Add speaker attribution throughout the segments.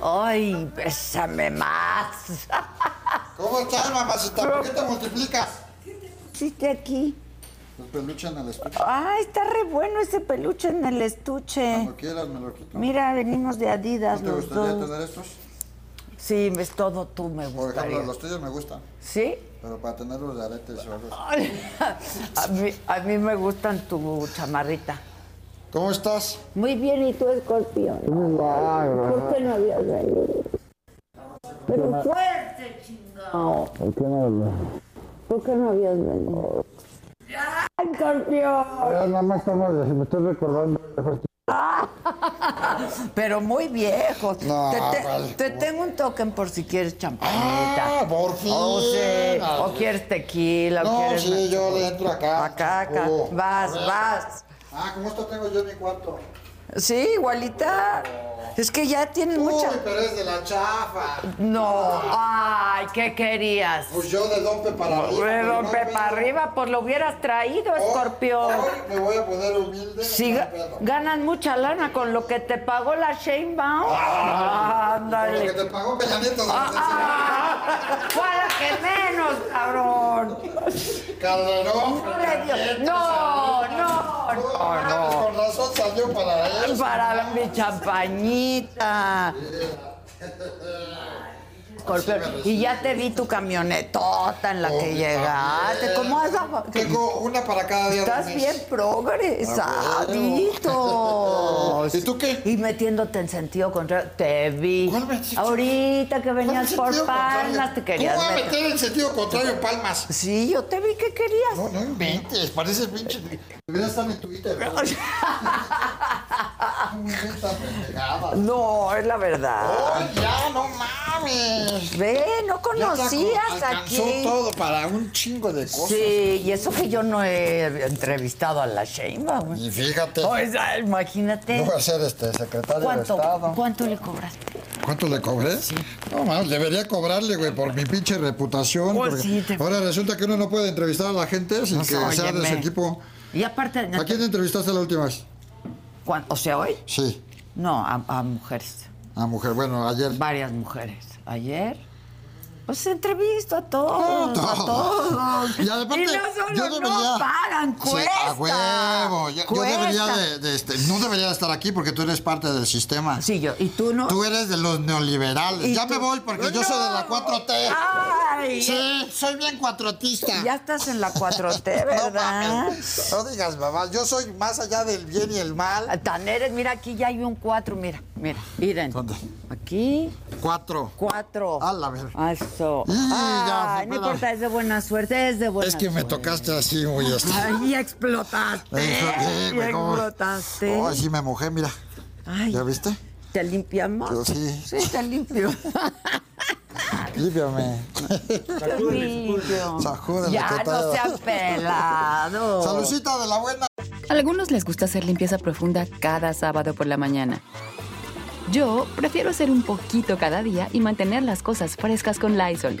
Speaker 1: Ay, bésame más.
Speaker 2: ¿Cómo estás, mamacita? ¿Por qué te multiplicas?
Speaker 1: Sí, de aquí.
Speaker 2: Los peluches en el estuche.
Speaker 1: Ay, está re bueno ese peluche en el estuche.
Speaker 2: Cuando quieras me lo quito.
Speaker 1: Mira, venimos de Adidas
Speaker 2: ¿No te
Speaker 1: los
Speaker 2: gustaría
Speaker 1: dos.
Speaker 2: tener estos?
Speaker 1: Sí, ves todo tú, me
Speaker 2: Por ejemplo,
Speaker 1: gustaría.
Speaker 2: los tuyos me gustan,
Speaker 1: ¿Sí?
Speaker 2: pero para tener los de aretes o algo. así.
Speaker 1: a, mí, a mí me gustan tu chamarrita.
Speaker 2: ¿Cómo estás?
Speaker 1: Muy bien, ¿y tú, escorpión? ¿Por qué no habías venido? Pero fuerte, chingado. ¿Por qué no habías venido? ¡Ay, escorpión!
Speaker 3: Nada más estamos, me estoy recordando.
Speaker 1: Pero muy viejo.
Speaker 2: No,
Speaker 1: te, te-
Speaker 2: vale.
Speaker 1: te tengo un token por si quieres champañita.
Speaker 2: Ah, por fin.
Speaker 1: o, sí,
Speaker 2: Ah,
Speaker 1: o quieres tequila, o
Speaker 2: No,
Speaker 1: quieres...
Speaker 2: sí, yo le entro acá.
Speaker 1: Acá, acá.
Speaker 2: Oh.
Speaker 1: Vas, vas.
Speaker 2: Ah, como esto tengo yo en mi cuarto.
Speaker 1: Sí, igualita. Es que ya tienes mucha...
Speaker 2: Uy, pero es de la chafa.
Speaker 1: No. Ay, ¿qué querías?
Speaker 2: Pues yo de Dompe para arriba.
Speaker 1: Pues,
Speaker 2: pero
Speaker 1: don
Speaker 2: no
Speaker 1: Pepa
Speaker 2: vino.
Speaker 1: arriba, pues lo hubieras traído,
Speaker 2: Hoy-
Speaker 1: escorpión.
Speaker 2: hoy me voy a poner humilde.
Speaker 1: Si
Speaker 2: no
Speaker 1: ga-
Speaker 2: pedo.
Speaker 1: ganas mucha lana con lo que te pagó la Shane
Speaker 2: Por lo que
Speaker 1: Ándale.
Speaker 2: te pagó Peña Nieto.
Speaker 1: Ah, Fue a la que menos, cabrón.
Speaker 2: Calderón.
Speaker 1: No le dio- No, no, no,
Speaker 2: mames,
Speaker 1: Ah, no.
Speaker 2: Con razón salió para él.
Speaker 1: Para la- mi champañita. Escorpión, Y ya te vi tu camionetota en la que llegaste. ¿Cómo has
Speaker 2: Tengo una para cada día
Speaker 1: Estás
Speaker 2: del mes.
Speaker 1: bien progresadito.
Speaker 2: Oh, ¿Y tú qué?
Speaker 1: Y metiéndote en sentido contrario. Te vi.
Speaker 2: ¿Cuál me-
Speaker 1: Ahorita que
Speaker 2: ¿Cuál
Speaker 1: venías
Speaker 2: sentido
Speaker 1: por
Speaker 2: contrario?
Speaker 1: palmas, te querías
Speaker 2: ¿Cómo va a
Speaker 1: meter.
Speaker 2: meter el sentido contrario palmas?
Speaker 1: Sí, yo te vi que querías.
Speaker 2: No, no inventes, pareces pinche. Deberías estar en Twitter. ¿no? No inventas pendejadas.
Speaker 1: No, es la verdad.
Speaker 2: ¡Ay, ya, no mames!
Speaker 1: Ve, no
Speaker 2: Oh. Ya
Speaker 1: conocías
Speaker 2: alcanzó
Speaker 1: aquí.
Speaker 2: todo para un chingo de cosas.
Speaker 1: Sí, y eso que yo no he entrevistado a la Sheinbaum.
Speaker 2: Y fíjate,
Speaker 1: O sea, imagínate.
Speaker 2: yo voy a ser este secretario
Speaker 1: ¿Cuánto,
Speaker 2: de Estado.
Speaker 1: ¿Cuánto le cobraste?
Speaker 2: ¿Cuánto le cobré? No, mames, debería cobrarle, güey, por mi pinche reputación.
Speaker 1: Pues
Speaker 2: porque
Speaker 1: sí, te-
Speaker 2: Ahora resulta que uno no puede entrevistar a la gente sin
Speaker 1: Pues
Speaker 2: que sea de
Speaker 1: óyeme.
Speaker 2: su equipo.
Speaker 1: Y aparte,
Speaker 2: ¿A quién entrevistaste la última vez?
Speaker 1: ¿cuán- o sea, hoy,
Speaker 2: Sí,
Speaker 1: no, a- a mujeres.
Speaker 2: a mujer. Bueno, ayer.
Speaker 1: varias mujeres. Ayer, pues entrevisto a todos, a
Speaker 2: No, no.
Speaker 1: todos.
Speaker 2: Y aparte,
Speaker 1: no solo
Speaker 2: yo debería-
Speaker 1: no pagan,
Speaker 2: Sí,
Speaker 1: cuesta.
Speaker 2: a huevo. Yo, yo
Speaker 1: Cuesta.
Speaker 2: debería de, de este- no debería de estar aquí porque tú eres parte del sistema.
Speaker 1: Sí, yo, y tú no.
Speaker 2: Tú eres de los neoliberales.
Speaker 1: y
Speaker 2: Ya
Speaker 1: tú-
Speaker 2: me voy porque yo soy de la
Speaker 1: No.
Speaker 2: 4T.
Speaker 1: Ay,
Speaker 2: Sí, soy bien cuatrotista.
Speaker 1: ya estás en la 4T,
Speaker 2: No
Speaker 1: ¿verdad?
Speaker 2: mames, no digas mamá, yo soy más allá del bien y el mal.
Speaker 1: Tan eres, mira, aquí ya hay un 4, mira, mira, miren.
Speaker 2: ¿Dónde?
Speaker 1: Aquí,
Speaker 2: Cuatro.
Speaker 1: 4.
Speaker 2: A la ver.
Speaker 1: Eso.
Speaker 2: Y ya,
Speaker 1: Ay, no
Speaker 2: espera.
Speaker 1: importa, es de buena suerte, es de buena
Speaker 2: Es que me
Speaker 1: suerte.
Speaker 2: tocaste así muy este.
Speaker 1: Ahí explotaste.
Speaker 2: Sí, güey, ¿cómo?
Speaker 1: explotaste.
Speaker 2: Oh, sí me mojé, mira.
Speaker 1: Ay,
Speaker 2: ¿Ya viste?
Speaker 1: ¿Te limpiamos?
Speaker 2: Yo sí.
Speaker 1: Sí, te limpio.
Speaker 2: Límpiame.
Speaker 1: te limpio.
Speaker 2: Sacúdeme,
Speaker 1: ya
Speaker 2: que
Speaker 1: no
Speaker 2: todo.
Speaker 1: seas pelado.
Speaker 2: Salucita de la buena.
Speaker 4: A algunos les gusta hacer limpieza profunda cada sábado por la mañana. Yo prefiero hacer un poquito cada día y mantener las cosas frescas con Lysol.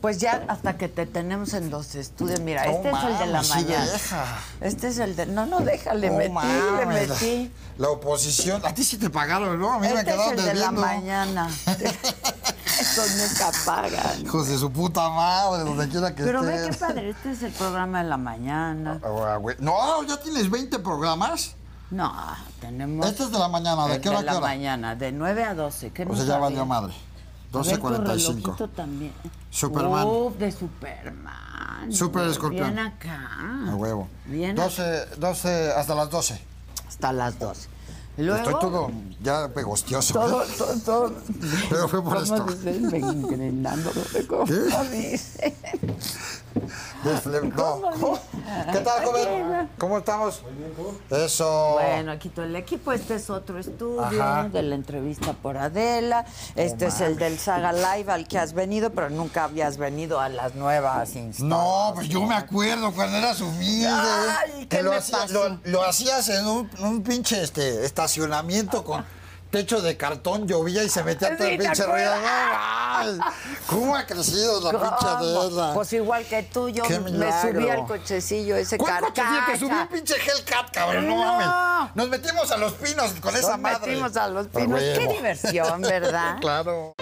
Speaker 1: Pues ya hasta que te tenemos en los estudios. Mira,
Speaker 2: No
Speaker 1: este es el de la
Speaker 2: mames, sí
Speaker 1: mañana.
Speaker 2: deja.
Speaker 1: Este es el de. No, no, déjale,
Speaker 2: No
Speaker 1: metí, le
Speaker 2: mames,
Speaker 1: metí.
Speaker 2: La, la oposición. A ti sí te pagaron, ¿no? A mí me
Speaker 1: Este es
Speaker 2: quedaron
Speaker 1: el de la
Speaker 2: debiendo.
Speaker 1: mañana. Eso nunca pagan.
Speaker 2: Hijos de su puta madre, donde quiera que
Speaker 1: Pero ve qué
Speaker 2: estés.
Speaker 1: padre, este es el programa de la mañana.
Speaker 2: Ah, güey. No, ya tienes 20 programas.
Speaker 1: No, tenemos.
Speaker 2: Este es de la mañana, ¿de
Speaker 1: el
Speaker 2: qué hora a
Speaker 1: de
Speaker 2: qué
Speaker 1: la
Speaker 2: hora?
Speaker 1: mañana, de 9 a 12. ¿Qué
Speaker 2: O
Speaker 1: no
Speaker 2: sea, ya
Speaker 1: sabía?
Speaker 2: valió madre.
Speaker 1: eh. A ver, tu
Speaker 2: 12.45.
Speaker 1: relojito también.
Speaker 2: Superman.
Speaker 1: Uf, de Superman.
Speaker 2: Super
Speaker 1: Bien
Speaker 2: escorpión.
Speaker 1: acá.
Speaker 2: A huevo.
Speaker 1: Bien
Speaker 2: 12, 12, hasta las 12.
Speaker 1: Hasta las 12. Luego,
Speaker 2: Estoy todo ya pegostioso.
Speaker 1: Todo, todo, todo.
Speaker 2: Pero fue por
Speaker 1: ¿Cómo
Speaker 2: esto.
Speaker 1: dices? Me engrenando. ¿Cómo dices?
Speaker 2: Desfle- no.
Speaker 1: ¿Cómo
Speaker 2: ¿Qué tal,
Speaker 1: Oye,
Speaker 2: joven? ¿Cómo estamos? Eso.
Speaker 1: Bueno, aquí todo el equipo. Este es otro estudio
Speaker 2: Ajá.
Speaker 1: de la entrevista por Adela. Este es el del Saga Live al que has venido, pero nunca habías venido a las nuevas instancias.
Speaker 2: No, pues yo me acuerdo cuando eras humilde.
Speaker 1: Ay, ¿qué
Speaker 2: lo,
Speaker 1: me
Speaker 2: hacías,
Speaker 1: pasó?
Speaker 2: lo- lo hacías en un, un pinche este, estacionamiento con techo de cartón, llovía y se metía todo
Speaker 1: Sí,
Speaker 2: el
Speaker 1: ¿te
Speaker 2: pinche ruido.
Speaker 1: acuerdas?
Speaker 2: Ay, ¿Cómo ha crecido la pinche
Speaker 1: ¿Cómo?
Speaker 2: Adela?
Speaker 1: Pues igual que tú, yo
Speaker 2: Qué
Speaker 1: me
Speaker 2: milagro.
Speaker 1: subí al cochecillo ese
Speaker 2: ¿Cuál coche
Speaker 1: carcacha.
Speaker 2: te subió un pinche Hellcat, cabrón? No,
Speaker 1: este No.
Speaker 2: mames. Nos metimos a los pinos con esa
Speaker 1: Nos
Speaker 2: madre.
Speaker 1: metimos a los pinos. Qué
Speaker 2: huevo.
Speaker 1: diversión, ¿verdad?
Speaker 2: Claro.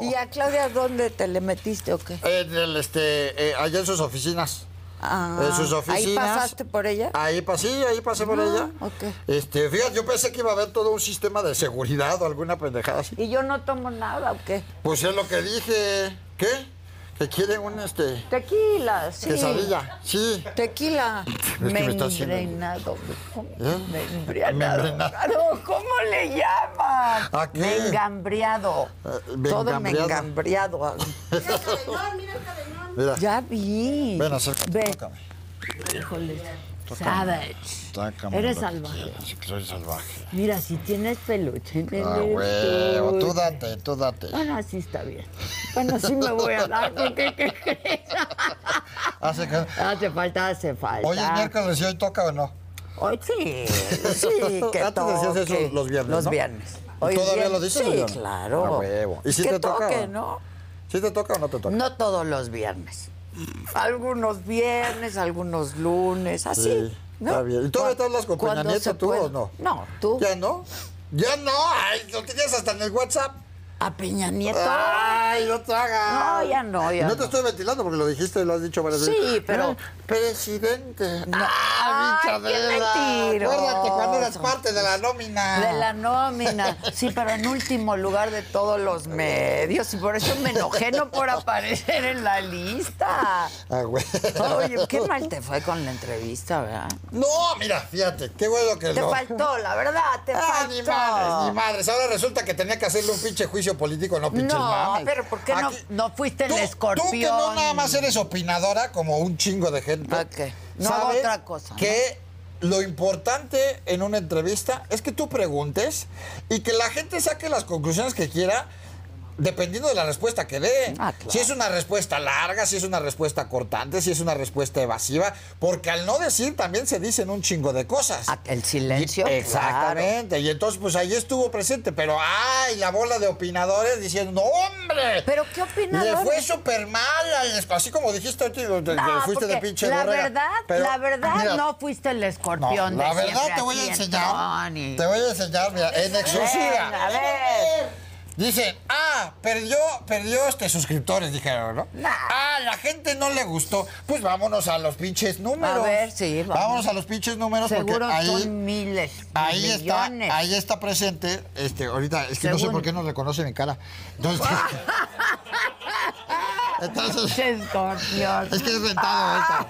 Speaker 1: ¿Y a Claudia dónde te le metiste o qué?
Speaker 2: En el, Eh, este, eh, allá en sus oficinas.
Speaker 1: Ah,
Speaker 2: en sus oficinas.
Speaker 1: ¿Ahí pasaste por ella?
Speaker 2: Ahí pasé, ahí pasé por
Speaker 1: Ah,
Speaker 2: ella.
Speaker 1: ok.
Speaker 2: Este, fíjate, yo pensé que iba a haber todo un sistema de seguridad o alguna pendejada así.
Speaker 1: ¿Y yo no tomo nada o qué?
Speaker 2: Pues es lo que dije. ¿Qué? Que quieren un este
Speaker 1: Tequila, sí.
Speaker 2: quesadilla. Sí.
Speaker 1: Tequila.
Speaker 2: que me está haciendo-
Speaker 1: Membrenado.
Speaker 2: ¿Eh?
Speaker 1: Membrenado.
Speaker 2: Membrenado.
Speaker 1: No, ¿Cómo le llaman?
Speaker 2: ¿A qué?
Speaker 1: Mengambriado.
Speaker 2: Eh,
Speaker 1: Todo
Speaker 2: mengambriado.
Speaker 1: mengambriado.
Speaker 2: Mira.
Speaker 1: Ya vi.
Speaker 2: Ven, acércate,
Speaker 1: Ve.
Speaker 2: tócame.
Speaker 1: Híjole. Savage.
Speaker 2: Tócame
Speaker 1: Eres
Speaker 2: lo que
Speaker 1: salvaje.
Speaker 2: quieras, sí que Soy salvaje.
Speaker 1: Mira, si tienes peluche en el
Speaker 2: Ah, huevo. Tú date, tú date.
Speaker 1: Bueno, así está bien. Bueno, sí me voy a dar. Porque, ¿qué crees?
Speaker 2: Hace que-
Speaker 1: Hace falta, hace falta.
Speaker 2: Hoy es miércoles y hoy toca o no.
Speaker 1: Hoy sí, sí, que
Speaker 2: Antes Ah, decías eso
Speaker 1: toque.
Speaker 2: los viernes,
Speaker 1: Los
Speaker 2: ¿no?
Speaker 1: viernes.
Speaker 2: ¿Todavía
Speaker 1: viernes-
Speaker 2: lo dices
Speaker 1: Sí,
Speaker 2: o ya no?
Speaker 1: claro.
Speaker 2: A huevo. ¿Y si
Speaker 1: que
Speaker 2: te toca?
Speaker 1: toque, ¿no?
Speaker 2: ¿Sí te toca o no te toca?
Speaker 1: No todos los viernes. Algunos viernes, algunos lunes, así.
Speaker 2: Sí,
Speaker 1: ¿no?
Speaker 2: está bien. ¿Y tú
Speaker 1: Cu-
Speaker 2: ahorita hablas con Peña
Speaker 1: cuando
Speaker 2: Nieto,
Speaker 1: se
Speaker 2: tú,
Speaker 1: pueda.
Speaker 2: o no?
Speaker 1: No, tú.
Speaker 2: ¿Ya no? ¡Ya no! ¡Ay, lo tenías hasta en el WhatsApp!
Speaker 1: A Peña Nieto.
Speaker 2: ¡Ay, no te hagas!
Speaker 1: No, ya no, ya
Speaker 2: No te
Speaker 1: no.
Speaker 2: estoy ventilando porque lo dijiste y lo has dicho varias
Speaker 1: Sí,
Speaker 2: veces.
Speaker 1: pero-
Speaker 2: Ay, Presidente.
Speaker 1: No.
Speaker 2: ¡Ah,
Speaker 1: Ay,
Speaker 2: bicha
Speaker 1: qué
Speaker 2: de
Speaker 1: mentiroso.
Speaker 2: Acuérdate cuando eras parte de la nómina.
Speaker 1: De la nómina. Sí, pero en último lugar de todos los medios. Y por eso me enojé no por aparecer en la lista.
Speaker 2: Ah, güey.
Speaker 1: Oye, qué mal te fue con la entrevista, ¿verdad?
Speaker 2: No, mira, fíjate, qué bueno que
Speaker 1: Te
Speaker 2: no.
Speaker 1: faltó, la verdad, te
Speaker 2: Ah,
Speaker 1: faltó.
Speaker 2: ni madres, ni madres. Ahora resulta que tenía que hacerle un pinche juicio político, no pinches
Speaker 1: No,
Speaker 2: mames.
Speaker 1: pero ¿por qué no- no fuiste el escorpión?
Speaker 2: Tú que no nada más eres opinadora como un chingo de gente.
Speaker 1: Ok. No hago
Speaker 2: ¿sabes
Speaker 1: otra cosa, ¿no?
Speaker 2: Que lo importante en una entrevista es que tú preguntes y que la gente saque las conclusiones que quiera Dependiendo de la respuesta que dé.
Speaker 1: Ah, claro.
Speaker 2: Si es una respuesta larga, si es una respuesta cortante, si es una respuesta evasiva, porque al no decir también se dicen un chingo de cosas.
Speaker 1: Ah, El silencio.
Speaker 2: Y- Exactamente. Y entonces, pues ahí estuvo presente, pero ¡ay! La bola de opinadores diciendo, ¡no, hombre!
Speaker 1: ¿Pero qué opinadores?
Speaker 2: Le fue súper mal, al- así como dijiste, tío, te- te
Speaker 1: No,
Speaker 2: fuiste de
Speaker 1: Ah, porque
Speaker 2: pinche
Speaker 1: la
Speaker 2: borrega.
Speaker 1: verdad,
Speaker 2: Pero,
Speaker 1: la verdad
Speaker 2: mira,
Speaker 1: no fuiste el
Speaker 2: no,
Speaker 1: escorpión
Speaker 2: la
Speaker 1: de
Speaker 2: verdad
Speaker 1: siempre
Speaker 2: te voy a
Speaker 1: aquí,
Speaker 2: enseñar.
Speaker 1: Tony.
Speaker 2: Te voy a enseñar, mira, en exclusiva.
Speaker 1: Venga, a ver.
Speaker 2: Dicen, ah, perdió, perdió este suscriptores, dijeron, ¿no?
Speaker 1: Nah.
Speaker 2: Ah, la gente no le gustó. Pues vámonos a los pinches números.
Speaker 1: A ver, sí,
Speaker 2: vámonos.
Speaker 1: vamos.
Speaker 2: a los pinches números
Speaker 1: Seguro
Speaker 2: porque ahí,
Speaker 1: son miles,
Speaker 2: ahí está,
Speaker 1: millones.
Speaker 2: ahí está presente, este, ahorita, es que no sé
Speaker 1: Según-
Speaker 2: por qué no reconoce mi cara. Entonces, entonces
Speaker 1: Pinche escorpión.
Speaker 2: es que es rentado esta.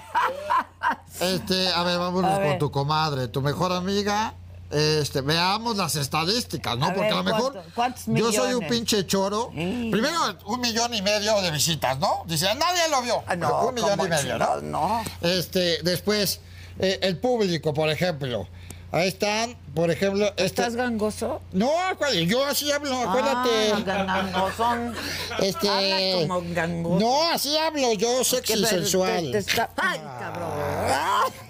Speaker 2: Este, a ver, vámonos
Speaker 1: A ver.
Speaker 2: con tu comadre, tu mejor amiga. Este, veamos las estadísticas, ¿no?
Speaker 1: A
Speaker 2: Porque a lo
Speaker 1: ver,
Speaker 2: mejor
Speaker 1: ¿cuánto- cuántos
Speaker 2: yo soy un
Speaker 1: millones?
Speaker 2: pinche choro.
Speaker 1: Sí.
Speaker 2: Primero, un millón y medio de visitas, ¿no? Dice, nadie lo vio.
Speaker 1: Ah,
Speaker 2: Pero
Speaker 1: No,
Speaker 2: un millón
Speaker 1: ¿cómo
Speaker 2: y medio, ¿no?
Speaker 1: chingados? No.
Speaker 2: Este, después, eh, el público, por ejemplo. Ahí están, por ejemplo, este.
Speaker 1: ¿Estás gangoso?
Speaker 2: No, acuérdate, yo así hablo, acuérdate.
Speaker 1: Ah, gangosón.
Speaker 2: Este.
Speaker 1: Hablas como gangoso.
Speaker 2: No, así hablo yo, sexy
Speaker 1: Que
Speaker 2: y
Speaker 1: te-
Speaker 2: sensual. Ah.
Speaker 1: te- te está- ¡Ay, cabrón!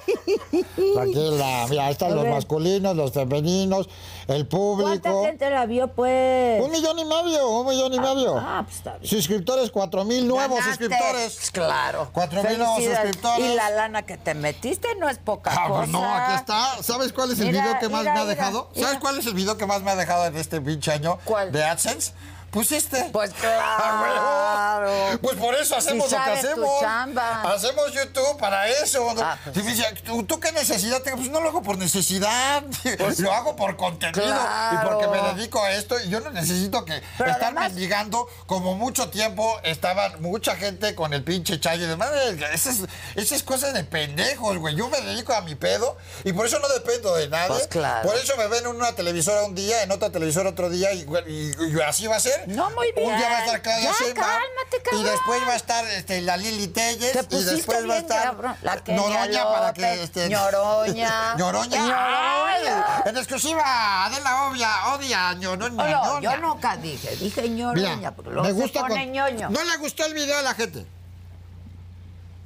Speaker 2: Tranquila, mira, ahí están los
Speaker 5: ver.
Speaker 2: masculinos, los femeninos, el
Speaker 5: ¿Cuánta
Speaker 2: público.
Speaker 5: gente la vio, pues?
Speaker 2: Un millón y medio, un millón y medio.
Speaker 5: Ah, pues está bien.
Speaker 2: Suscriptores, cuatro mil nuevos
Speaker 1: Ganaste. Pues,
Speaker 2: suscriptores.
Speaker 1: Claro.
Speaker 2: Cuatro mil nuevos
Speaker 1: Felicidades.
Speaker 2: suscriptores.
Speaker 1: Y la lana que te metiste no es poca
Speaker 2: Ah,
Speaker 1: cosa.
Speaker 2: pues no, aquí está. ¿Sabes cuál es el
Speaker 5: Mira,
Speaker 2: video que más
Speaker 5: mira,
Speaker 2: me ha
Speaker 5: mira,
Speaker 2: dejado?
Speaker 5: mira.
Speaker 2: ¿Sabes cuál es el video que más me ha dejado en este pinche año
Speaker 1: ¿Cuál?
Speaker 2: de AdSense? Pues este.
Speaker 1: Pues
Speaker 2: Ah,
Speaker 1: claro.
Speaker 2: huevo. Pues por eso hacemos lo que
Speaker 1: sabes tu
Speaker 2: hacemos.
Speaker 1: chamba.
Speaker 2: Hacemos YouTube para eso. ¿no?
Speaker 1: Ah, pues.
Speaker 2: Y me dice, ¿tú, tú qué necesidad tengo? Pues no lo hago por necesidad. lo hago por contenido. Y
Speaker 1: Pues Claro.
Speaker 2: porque me dedico a esto. Y yo no necesito que
Speaker 1: Pero
Speaker 2: estar
Speaker 1: además-
Speaker 2: mendigando como mucho tiempo estaban mucha gente con el pinche chayo y demás. Esas, esas cosas de pendejos, güey. Yo me dedico a mi pedo. Y por eso no dependo de nadie.
Speaker 1: Pues claro.
Speaker 2: Por eso me ven en una televisora un día, en otra televisora otro día. Y, güey, y- y así va a ser.
Speaker 1: No, muy
Speaker 2: Un día va a estar
Speaker 1: bien.
Speaker 2: Claudia
Speaker 1: Ya,
Speaker 2: Sheinbaum,
Speaker 1: cálmate,
Speaker 2: Y
Speaker 1: cabrón.
Speaker 2: después va a estar este, la Lili Telles.
Speaker 1: Te
Speaker 2: Y
Speaker 1: pusiste
Speaker 2: después va a
Speaker 1: bien, cabrón.
Speaker 2: estar
Speaker 1: La Kenia
Speaker 2: Noroña para que.
Speaker 1: López,
Speaker 2: este,
Speaker 1: Ñoroña.
Speaker 2: Ñoroña.
Speaker 1: Ñoroña.
Speaker 2: Ay, En exclusiva, Adela Obvia, odia, a
Speaker 1: No,
Speaker 2: Ñoroña.
Speaker 1: no, yo
Speaker 2: Ñoroña.
Speaker 1: nunca dije, dije ñoroña,
Speaker 2: Mira,
Speaker 1: porque luego
Speaker 2: me
Speaker 1: se
Speaker 2: gusta
Speaker 1: pone
Speaker 2: con-
Speaker 1: ñoño.
Speaker 2: No le gustó el video a la gente.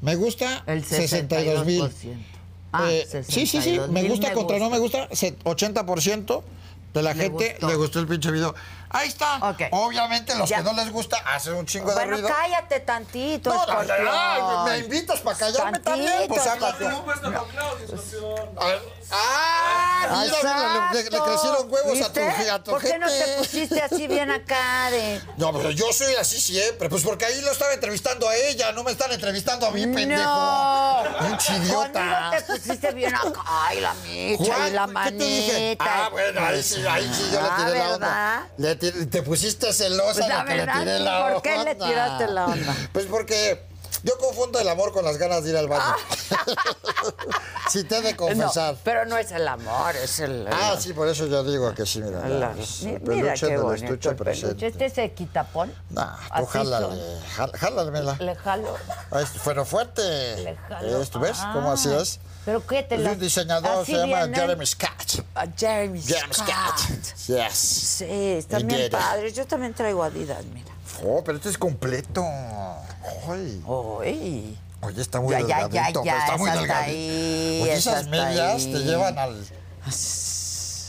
Speaker 2: Me gusta
Speaker 1: El
Speaker 2: 62 mil. Eh,
Speaker 1: 62%. Ah,
Speaker 2: sí, sí, sí.
Speaker 1: 62,000
Speaker 2: Me gusta
Speaker 1: me
Speaker 2: contra no
Speaker 1: gusta.
Speaker 2: me gusta. se- 80% de la
Speaker 1: Le
Speaker 2: gente
Speaker 1: gustó.
Speaker 2: le gustó el pinche video. Ahí está.
Speaker 1: Ok.
Speaker 2: Obviamente los
Speaker 1: Ya.
Speaker 2: que no les gusta hacen un chingo de
Speaker 1: Bueno,
Speaker 2: ruido.
Speaker 1: cállate tantito,
Speaker 2: No, la-
Speaker 1: escorpión.
Speaker 2: la- ay, me invitas para callarme también. Pues
Speaker 1: Tantito,
Speaker 2: habla tú.
Speaker 1: escorpión.
Speaker 2: A ver. Ah, mira, mira, le, le- le
Speaker 1: Exacto.
Speaker 2: crecieron huevos a tu,
Speaker 1: ¿Viste?
Speaker 2: a tu
Speaker 1: ¿Por qué no te
Speaker 2: gente.
Speaker 1: pusiste así bien acá de...
Speaker 2: No, pero yo soy así siempre. Pues porque ahí lo estaba entrevistando a ella, no me están entrevistando a mí,
Speaker 1: No.
Speaker 2: pendejo. Pinche
Speaker 1: Conmigo
Speaker 2: idiota.
Speaker 1: te pusiste bien acá. Ay, la micha
Speaker 2: ¿Cuál?
Speaker 1: y la
Speaker 2: ¿Qué te dije?
Speaker 1: manita.
Speaker 2: Ah, bueno, ahí sí, ahí sí yo le
Speaker 1: Ah,
Speaker 2: tiré la
Speaker 1: ¿verdad?
Speaker 2: onda. Le tir- te pusiste celosa
Speaker 1: Pues, la
Speaker 2: de que
Speaker 1: verdad,
Speaker 2: le tiré
Speaker 1: sí,
Speaker 2: la onda.
Speaker 1: ¿por qué le tiraste la onda?
Speaker 2: Pues porque yo confundo el amor con las ganas de ir al baño. si te he de
Speaker 1: Ah. No,
Speaker 2: confesar.
Speaker 1: pero no es el amor, es el...
Speaker 2: Ah, sí, por eso yo digo que sí, mira.
Speaker 1: el-
Speaker 2: La,
Speaker 1: mi- mira qué bonito el peluche.
Speaker 2: presente.
Speaker 1: Este es el quitapón.
Speaker 2: Nah,
Speaker 1: Así
Speaker 2: tú jálale,
Speaker 1: son.
Speaker 2: jál- jálamela.
Speaker 1: Le jalo,
Speaker 2: Ay, Pero Ah, este, fuerte.
Speaker 1: le jalo.
Speaker 2: ¿Esto ves
Speaker 1: Ah,
Speaker 2: cómo así es?
Speaker 1: Pero qué te
Speaker 2: Es
Speaker 1: la...
Speaker 2: un diseñador,
Speaker 1: así
Speaker 2: se llama
Speaker 1: vienen.
Speaker 2: Jeremy Scott.
Speaker 1: Ah, Jeremy,
Speaker 2: Jeremy
Speaker 1: Scott.
Speaker 2: Scott. Yes.
Speaker 1: Sí, están
Speaker 2: Jeremy.
Speaker 1: bien padres. Yo también traigo Adidas, mira.
Speaker 2: Oh, pero este es completo. Ay.
Speaker 1: Uy.
Speaker 2: Oye, está muy
Speaker 1: Ya, ya, ya,
Speaker 2: delgadito. pero
Speaker 1: ya,
Speaker 2: está muy
Speaker 1: es hasta
Speaker 2: delgadito.
Speaker 1: ahí,
Speaker 2: Oye,
Speaker 1: es
Speaker 2: esas
Speaker 1: hasta
Speaker 2: medias
Speaker 1: ahí.
Speaker 2: te llevan al,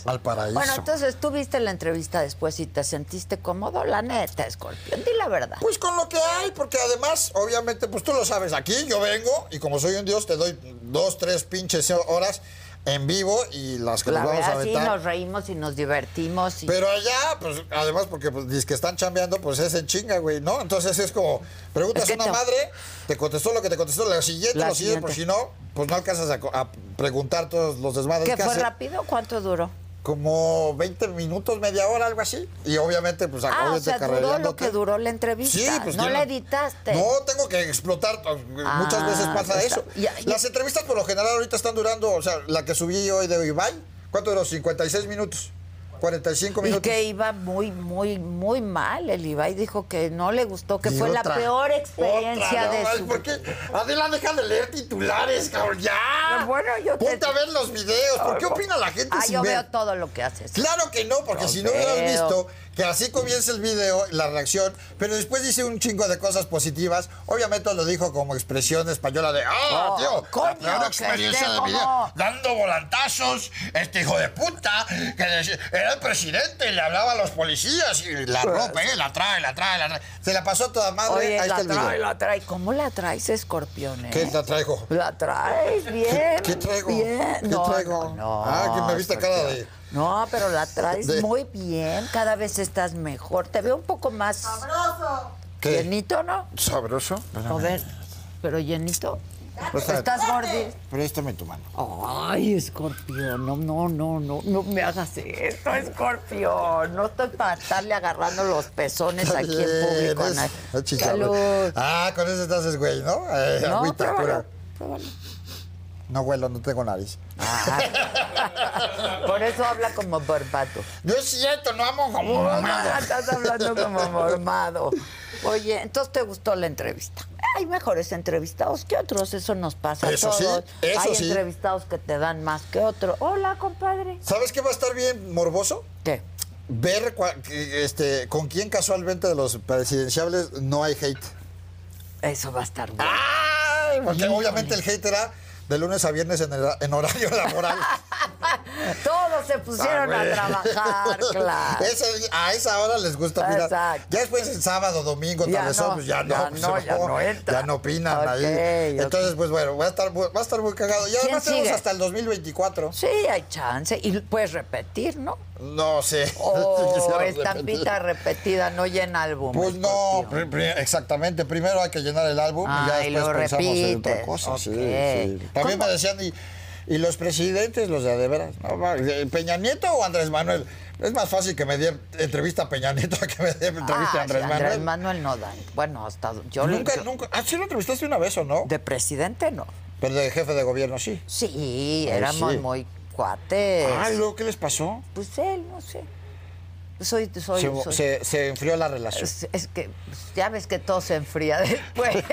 Speaker 2: al paraíso.
Speaker 1: Bueno, entonces tú viste la entrevista después y te sentiste cómodo, la neta, escorpión, di la verdad.
Speaker 2: Pues con lo que hay, porque además, obviamente, pues tú lo sabes, aquí yo vengo y como soy un dios te doy dos, tres pinches horas en vivo y las que
Speaker 1: La
Speaker 2: pues nos vamos a
Speaker 1: verdad, sí,
Speaker 2: aventar.
Speaker 1: nos reímos y nos divertimos. Y...
Speaker 2: Pero allá, pues, además, porque pues, dice que están chambeando, pues es en chinga, güey, ¿no? Entonces es como, preguntas
Speaker 1: Es que
Speaker 2: a una
Speaker 1: te-
Speaker 2: madre, te contestó lo que te contestó, la siguiente,
Speaker 1: La
Speaker 2: lo siguiente,
Speaker 1: siguiente.
Speaker 2: por si no, pues no alcanzas a, co- a preguntar todos los desmadres
Speaker 1: ¿Qué
Speaker 2: que
Speaker 1: fue
Speaker 2: hace.
Speaker 1: rápido? ¿Cuánto duró?
Speaker 2: Como 20 minutos, media hora, algo así. Y obviamente, pues,
Speaker 1: Ah, o
Speaker 2: obviamente
Speaker 1: sea, duró lo que
Speaker 2: carrereándote.
Speaker 1: duró la entrevista.
Speaker 2: Sí, pues
Speaker 1: no
Speaker 2: yo
Speaker 1: la editaste.
Speaker 2: No, tengo que explotar. pues, Muchas
Speaker 1: Ah,
Speaker 2: veces pasa
Speaker 1: pues
Speaker 2: eso.
Speaker 1: está- ya- ya-
Speaker 2: Las entrevistas por lo general ahorita están durando, o sea, la que subí hoy de Ibai, ¿cuánto duró? 56 minutos. 45
Speaker 1: Y
Speaker 2: minutos.
Speaker 1: que iba muy, muy, muy mal el Ibai. Dijo que no le gustó, que
Speaker 2: Y
Speaker 1: fue
Speaker 2: otra,
Speaker 1: la peor experiencia
Speaker 2: otra, no,
Speaker 1: de
Speaker 2: ay,
Speaker 1: su
Speaker 2: ¿Por qué? Adela, deja de leer titulares, cabrón, ya.
Speaker 1: No, bueno, yo te-
Speaker 2: Ponte a ver los videos. ¿Por qué opina la gente
Speaker 1: Ah,
Speaker 2: sin
Speaker 1: yo
Speaker 2: ver?
Speaker 1: veo todo lo que haces.
Speaker 2: Claro que no, porque
Speaker 1: Lo
Speaker 2: si no hubieras
Speaker 1: veo.
Speaker 2: visto que así comienza el video, la reacción, pero después dice un chingo de cosas positivas. Obviamente lo dijo como expresión española de ¡Ah,
Speaker 1: Oh,
Speaker 2: tío!
Speaker 1: coño,
Speaker 2: la peor
Speaker 1: que
Speaker 2: experiencia
Speaker 1: esté
Speaker 2: de mi vida".
Speaker 1: como-
Speaker 2: Dando volantazos, este hijo de puta, que le- era el presidente y le hablaba a los policías y la ropa, eh, la trae, la trae, la trae. Se la pasó toda madre,
Speaker 1: Pues. Oye,
Speaker 2: ahí
Speaker 1: la
Speaker 2: está el video.
Speaker 1: trae, la trae. ¿Cómo la traes, escorpión? eh?
Speaker 2: ¿Qué la traigo?
Speaker 1: La traes bien.
Speaker 2: ¿Qué traigo?
Speaker 1: Bien.
Speaker 2: ¿Qué
Speaker 1: no,
Speaker 2: traigo?
Speaker 1: no, no,
Speaker 2: Ah, que me viste
Speaker 1: Escorpión.
Speaker 2: cara de-
Speaker 1: No, pero la traes
Speaker 2: de-
Speaker 1: muy bien. Cada vez estás mejor. Te veo un poco más.
Speaker 2: ¿Qué?
Speaker 1: Llenito, ¿no?
Speaker 2: ¿Sabroso?
Speaker 1: A ver. Pero llenito. Estás gordito.
Speaker 2: Préstame tu mano.
Speaker 1: Ay, escorpión, no, no, no, no, no me hagas esto, escorpión. No estoy para estarle agarrando los pezones aquí en público. a
Speaker 2: Eres-
Speaker 1: nadie.
Speaker 2: Ah, chica,
Speaker 1: Salud.
Speaker 2: Ah, con eso te haces güey, ¿no? Eh,
Speaker 1: No,
Speaker 2: agüita
Speaker 1: pruébalo,
Speaker 2: pura. No huelo, no tengo nariz.
Speaker 1: Por eso habla como barbato.
Speaker 2: Yo es cierto, no amo como mamá.
Speaker 1: Estás hablando como mormado. Oye, entonces te gustó la entrevista. Hay mejores entrevistados que otros, eso nos pasa a
Speaker 2: Eso sí,
Speaker 1: todos.
Speaker 2: eso
Speaker 1: Hay
Speaker 2: sí.
Speaker 1: entrevistados que te dan más que otros. Hola, compadre.
Speaker 2: ¿Sabes qué va a estar bien morboso?
Speaker 1: ¿Qué?
Speaker 2: Ver cua- que, este, con quién casualmente de los presidenciables no hay hate.
Speaker 1: Eso va a estar bueno.
Speaker 2: Ah. ¡Ay! Porque obviamente el hate era de lunes a viernes en, el- en horario laboral.
Speaker 1: Todos se
Speaker 2: Ah,
Speaker 1: pusieron a trabajar, claro.
Speaker 2: Ese día- a esa hora les gusta mirar.
Speaker 1: Exacto.
Speaker 2: Ya después el sábado, domingo,
Speaker 1: Ya
Speaker 2: tal vez,
Speaker 1: no,
Speaker 2: pues ya no,
Speaker 1: ya
Speaker 2: pues,
Speaker 1: no,
Speaker 2: se
Speaker 1: ya
Speaker 2: bajó,
Speaker 1: no entra.
Speaker 2: ya no opinan
Speaker 1: Ok,
Speaker 2: ahí.
Speaker 1: ok.
Speaker 2: Entonces, pues bueno, va a estar, bu- va a estar muy cagado. Y además tenemos
Speaker 1: sigue?
Speaker 2: hasta el 2024.
Speaker 1: Sí, hay chance. Y puedes repetir, ¿no?
Speaker 2: No sé.
Speaker 1: O
Speaker 2: Quisiera
Speaker 1: estampita
Speaker 2: repetir.
Speaker 1: repetida, no llena álbum.
Speaker 2: Pues no,
Speaker 1: escorpión.
Speaker 2: pri- pri- exactamente. Primero hay que llenar el álbum y ya
Speaker 1: Ah, y
Speaker 2: después
Speaker 1: lo
Speaker 2: pensamos en otra
Speaker 1: repites.
Speaker 2: cosa. sí,
Speaker 1: Ok.
Speaker 2: sí. También
Speaker 1: ¿Cómo?
Speaker 2: me decían, y, y los presidentes, los de a de veras? no, va, ¿de ¿Peña Nieto o Andrés Manuel? Es más fácil que me dé entrevista a Peña Nieto que me dé entrevista a
Speaker 1: Ah,
Speaker 2: Andrés
Speaker 1: sí,
Speaker 2: Manuel.
Speaker 1: no da. Bueno, hasta yo
Speaker 2: Nunca,
Speaker 1: yo-
Speaker 2: nunca. Ah, sí lo entrevistaste una vez o no.
Speaker 1: De presidente no.
Speaker 2: Pero de jefe de gobierno sí.
Speaker 1: Sí, éramos
Speaker 2: sí.
Speaker 1: muy cuates.
Speaker 2: Ah, ¿y luego qué les pasó?
Speaker 1: Pues él, no sé. Soy, soy,
Speaker 2: Se,
Speaker 1: soy-
Speaker 2: se- se enfrió la relación.
Speaker 1: Es, es que pues, ya ves que todo se enfría después.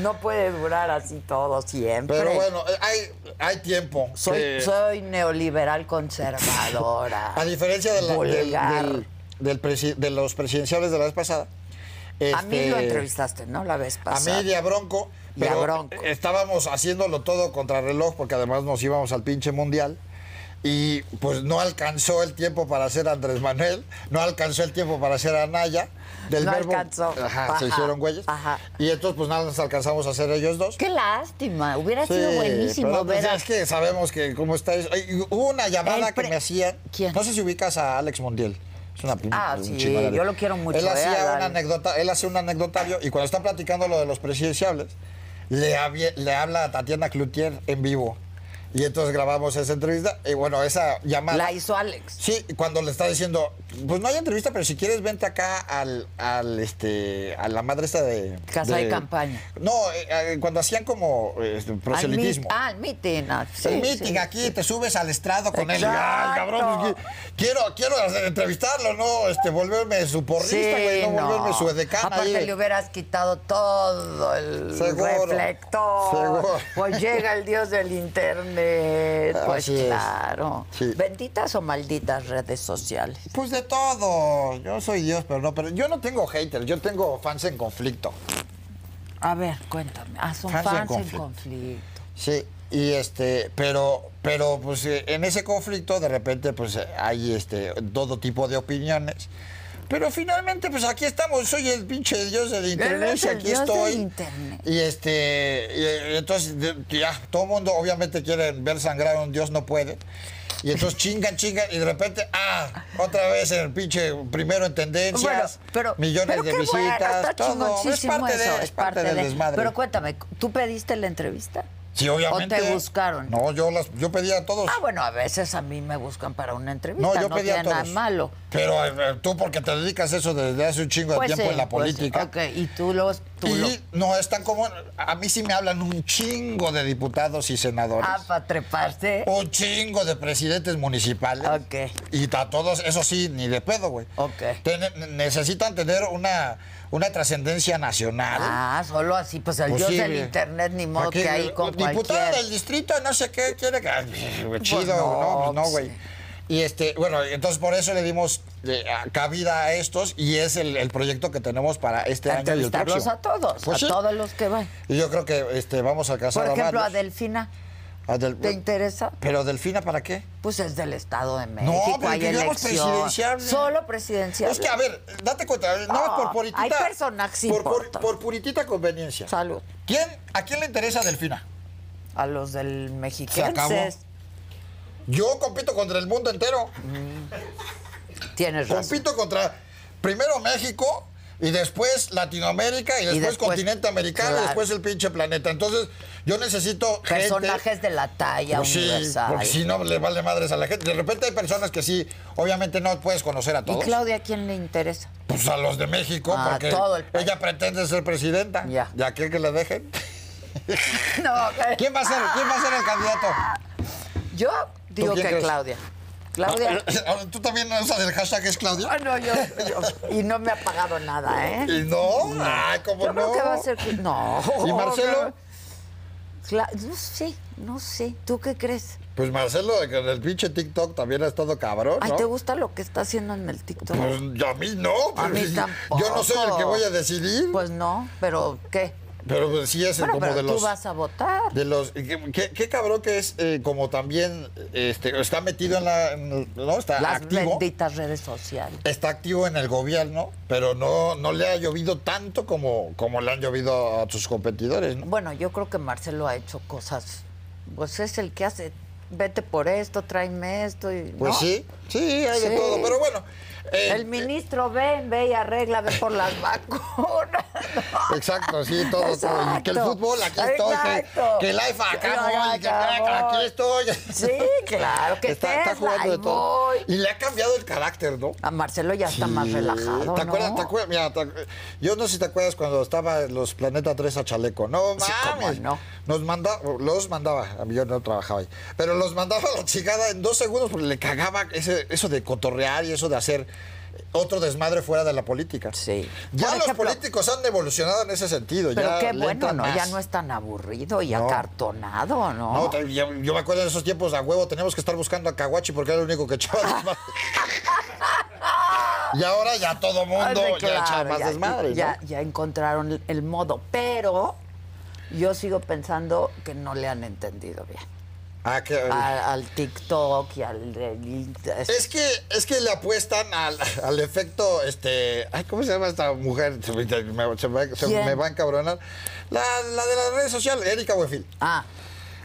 Speaker 1: no puede durar así todo siempre.
Speaker 2: Pero bueno, eh, hay, hay tiempo.
Speaker 1: soy,
Speaker 2: Eh,
Speaker 1: soy neoliberal conservadora.
Speaker 2: a diferencia de, la- del-
Speaker 1: vulgar.
Speaker 2: del- del presi- de los presidenciales de la vez pasada.
Speaker 1: A mí
Speaker 2: este,
Speaker 1: lo entrevistaste, ¿no? La vez
Speaker 2: A mí
Speaker 1: pasada.
Speaker 2: y a Bronco.
Speaker 1: Y a
Speaker 2: Pero
Speaker 1: Bronco.
Speaker 2: Estábamos haciéndolo todo contra reloj porque además nos íbamos al pinche mundial. Y pues no alcanzó el tiempo para hacer a Andrés Manuel, no alcanzó el tiempo para hacer a Naya. Del
Speaker 1: No
Speaker 2: verbo,
Speaker 1: alcanzó.
Speaker 2: Ajá,
Speaker 1: Ajá,
Speaker 2: se hicieron güeyes.
Speaker 1: ajá.
Speaker 2: Y entonces pues nada, nos alcanzamos a hacer ellos dos.
Speaker 1: Qué lástima. Hubiera sido
Speaker 2: Sí,
Speaker 1: buenísimo
Speaker 2: pero, pues,
Speaker 1: ver a-
Speaker 2: Es que sabemos que cómo está eso. Ay, Hubo una llamada
Speaker 1: El pre-
Speaker 2: que me hacían.
Speaker 1: ¿Quién?
Speaker 2: No sé si ubicas a Alex Mondiel. Es una pin-
Speaker 1: Ah,
Speaker 2: un
Speaker 1: sí,
Speaker 2: chingadero.
Speaker 1: yo lo quiero mucho,
Speaker 2: Él
Speaker 1: eh,
Speaker 2: hacía
Speaker 1: a
Speaker 2: una
Speaker 1: Alex.
Speaker 2: anécdota, él hace un anecdotario y cuando está platicando lo de los presidenciables, le, habie- le habla a Tatiana Cloutier en vivo. Y entonces grabamos esa entrevista. Y bueno, esa llamada.
Speaker 1: la hizo Alex.
Speaker 2: Sí, cuando le está diciendo, pues no hay entrevista, pero si quieres vente acá al, al este, a la madre esta de
Speaker 1: Casa de campaña.
Speaker 2: No, eh, eh, cuando hacían como eh, este,
Speaker 1: Al meet-
Speaker 2: proselitismo.
Speaker 1: Ah, al meeting. ah, sí,
Speaker 2: el meeting
Speaker 1: sí.
Speaker 2: aquí, te subes al estrado con él.
Speaker 1: Exacto.
Speaker 2: Ay, cabrón, pues, qui- quiero, quiero hacer- entrevistarlo, no, este, volverme su porrista, güey, no, volverme su edecán ahí.
Speaker 1: Aparte
Speaker 2: de- eh.
Speaker 1: le hubieras quitado todo el
Speaker 2: Seguro.
Speaker 1: reflector.
Speaker 2: Seguro.
Speaker 1: Pues llega el dios del internet. Pues
Speaker 2: Así es.
Speaker 1: claro.
Speaker 2: Sí.
Speaker 1: Benditas o malditas redes sociales.
Speaker 2: Pues de todo. Yo soy Dios, pero no, pero yo no tengo haters, yo tengo fans en conflicto.
Speaker 1: A ver, cuéntame. Ah, son
Speaker 2: Fans en
Speaker 1: fans en
Speaker 2: conflicto.
Speaker 1: conflicto.
Speaker 2: Sí, y este, pero, pero pues eh, en ese conflicto de repente pues eh, hay este todo tipo de opiniones. Pero finalmente, pues aquí estamos, soy el pinche dios del internet,
Speaker 1: eres
Speaker 2: y
Speaker 1: el
Speaker 2: aquí
Speaker 1: dios del
Speaker 2: estoy.
Speaker 1: internet.
Speaker 2: Y este, y, eh, entonces de- ya, todo el mundo obviamente quiere ver sangrar a un dios, no puede. Y entonces chingan, chingan, y de repente, ah, otra vez el pinche primero en tendencias, millones
Speaker 1: pero
Speaker 2: de
Speaker 1: qué bueno,
Speaker 2: visitas,
Speaker 1: está
Speaker 2: todo. Es
Speaker 1: chingoncísimo
Speaker 2: parte,
Speaker 1: eso,
Speaker 2: de, es parte del desmadre.
Speaker 1: Pero cuéntame, ¿tú pediste la entrevista?
Speaker 2: Sí, obviamente.
Speaker 1: ¿O te buscaron?
Speaker 2: No, yo las, yo pedía a todos.
Speaker 1: Ah, bueno, a veces a mí me buscan para una entrevista.
Speaker 2: no,
Speaker 1: No,
Speaker 2: yo pedía a
Speaker 1: tiene
Speaker 2: todos.
Speaker 1: nada malo.
Speaker 2: Pero eh, eh, tú porque te dedicas a eso desde hace un chingo de
Speaker 1: Pues
Speaker 2: tiempo
Speaker 1: sí,
Speaker 2: en la
Speaker 1: pues sí.
Speaker 2: política.
Speaker 1: Ok, y tú los, título.
Speaker 2: Y no es tan común. A mí sí me hablan un chingo de diputados y senadores.
Speaker 1: Ah, para treparse.
Speaker 2: Un chingo de presidentes municipales.
Speaker 1: Ok.
Speaker 2: Y a todos, eso sí, ni de pedo, güey.
Speaker 1: Ok.
Speaker 2: Ten- necesitan tener una, una trascendencia nacional.
Speaker 1: Ah, solo así, pues el
Speaker 2: Pues
Speaker 1: dios
Speaker 2: sí,
Speaker 1: del
Speaker 2: güey.
Speaker 1: internet, ni modo
Speaker 2: Aquí,
Speaker 1: que ahí con
Speaker 2: Diputado
Speaker 1: cualquier...
Speaker 2: del distrito, no sé qué, quiere que... Ay, güey, Chido,
Speaker 1: no,
Speaker 2: no, pues no,
Speaker 1: pues
Speaker 2: güey.
Speaker 1: sí.
Speaker 2: Y este, bueno, entonces por eso le dimos eh, a- cabida a estos y es el, el proyecto que tenemos para este
Speaker 1: A
Speaker 2: año y el
Speaker 1: Entrevistarlos
Speaker 2: próximo.
Speaker 1: a todos,
Speaker 2: Pues
Speaker 1: a
Speaker 2: sí.
Speaker 1: todos los que van.
Speaker 2: Y yo creo que este, vamos a alcanzar
Speaker 1: Por
Speaker 2: a
Speaker 1: ejemplo, a
Speaker 2: varios.
Speaker 1: Delfina,
Speaker 2: A Del-
Speaker 1: ¿te interesa?
Speaker 2: ¿Pero Delfina para qué?
Speaker 1: Pues es del Estado de México,
Speaker 2: pero
Speaker 1: hay
Speaker 2: que digamos
Speaker 1: elección.
Speaker 2: presidencial.
Speaker 1: Solo presidencial.
Speaker 2: Es que, a ver, date cuenta, eh, no,
Speaker 1: No,
Speaker 2: por puritita...
Speaker 1: hay personajes
Speaker 2: por, por,
Speaker 1: importantes.
Speaker 2: por puritita conveniencia.
Speaker 1: Salud.
Speaker 2: ¿Quién, ¿A quién le interesa Delfina?
Speaker 1: A los del
Speaker 2: Se acabó.
Speaker 1: mexiquenses.
Speaker 2: Yo compito contra el mundo entero.
Speaker 1: Tienes razón.
Speaker 2: Compito contra primero México y después Latinoamérica y después,
Speaker 1: después-
Speaker 2: continente americano
Speaker 1: claro.
Speaker 2: y después el pinche planeta. Entonces, yo necesito gente-
Speaker 1: Personajes de la talla
Speaker 2: Pues sí,
Speaker 1: universal.
Speaker 2: porque si no le vale madres a la gente. De repente hay personas que sí, obviamente no puedes conocer a
Speaker 1: ¿Y
Speaker 2: todos.
Speaker 1: Claudia a quién le interesa?
Speaker 2: Pues a los de México,
Speaker 1: Ah,
Speaker 2: porque
Speaker 1: todo el país.
Speaker 2: ella pretende ser presidenta.
Speaker 1: Ya.
Speaker 2: ¿Y a quién que le dejen?
Speaker 1: No, eh,
Speaker 2: ¿Quién va a ser? ¿Quién va a ser el candidato?
Speaker 1: Yo digo que
Speaker 2: quién crees?
Speaker 1: Claudia. Claudia.
Speaker 2: Ahora, Ah, ¿Tú también usas el hashtag es Claudia?
Speaker 1: Ah, no, yo, yo- Y no me ha pagado nada, ¿eh?
Speaker 2: Y no, ay, cómo
Speaker 1: Yo
Speaker 2: no.
Speaker 1: creo que va a ser. Oh, No.
Speaker 2: ¿Y Marcelo?
Speaker 1: Cla- No sé, no sé. ¿Tú qué crees?
Speaker 2: Pues Marcelo, en el pinche TikTok también ha estado cabrón,
Speaker 1: Ay,
Speaker 2: ¿no?
Speaker 1: ¿te gusta lo que está haciendo en el TikTok?
Speaker 2: Pues yo a mí no.
Speaker 1: A mí
Speaker 2: pues,
Speaker 1: tampoco.
Speaker 2: Yo no soy el que voy a decidir.
Speaker 1: Pues no, pero ¿qué?
Speaker 2: pero pues, sí es el
Speaker 1: Bueno,
Speaker 2: como
Speaker 1: pero
Speaker 2: de
Speaker 1: tú
Speaker 2: los...
Speaker 1: vas a votar.
Speaker 2: De los qué, qué- qué cabrón que es eh, como también este, está metido en la en el- no está
Speaker 1: Las
Speaker 2: activo
Speaker 1: benditas redes sociales.
Speaker 2: está activo en el gobierno pero no no le ha llovido tanto como como le han llovido a sus competidores ¿no?
Speaker 1: Bueno, yo creo que Marcelo ha hecho cosas. Pues es el que hace, vete por esto, tráeme esto. Y,
Speaker 2: pues
Speaker 1: ¿no?
Speaker 2: sí sí hay
Speaker 1: Sí.
Speaker 2: de todo pero bueno eh,
Speaker 1: El ministro, ven, ve y arregla, ve por las vacunas.
Speaker 2: Exacto, sí, todo, todo. Y que el
Speaker 1: Exacto.
Speaker 2: fútbol, aquí estoy. Que,
Speaker 1: Exacto.
Speaker 2: que el IFA, acá
Speaker 1: Lo
Speaker 2: voy. Que acá,
Speaker 1: acabó.
Speaker 2: aquí estoy.
Speaker 1: Sí, claro, que
Speaker 2: está, está
Speaker 1: Tesla,
Speaker 2: jugando de
Speaker 1: ahí
Speaker 2: todo.
Speaker 1: voy.
Speaker 2: Y le ha cambiado el carácter, ¿no?
Speaker 1: A Marcelo ya está más
Speaker 2: Sí.
Speaker 1: relajado.
Speaker 2: ¿Te acuerdas?
Speaker 1: ¿no?
Speaker 2: ¿Te acuerdas? Mira, te- yo no sé si te acuerdas cuando estaba en los Planeta 3 a Chaleco. No mames.
Speaker 1: Sí, cómo no.
Speaker 2: Nos manda, los mandaba, a mí yo no trabajaba ahí, pero los mandaba a la chingada en dos segundos porque le cagaba ese, eso de cotorrear y eso de hacer otro desmadre fuera de la política.
Speaker 1: Sí.
Speaker 2: Ya
Speaker 1: Por
Speaker 2: los
Speaker 1: ejemplo-
Speaker 2: políticos han evolucionado en ese sentido.
Speaker 1: Pero
Speaker 2: ya
Speaker 1: qué
Speaker 2: le
Speaker 1: bueno,
Speaker 2: entran
Speaker 1: ¿no? Ya
Speaker 2: más.
Speaker 1: no es tan aburrido y
Speaker 2: No.
Speaker 1: acartonado, ¿no?
Speaker 2: No, te- yo, yo me acuerdo de esos tiempos a huevo, teníamos que estar buscando a Caguachi porque era el único que echaba desmadre. y ahora ya todo
Speaker 1: Ah,
Speaker 2: mundo
Speaker 1: sí,
Speaker 2: ya echa
Speaker 1: claro,
Speaker 2: más
Speaker 1: ya-
Speaker 2: desmadre. ¿no?
Speaker 1: ya- ya encontraron el- el modo, pero yo sigo pensando que no le han entendido bien.
Speaker 2: Ah, que-
Speaker 1: A- al TikTok y al... el-
Speaker 2: es que es que le apuestan al, al efecto este ay cómo se llama esta mujer se me, se me- se
Speaker 1: ¿Quién?
Speaker 2: me va a encabronar la, la de las redes sociales Erika Buenfil
Speaker 1: Ah,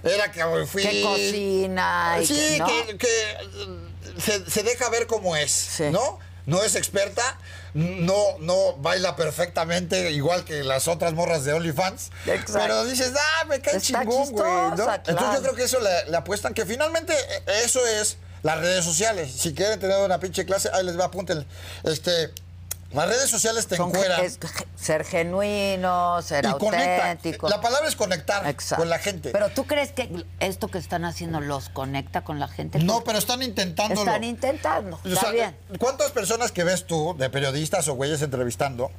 Speaker 2: era que Buenfil
Speaker 1: que cocina y
Speaker 2: sí,
Speaker 1: que, ¿no?
Speaker 2: que, que, eh, se, se deja ver cómo es,
Speaker 1: Sí.
Speaker 2: ¿no? No es experta, no, no baila perfectamente igual que las otras morras de OnlyFans.
Speaker 1: Exacto.
Speaker 2: Pero dices, ah, me cae
Speaker 1: Está
Speaker 2: chingón, güey. ¿no?
Speaker 1: chistosa,
Speaker 2: Entonces
Speaker 1: claro.
Speaker 2: yo creo que eso le, le apuestan, que finalmente eh, eso es las redes sociales. Si quieren tener una pinche clase, ahí les va, apúntenle. Este, las redes sociales te
Speaker 1: Son-
Speaker 2: encueran
Speaker 1: es- ser genuino, ser
Speaker 2: y conectan.
Speaker 1: auténtico.
Speaker 2: La palabra es conectar
Speaker 1: Exacto.
Speaker 2: con la gente.
Speaker 1: Pero tú crees que esto que están haciendo los conecta con la gente?
Speaker 2: no,
Speaker 1: Porque
Speaker 2: pero están intentándolo.
Speaker 1: Están intentando,
Speaker 2: O
Speaker 1: está
Speaker 2: sea,
Speaker 1: bien.
Speaker 2: ¿Cuántas personas que ves tú de periodistas o güeyes entrevistando?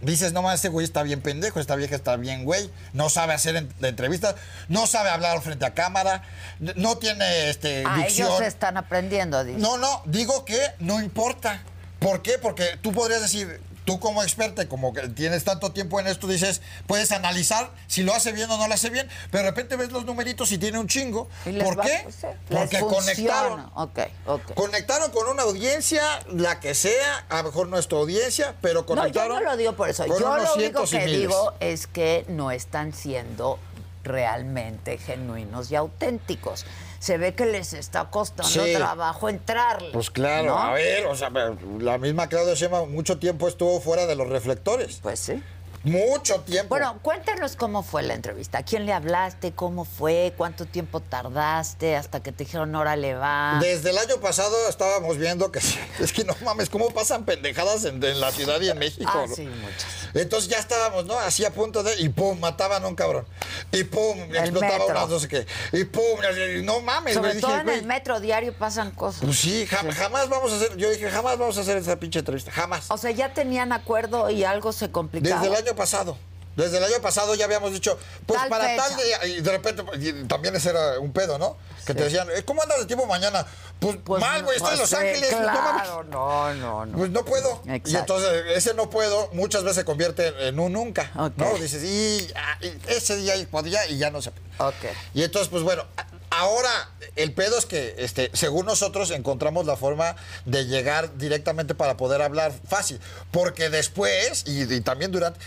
Speaker 2: Dices, no más, ese güey está bien pendejo, esta vieja está bien güey, no sabe hacer en- de entrevistas, no sabe hablar frente a cámara, n- no tiene este,
Speaker 1: Ah,
Speaker 2: dicción.
Speaker 1: ellos están aprendiendo, dice.
Speaker 2: No, no, digo que no importa. ¿Por qué? Porque tú podrías decir, tú como experta, y como que tienes tanto tiempo en esto, dices, puedes analizar si lo hace bien o no lo hace bien, pero de repente ves los numeritos y tiene un chingo.
Speaker 1: Y les
Speaker 2: ¿Por
Speaker 1: va-
Speaker 2: qué?
Speaker 1: pues sí, les
Speaker 2: Porque
Speaker 1: funciona.
Speaker 2: conectaron.
Speaker 1: Ok, ok.
Speaker 2: Conectaron con una audiencia, la que sea, a lo mejor nuestra audiencia,
Speaker 1: No,
Speaker 2: pero
Speaker 1: yo
Speaker 2: conectaron.
Speaker 1: no lo digo por eso.
Speaker 2: con
Speaker 1: Yo
Speaker 2: unos
Speaker 1: lo único
Speaker 2: cientos y
Speaker 1: que
Speaker 2: miles.
Speaker 1: digo es que no están siendo realmente genuinos y auténticos. Se ve que les está costando
Speaker 2: Sí.
Speaker 1: trabajo entrarle.
Speaker 2: Pues claro,
Speaker 1: ¿no?
Speaker 2: a ver, o sea, pero la misma Claudia Sheinbaum mucho tiempo estuvo fuera de los reflectores.
Speaker 1: Pues sí.
Speaker 2: Mucho tiempo.
Speaker 1: Bueno, cuéntanos cómo fue la entrevista. ¿A quién le hablaste? ¿Cómo fue? ¿Cuánto tiempo tardaste hasta que te dijeron, órale, va?
Speaker 2: Desde el año pasado estábamos viendo que es que no mames, cómo pasan pendejadas en, en la ciudad y en México.
Speaker 1: Ah,
Speaker 2: ¿no?
Speaker 1: sí, muchas.
Speaker 2: Entonces ya estábamos, ¿no? Así a punto de. Y pum, mataban a un cabrón. Y pum, explotaba
Speaker 1: metro.
Speaker 2: una, no sé qué. Y pum, y- y- no mames,
Speaker 1: Sobre
Speaker 2: güey.
Speaker 1: todo
Speaker 2: Dije,
Speaker 1: en
Speaker 2: güey,
Speaker 1: el metro diario pasan cosas.
Speaker 2: Pues sí, jam- jamás vamos a hacer. Yo dije, jamás vamos a hacer esa pinche entrevista. Jamás.
Speaker 1: O sea, ya tenían acuerdo y algo se complicaba.
Speaker 2: Desde el año pasado. Desde el año pasado ya habíamos dicho, pues
Speaker 1: Tal
Speaker 2: para
Speaker 1: fecha.
Speaker 2: tal día, y de repente y también ese era un pedo, ¿no? Que te decían, "Eh, ¿cómo andas de tiempo mañana? Pues,
Speaker 1: Pues,
Speaker 2: mal, güey, estoy en Los
Speaker 1: pues, sí,
Speaker 2: Ángeles, no mames".
Speaker 1: Claro, no, no, no.
Speaker 2: Pues no puedo.
Speaker 1: Exacto.
Speaker 2: Y entonces ese no puedo muchas veces se convierte en un nunca.
Speaker 1: Ok.
Speaker 2: ¿no? Dices, y, ah, y ese día y podía y ya no se puede.
Speaker 1: Ok.
Speaker 2: Y entonces, pues bueno, a- ahora el pedo es que, este, según nosotros, encontramos la forma de llegar directamente para poder hablar fácil. Porque después, y, y también durante...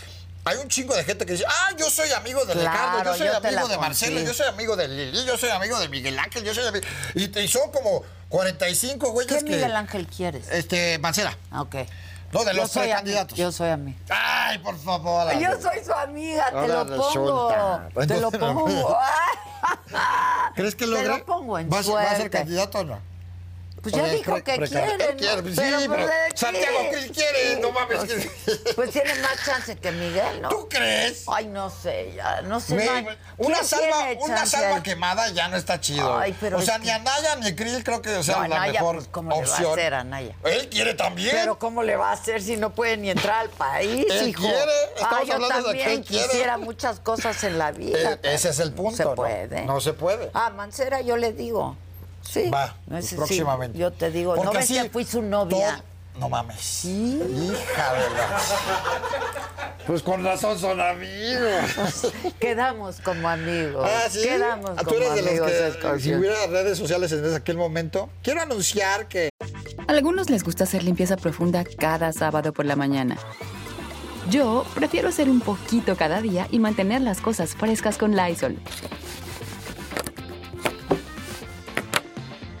Speaker 2: Hay un chingo de gente que dice, ah, yo soy amigo de Ricardo,
Speaker 1: Claro,
Speaker 2: yo soy
Speaker 1: yo te la
Speaker 2: amigo de Marcelo,
Speaker 1: conseguí".
Speaker 2: yo soy amigo de Lili, yo soy amigo de Miguel Ángel, yo soy amigo... Y, y son como 45
Speaker 1: ¿Qué
Speaker 2: güeyes que...
Speaker 1: Miguel Ángel quieres?
Speaker 2: Este, Mancera.
Speaker 1: Ah, Ok.
Speaker 2: No, de
Speaker 1: Yo
Speaker 2: los
Speaker 1: soy
Speaker 2: tres
Speaker 1: ami-
Speaker 2: candidatos.
Speaker 1: Yo soy a mí.
Speaker 2: Ay, por favor.
Speaker 1: Yo
Speaker 2: Ale.
Speaker 1: soy su amiga, te
Speaker 2: Ahora
Speaker 1: lo pongo.
Speaker 2: resulta.
Speaker 1: Te lo
Speaker 2: Entonces, no.
Speaker 1: pongo.
Speaker 2: ¿Crees que
Speaker 1: Te
Speaker 2: logre?
Speaker 1: lo pongo en
Speaker 2: ¿Va a ser- ¿Va a ser
Speaker 1: suerte.
Speaker 2: candidato o no?
Speaker 1: Pues ya
Speaker 2: Oye,
Speaker 1: dijo
Speaker 2: pre-
Speaker 1: que
Speaker 2: precar-
Speaker 1: quiere,
Speaker 2: Él quiere,
Speaker 1: ¿no?
Speaker 2: sí, pero
Speaker 1: pues, él
Speaker 2: Santiago
Speaker 1: quiere.
Speaker 2: Krill quiere, no mames,
Speaker 1: Pues,
Speaker 2: que-
Speaker 1: pues tiene más chance que Miguel, ¿no?
Speaker 2: ¿Tú crees?
Speaker 1: Ay, no sé, ya, no sé.
Speaker 2: Güey,
Speaker 1: no hay-
Speaker 2: una
Speaker 1: ¿Quién
Speaker 2: salva,
Speaker 1: tiene
Speaker 2: una
Speaker 1: chance
Speaker 2: salva
Speaker 1: ahí?
Speaker 2: quemada ya no está chido.
Speaker 1: Ay, pero
Speaker 2: o
Speaker 1: es
Speaker 2: sea,
Speaker 1: que-
Speaker 2: ni Anaya ni Krill creo que sea
Speaker 1: No,
Speaker 2: la
Speaker 1: Anaya,
Speaker 2: mejor
Speaker 1: pues, ¿cómo le va a
Speaker 2: opción.
Speaker 1: hacer a Anaya?
Speaker 2: Él quiere también.
Speaker 1: Pero ¿cómo le va a hacer si no puede ni entrar al país,
Speaker 2: Él
Speaker 1: hijo?
Speaker 2: quiere, estamos
Speaker 1: yo
Speaker 2: hablando de que
Speaker 1: también
Speaker 2: él quiere.
Speaker 1: quisiera muchas cosas en la vida.
Speaker 2: Eh, ese es el
Speaker 1: pues, No se
Speaker 2: punto.
Speaker 1: puede.
Speaker 2: No se puede.
Speaker 1: Ah, Mancera, yo le digo. Sí.
Speaker 2: Va,
Speaker 1: Ese sí,
Speaker 2: próximamente.
Speaker 1: yo te digo, ¿no
Speaker 2: Porque
Speaker 1: ves
Speaker 2: así
Speaker 1: que fui su novia?
Speaker 2: todo- No mames. Hija de la- Pues con razón son amigos.
Speaker 1: Quedamos como amigos.
Speaker 2: Ah, ¿sí?
Speaker 1: Quedamos
Speaker 2: Ah,
Speaker 1: como
Speaker 2: Tú eres de
Speaker 1: amigos,
Speaker 2: los que, si
Speaker 1: Scorpio.
Speaker 2: hubiera redes sociales en aquel momento, quiero anunciar que
Speaker 4: Algunos les gusta hacer limpieza profunda cada sábado por la mañana. Yo prefiero hacer un poquito cada día y mantener las cosas frescas con Lysol.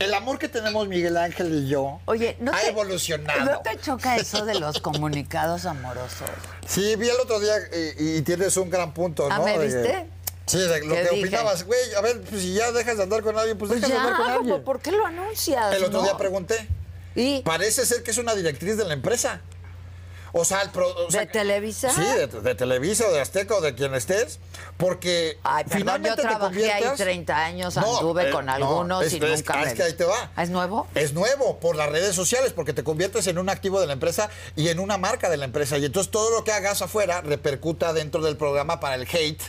Speaker 2: el amor que tenemos Miguel Ángel y yo
Speaker 1: Oye, ¿no
Speaker 2: ha
Speaker 1: te,
Speaker 2: evolucionado.
Speaker 1: ¿no te choca eso de los comunicados amorosos?
Speaker 2: Sí, vi el otro día y, y tienes un gran punto,
Speaker 1: Ah,
Speaker 2: ¿no?
Speaker 1: ¿me
Speaker 2: De-
Speaker 1: viste?
Speaker 2: Sí, de lo
Speaker 1: ¿Qué
Speaker 2: que
Speaker 1: dije?
Speaker 2: opinabas, güey, a ver, pues si ya dejas de andar con alguien, pues,
Speaker 1: Pues
Speaker 2: dejas de
Speaker 1: ya,
Speaker 2: andar con alguien.
Speaker 1: como, ¿por qué lo anuncias?
Speaker 2: El otro
Speaker 1: no?
Speaker 2: día pregunté,
Speaker 1: ¿Y
Speaker 2: parece ser que es una directriz de la empresa. O sea, el pro- o sea,
Speaker 1: de Televisa?
Speaker 2: Sí, de, de Televisa o de Azteca o de quien estés, porque
Speaker 1: Ay, perdón,
Speaker 2: finalmente
Speaker 1: yo trabajé
Speaker 2: te
Speaker 1: ahí
Speaker 2: conviertes-
Speaker 1: 30 años, anduve
Speaker 2: eh,
Speaker 1: con
Speaker 2: no,
Speaker 1: algunos
Speaker 2: es-
Speaker 1: y
Speaker 2: es-
Speaker 1: nunca
Speaker 2: ah,
Speaker 1: me
Speaker 2: es que ahí te va.
Speaker 1: ¿Es nuevo?
Speaker 2: Es nuevo por las redes sociales, porque te conviertes en un activo de la empresa y en una marca de la empresa. Y entonces todo lo que hagas afuera repercuta dentro del programa para el hate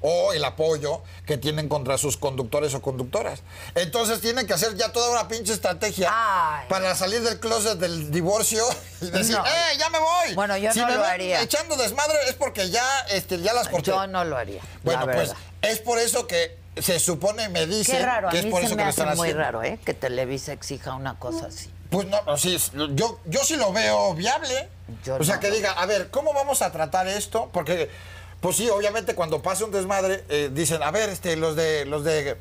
Speaker 2: o el apoyo que tienen contra sus conductores o conductoras. Entonces tienen que hacer ya toda una pinche estrategia
Speaker 1: Ay.
Speaker 2: para salir del closet del divorcio y decir,
Speaker 1: No.
Speaker 2: ¡eh, ya me voy!
Speaker 1: Bueno, yo
Speaker 2: Si
Speaker 1: no
Speaker 2: me
Speaker 1: lo
Speaker 2: ven
Speaker 1: haría.
Speaker 2: echando desmadre es porque ya, este, ya las corté.
Speaker 1: Yo no lo haría. la
Speaker 2: Bueno, pues
Speaker 1: verdad.
Speaker 2: es por eso que se supone, me dice,
Speaker 1: Qué raro, a
Speaker 2: que es
Speaker 1: mí
Speaker 2: por
Speaker 1: se
Speaker 2: eso
Speaker 1: me
Speaker 2: que lo
Speaker 1: hace
Speaker 2: están
Speaker 1: muy
Speaker 2: haciendo.
Speaker 1: raro, ¿eh? Que Televisa exija una cosa así.
Speaker 2: Pues no, no, sí, es- yo, yo sí lo veo viable.
Speaker 1: Yo
Speaker 2: o sea,
Speaker 1: no.
Speaker 2: que diga, a ver, ¿cómo vamos a tratar esto? Porque, pues sí, obviamente cuando pasa un desmadre, eh, dicen, a ver, este, los de, los de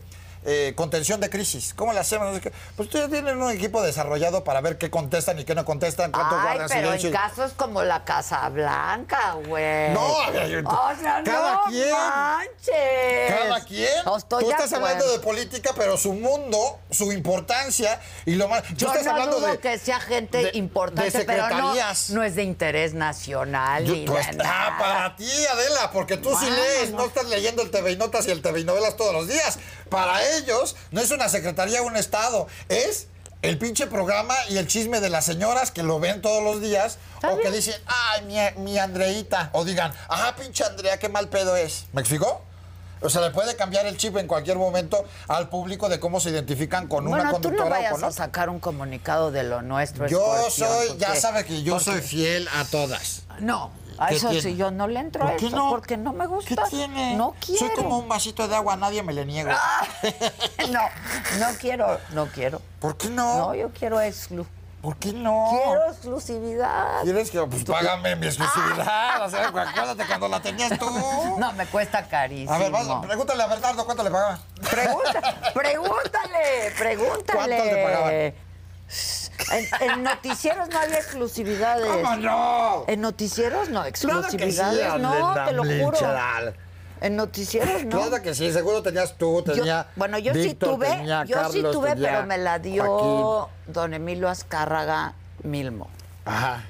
Speaker 2: eh, contención de crisis, ¿cómo le hacemos? No sé qué. Pues ustedes tienen un equipo desarrollado para ver qué contestan y qué no contestan, cuánto
Speaker 1: Ay,
Speaker 2: guardan
Speaker 1: pero
Speaker 2: silencio.
Speaker 1: en casos como la Casa Blanca, güey.
Speaker 2: No, a ver,
Speaker 1: o sea,
Speaker 2: cada
Speaker 1: no
Speaker 2: quien.
Speaker 1: manches.
Speaker 2: Cada quien.
Speaker 1: No estoy
Speaker 2: Tú
Speaker 1: de
Speaker 2: estás hablando
Speaker 1: acuerdo.
Speaker 2: de política, pero su mundo, su importancia y lo más.
Speaker 1: Yo
Speaker 2: tú estás
Speaker 1: no
Speaker 2: hablando
Speaker 1: dudo
Speaker 2: de
Speaker 1: que sea gente
Speaker 2: de-
Speaker 1: importante,
Speaker 2: de
Speaker 1: pero no,
Speaker 2: secretarías.
Speaker 1: no es de interés nacional
Speaker 2: Yo-
Speaker 1: ni
Speaker 2: tú
Speaker 1: de
Speaker 2: estás-
Speaker 1: nada.
Speaker 2: ah, para ti, Adela, porque tú sí
Speaker 1: Bueno,
Speaker 2: lees,
Speaker 1: no.
Speaker 2: no. estás leyendo el TV y Notas y el TV y Novelas todos los días. Para ellos, no es una secretaría, un Estado, es el pinche programa y el chisme de las señoras que lo ven todos los días o que dicen, ay, mi, mi Andreita. O digan, ajá, pinche Andrea, qué mal pedo es. ¿Me explicó? O sea, le puede cambiar el chip en cualquier momento al público de cómo se identifican con una
Speaker 1: Bueno, tú no
Speaker 2: conductora o
Speaker 1: vayas
Speaker 2: con
Speaker 1: a
Speaker 2: otra.
Speaker 1: sacar un comunicado de lo nuestro.
Speaker 2: Yo
Speaker 1: Escorpión,
Speaker 2: soy, ya
Speaker 1: porque-
Speaker 2: sabe que yo soy fiel a todas.
Speaker 1: No, a
Speaker 2: ¿Qué
Speaker 1: eso
Speaker 2: tiene?
Speaker 1: sí yo no le entro a
Speaker 2: ¿Por qué
Speaker 1: eso,
Speaker 2: no?
Speaker 1: porque no me gusta.
Speaker 2: ¿Qué tiene?
Speaker 1: No quiero. Ah.
Speaker 2: Soy como un vasito de agua, nadie me le niega.
Speaker 1: No, no quiero, no quiero.
Speaker 2: ¿Por qué no?
Speaker 1: No, yo quiero exclu.
Speaker 2: ¿Por qué no?
Speaker 1: Quiero exclusividad.
Speaker 2: ¿Quieres que pues págame mi exclusividad? O sea, acuérdate cuando la tenías tú.
Speaker 1: Ah. No, me cuesta carísimo.
Speaker 2: A ver, vas- pregúntale a Bernardo cuánto le pagaba.
Speaker 1: Pregunta- pregúntale, pregúntale.
Speaker 2: ¿Cuánto le pagaban?
Speaker 1: En, en noticieros no había exclusividades.
Speaker 2: ¿Cómo no?
Speaker 1: En noticieros no,
Speaker 2: Claro que sí,
Speaker 1: exclusividades no,
Speaker 2: Alenda
Speaker 1: te lo juro.
Speaker 2: Blinchal.
Speaker 1: En noticieros no.
Speaker 2: Claro que sí, seguro tenías tú,
Speaker 1: Yo-
Speaker 2: tenía.
Speaker 1: bueno, yo
Speaker 2: Víctor,
Speaker 1: sí tuve,
Speaker 2: tenía
Speaker 1: yo sí
Speaker 2: Carlos,
Speaker 1: tuve,
Speaker 2: tenía
Speaker 1: pero me la dio
Speaker 2: Joaquín.
Speaker 1: don Emilio Azcárraga Milmo.
Speaker 2: Ajá.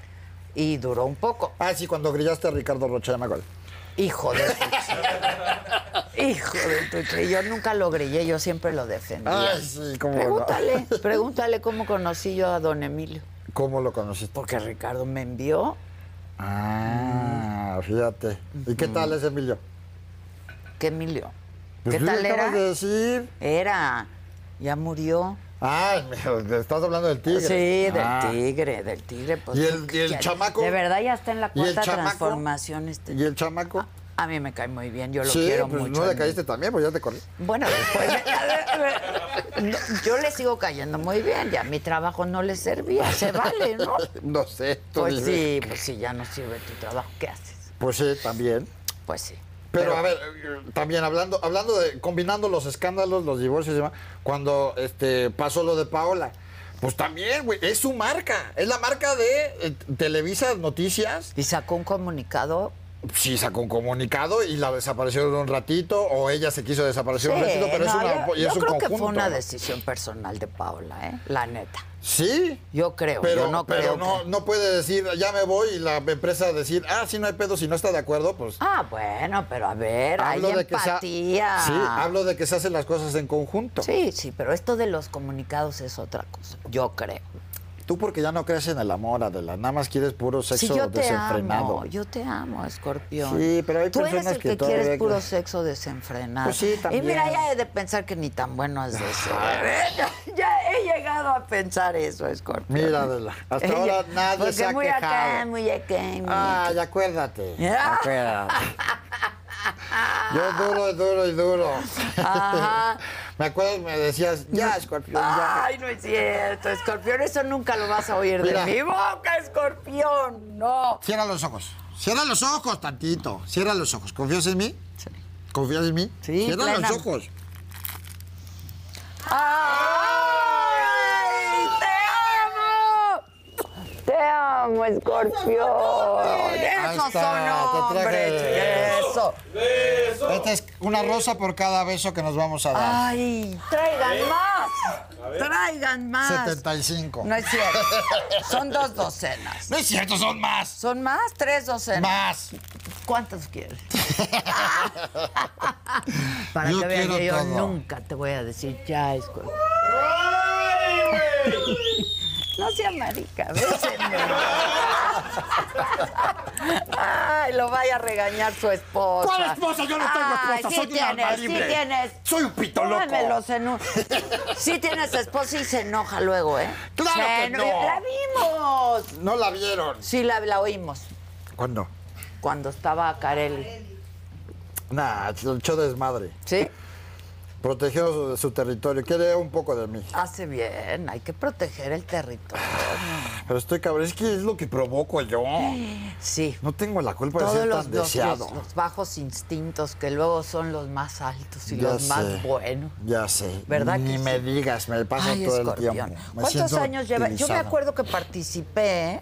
Speaker 1: Y duró un poco.
Speaker 2: Ah, sí, cuando grillaste a Ricardo Rocha, ya me acuerdo.
Speaker 1: Hijo de tu- Hijo de tu tri- Yo nunca lo grillé, yo siempre lo defendí.
Speaker 2: Ay, sí, cómo no.
Speaker 1: pregúntale, pregúntale cómo conocí yo a don Emilio.
Speaker 2: ¿Cómo lo conociste?
Speaker 1: Porque Ricardo me envió.
Speaker 2: Ah, fíjate. ¿Y qué tal es Emilio?
Speaker 1: ¿Qué Emilio?
Speaker 2: Pues
Speaker 1: ¿Qué
Speaker 2: fíjate,
Speaker 1: tal era?
Speaker 2: acabas de decir?
Speaker 1: Era. Ya murió.
Speaker 2: Ay, me- estás hablando del tigre.
Speaker 1: Sí, del
Speaker 2: Ah.
Speaker 1: tigre, del tigre. pues,
Speaker 2: ¿Y
Speaker 1: ¿tú
Speaker 2: el-
Speaker 1: qué
Speaker 2: y el
Speaker 1: quieres?
Speaker 2: chamaco?
Speaker 1: De verdad ya está en la
Speaker 2: ¿Y el
Speaker 1: cuarta
Speaker 2: chamaco?
Speaker 1: transformación. Este.
Speaker 2: ¿Y el chamaco?
Speaker 1: A mí me cae muy bien, yo lo
Speaker 2: sí,
Speaker 1: quiero
Speaker 2: pues
Speaker 1: mucho.
Speaker 2: no
Speaker 1: a
Speaker 2: le
Speaker 1: mí.
Speaker 2: caíste también, pues ya te corrí.
Speaker 1: Bueno, después de- No, yo le sigo cayendo muy bien, ya mi trabajo no le servía, se vale, ¿no?
Speaker 2: No sé, tú
Speaker 1: Pues
Speaker 2: dime.
Speaker 1: sí, pues sí, ya no sirve tu trabajo, ¿qué haces?
Speaker 2: Pues sí, también.
Speaker 1: Pues sí.
Speaker 2: Pero, a ver, eh, también hablando, hablando de, combinando los escándalos, los divorcios y demás, cuando este, pasó lo de Paola, pues también, güey, es su marca, es la marca de eh, Televisa Noticias.
Speaker 1: Y sacó un comunicado.
Speaker 2: Sí, sacó un comunicado y la desaparecieron un ratito, o ella se quiso desaparecer un
Speaker 1: Sí,
Speaker 2: ratito, pero es,
Speaker 1: no,
Speaker 2: una,
Speaker 1: yo,
Speaker 2: y es
Speaker 1: yo
Speaker 2: un
Speaker 1: creo
Speaker 2: conjunto.
Speaker 1: que fue una
Speaker 2: ¿no?
Speaker 1: decisión personal de Paula, ¿eh? La neta.
Speaker 2: Sí.
Speaker 1: Yo creo,
Speaker 2: Pero,
Speaker 1: yo no
Speaker 2: pero
Speaker 1: creo.
Speaker 2: no,
Speaker 1: que-
Speaker 2: no puede decir, ya me voy, y la empresa decir, ah, si no hay pedo, si no está de acuerdo, pues.
Speaker 1: Ah, bueno, pero a ver,
Speaker 2: hablo
Speaker 1: hay
Speaker 2: de que se ha-
Speaker 1: empatía.
Speaker 2: Sí, hablo de que se hacen las cosas en conjunto.
Speaker 1: sí, sí, pero esto de los comunicados es otra cosa, yo creo.
Speaker 2: Tú porque ya no crees en el amor, Adela, nada más quieres puro
Speaker 1: Si
Speaker 2: sexo
Speaker 1: yo te
Speaker 2: desenfrenado.
Speaker 1: amo, yo te amo, escorpión.
Speaker 2: Sí, pero hay
Speaker 1: Tú eres
Speaker 2: personas
Speaker 1: el
Speaker 2: que
Speaker 1: que,
Speaker 2: todavía
Speaker 1: quieres puro
Speaker 2: creen.
Speaker 1: sexo desenfrenado.
Speaker 2: Pues sí, también.
Speaker 1: Y mira, ya he de pensar que ni tan bueno has de ser. ya, he llegado a pensar eso, escorpión.
Speaker 2: Mira, Adela, hasta ahora nadie
Speaker 1: Porque
Speaker 2: se ha
Speaker 1: muy acá,
Speaker 2: quejado.
Speaker 1: muy acá, muy acá.
Speaker 2: Ay, acuérdate.
Speaker 1: Ah.
Speaker 2: Acuérdate. Yo duro, duro y duro.
Speaker 1: Ajá. Ah.
Speaker 2: me acuerdas, me decías, ya, escorpión, ya.
Speaker 1: Ay, no es cierto, escorpión, eso nunca lo vas a oír
Speaker 2: Mira.
Speaker 1: de mi boca, escorpión. No.
Speaker 2: Cierra los ojos. Cierra los ojos tantito. Cierra los ojos. ¿Confías en mí?
Speaker 1: Sí.
Speaker 2: ¿Confías en mí?
Speaker 1: Sí,
Speaker 2: Cierra
Speaker 1: plena.
Speaker 2: los ojos.
Speaker 1: ¡Ay! ¡Te amo! ¡Te amo, escorpión!
Speaker 2: Ahí
Speaker 1: ¡Esos son
Speaker 2: está, te traje.
Speaker 1: hombres! ¡Eso!
Speaker 2: Esta es una rosa por cada beso que nos vamos a dar.
Speaker 1: ¡Ay!
Speaker 2: ¿Eh?
Speaker 1: ¡Traigan más! ¡Traigan más!
Speaker 2: 75.
Speaker 1: Ah. No es cierto. Son dos docenas.
Speaker 2: No es cierto, son más.
Speaker 1: ¿Son más? Tres docenas.
Speaker 2: Más.
Speaker 1: ¿Cuántos quieres? Para
Speaker 2: Yo
Speaker 1: que vean
Speaker 2: quiero
Speaker 1: que yo
Speaker 2: todo.
Speaker 1: nunca te voy a decir ya, escorpión. No sea marica, bésenme. Ay, lo vaya a regañar su esposa.
Speaker 2: ¿Cuál esposa? Yo no tengo
Speaker 1: Ay,
Speaker 2: esposa,
Speaker 1: sí
Speaker 2: soy un
Speaker 1: tienes,
Speaker 2: alma libre.
Speaker 1: Sí tienes.
Speaker 2: Soy un pito loco.
Speaker 1: Pónganmelos en un- Sí tienes esposa y se enoja luego, ¿eh?
Speaker 2: Claro
Speaker 1: Se
Speaker 2: que
Speaker 1: eno-
Speaker 2: no.
Speaker 1: ¡La vimos!
Speaker 2: No la vieron.
Speaker 1: Sí, la, la oímos
Speaker 2: ¿Cuándo?
Speaker 1: cuando estaba Carelli.
Speaker 2: Nah, el show desmadre.
Speaker 1: ¿Sí?
Speaker 2: Protegió su, su territorio. Quiere un poco de mí.
Speaker 1: Hace bien, hay que proteger el territorio.
Speaker 2: Ah, Pero estoy cabrón. Es que es lo que provoco yo.
Speaker 1: Sí.
Speaker 2: No tengo la culpa de
Speaker 1: Todos
Speaker 2: ser
Speaker 1: los,
Speaker 2: tan
Speaker 1: los-
Speaker 2: deseado.
Speaker 1: los- los bajos instintos que luego son los más altos y
Speaker 2: Ya
Speaker 1: los más
Speaker 2: sé,
Speaker 1: buenos.
Speaker 2: Ya sé.
Speaker 1: ¿Verdad
Speaker 2: Ni
Speaker 1: que
Speaker 2: me
Speaker 1: sí?
Speaker 2: digas, me pasa
Speaker 1: Ay,
Speaker 2: todo
Speaker 1: escorpión.
Speaker 2: el tiempo. Me
Speaker 1: ¿Cuántos
Speaker 2: siento
Speaker 1: años lleva? Yo me
Speaker 2: utilizado.
Speaker 1: acuerdo que participé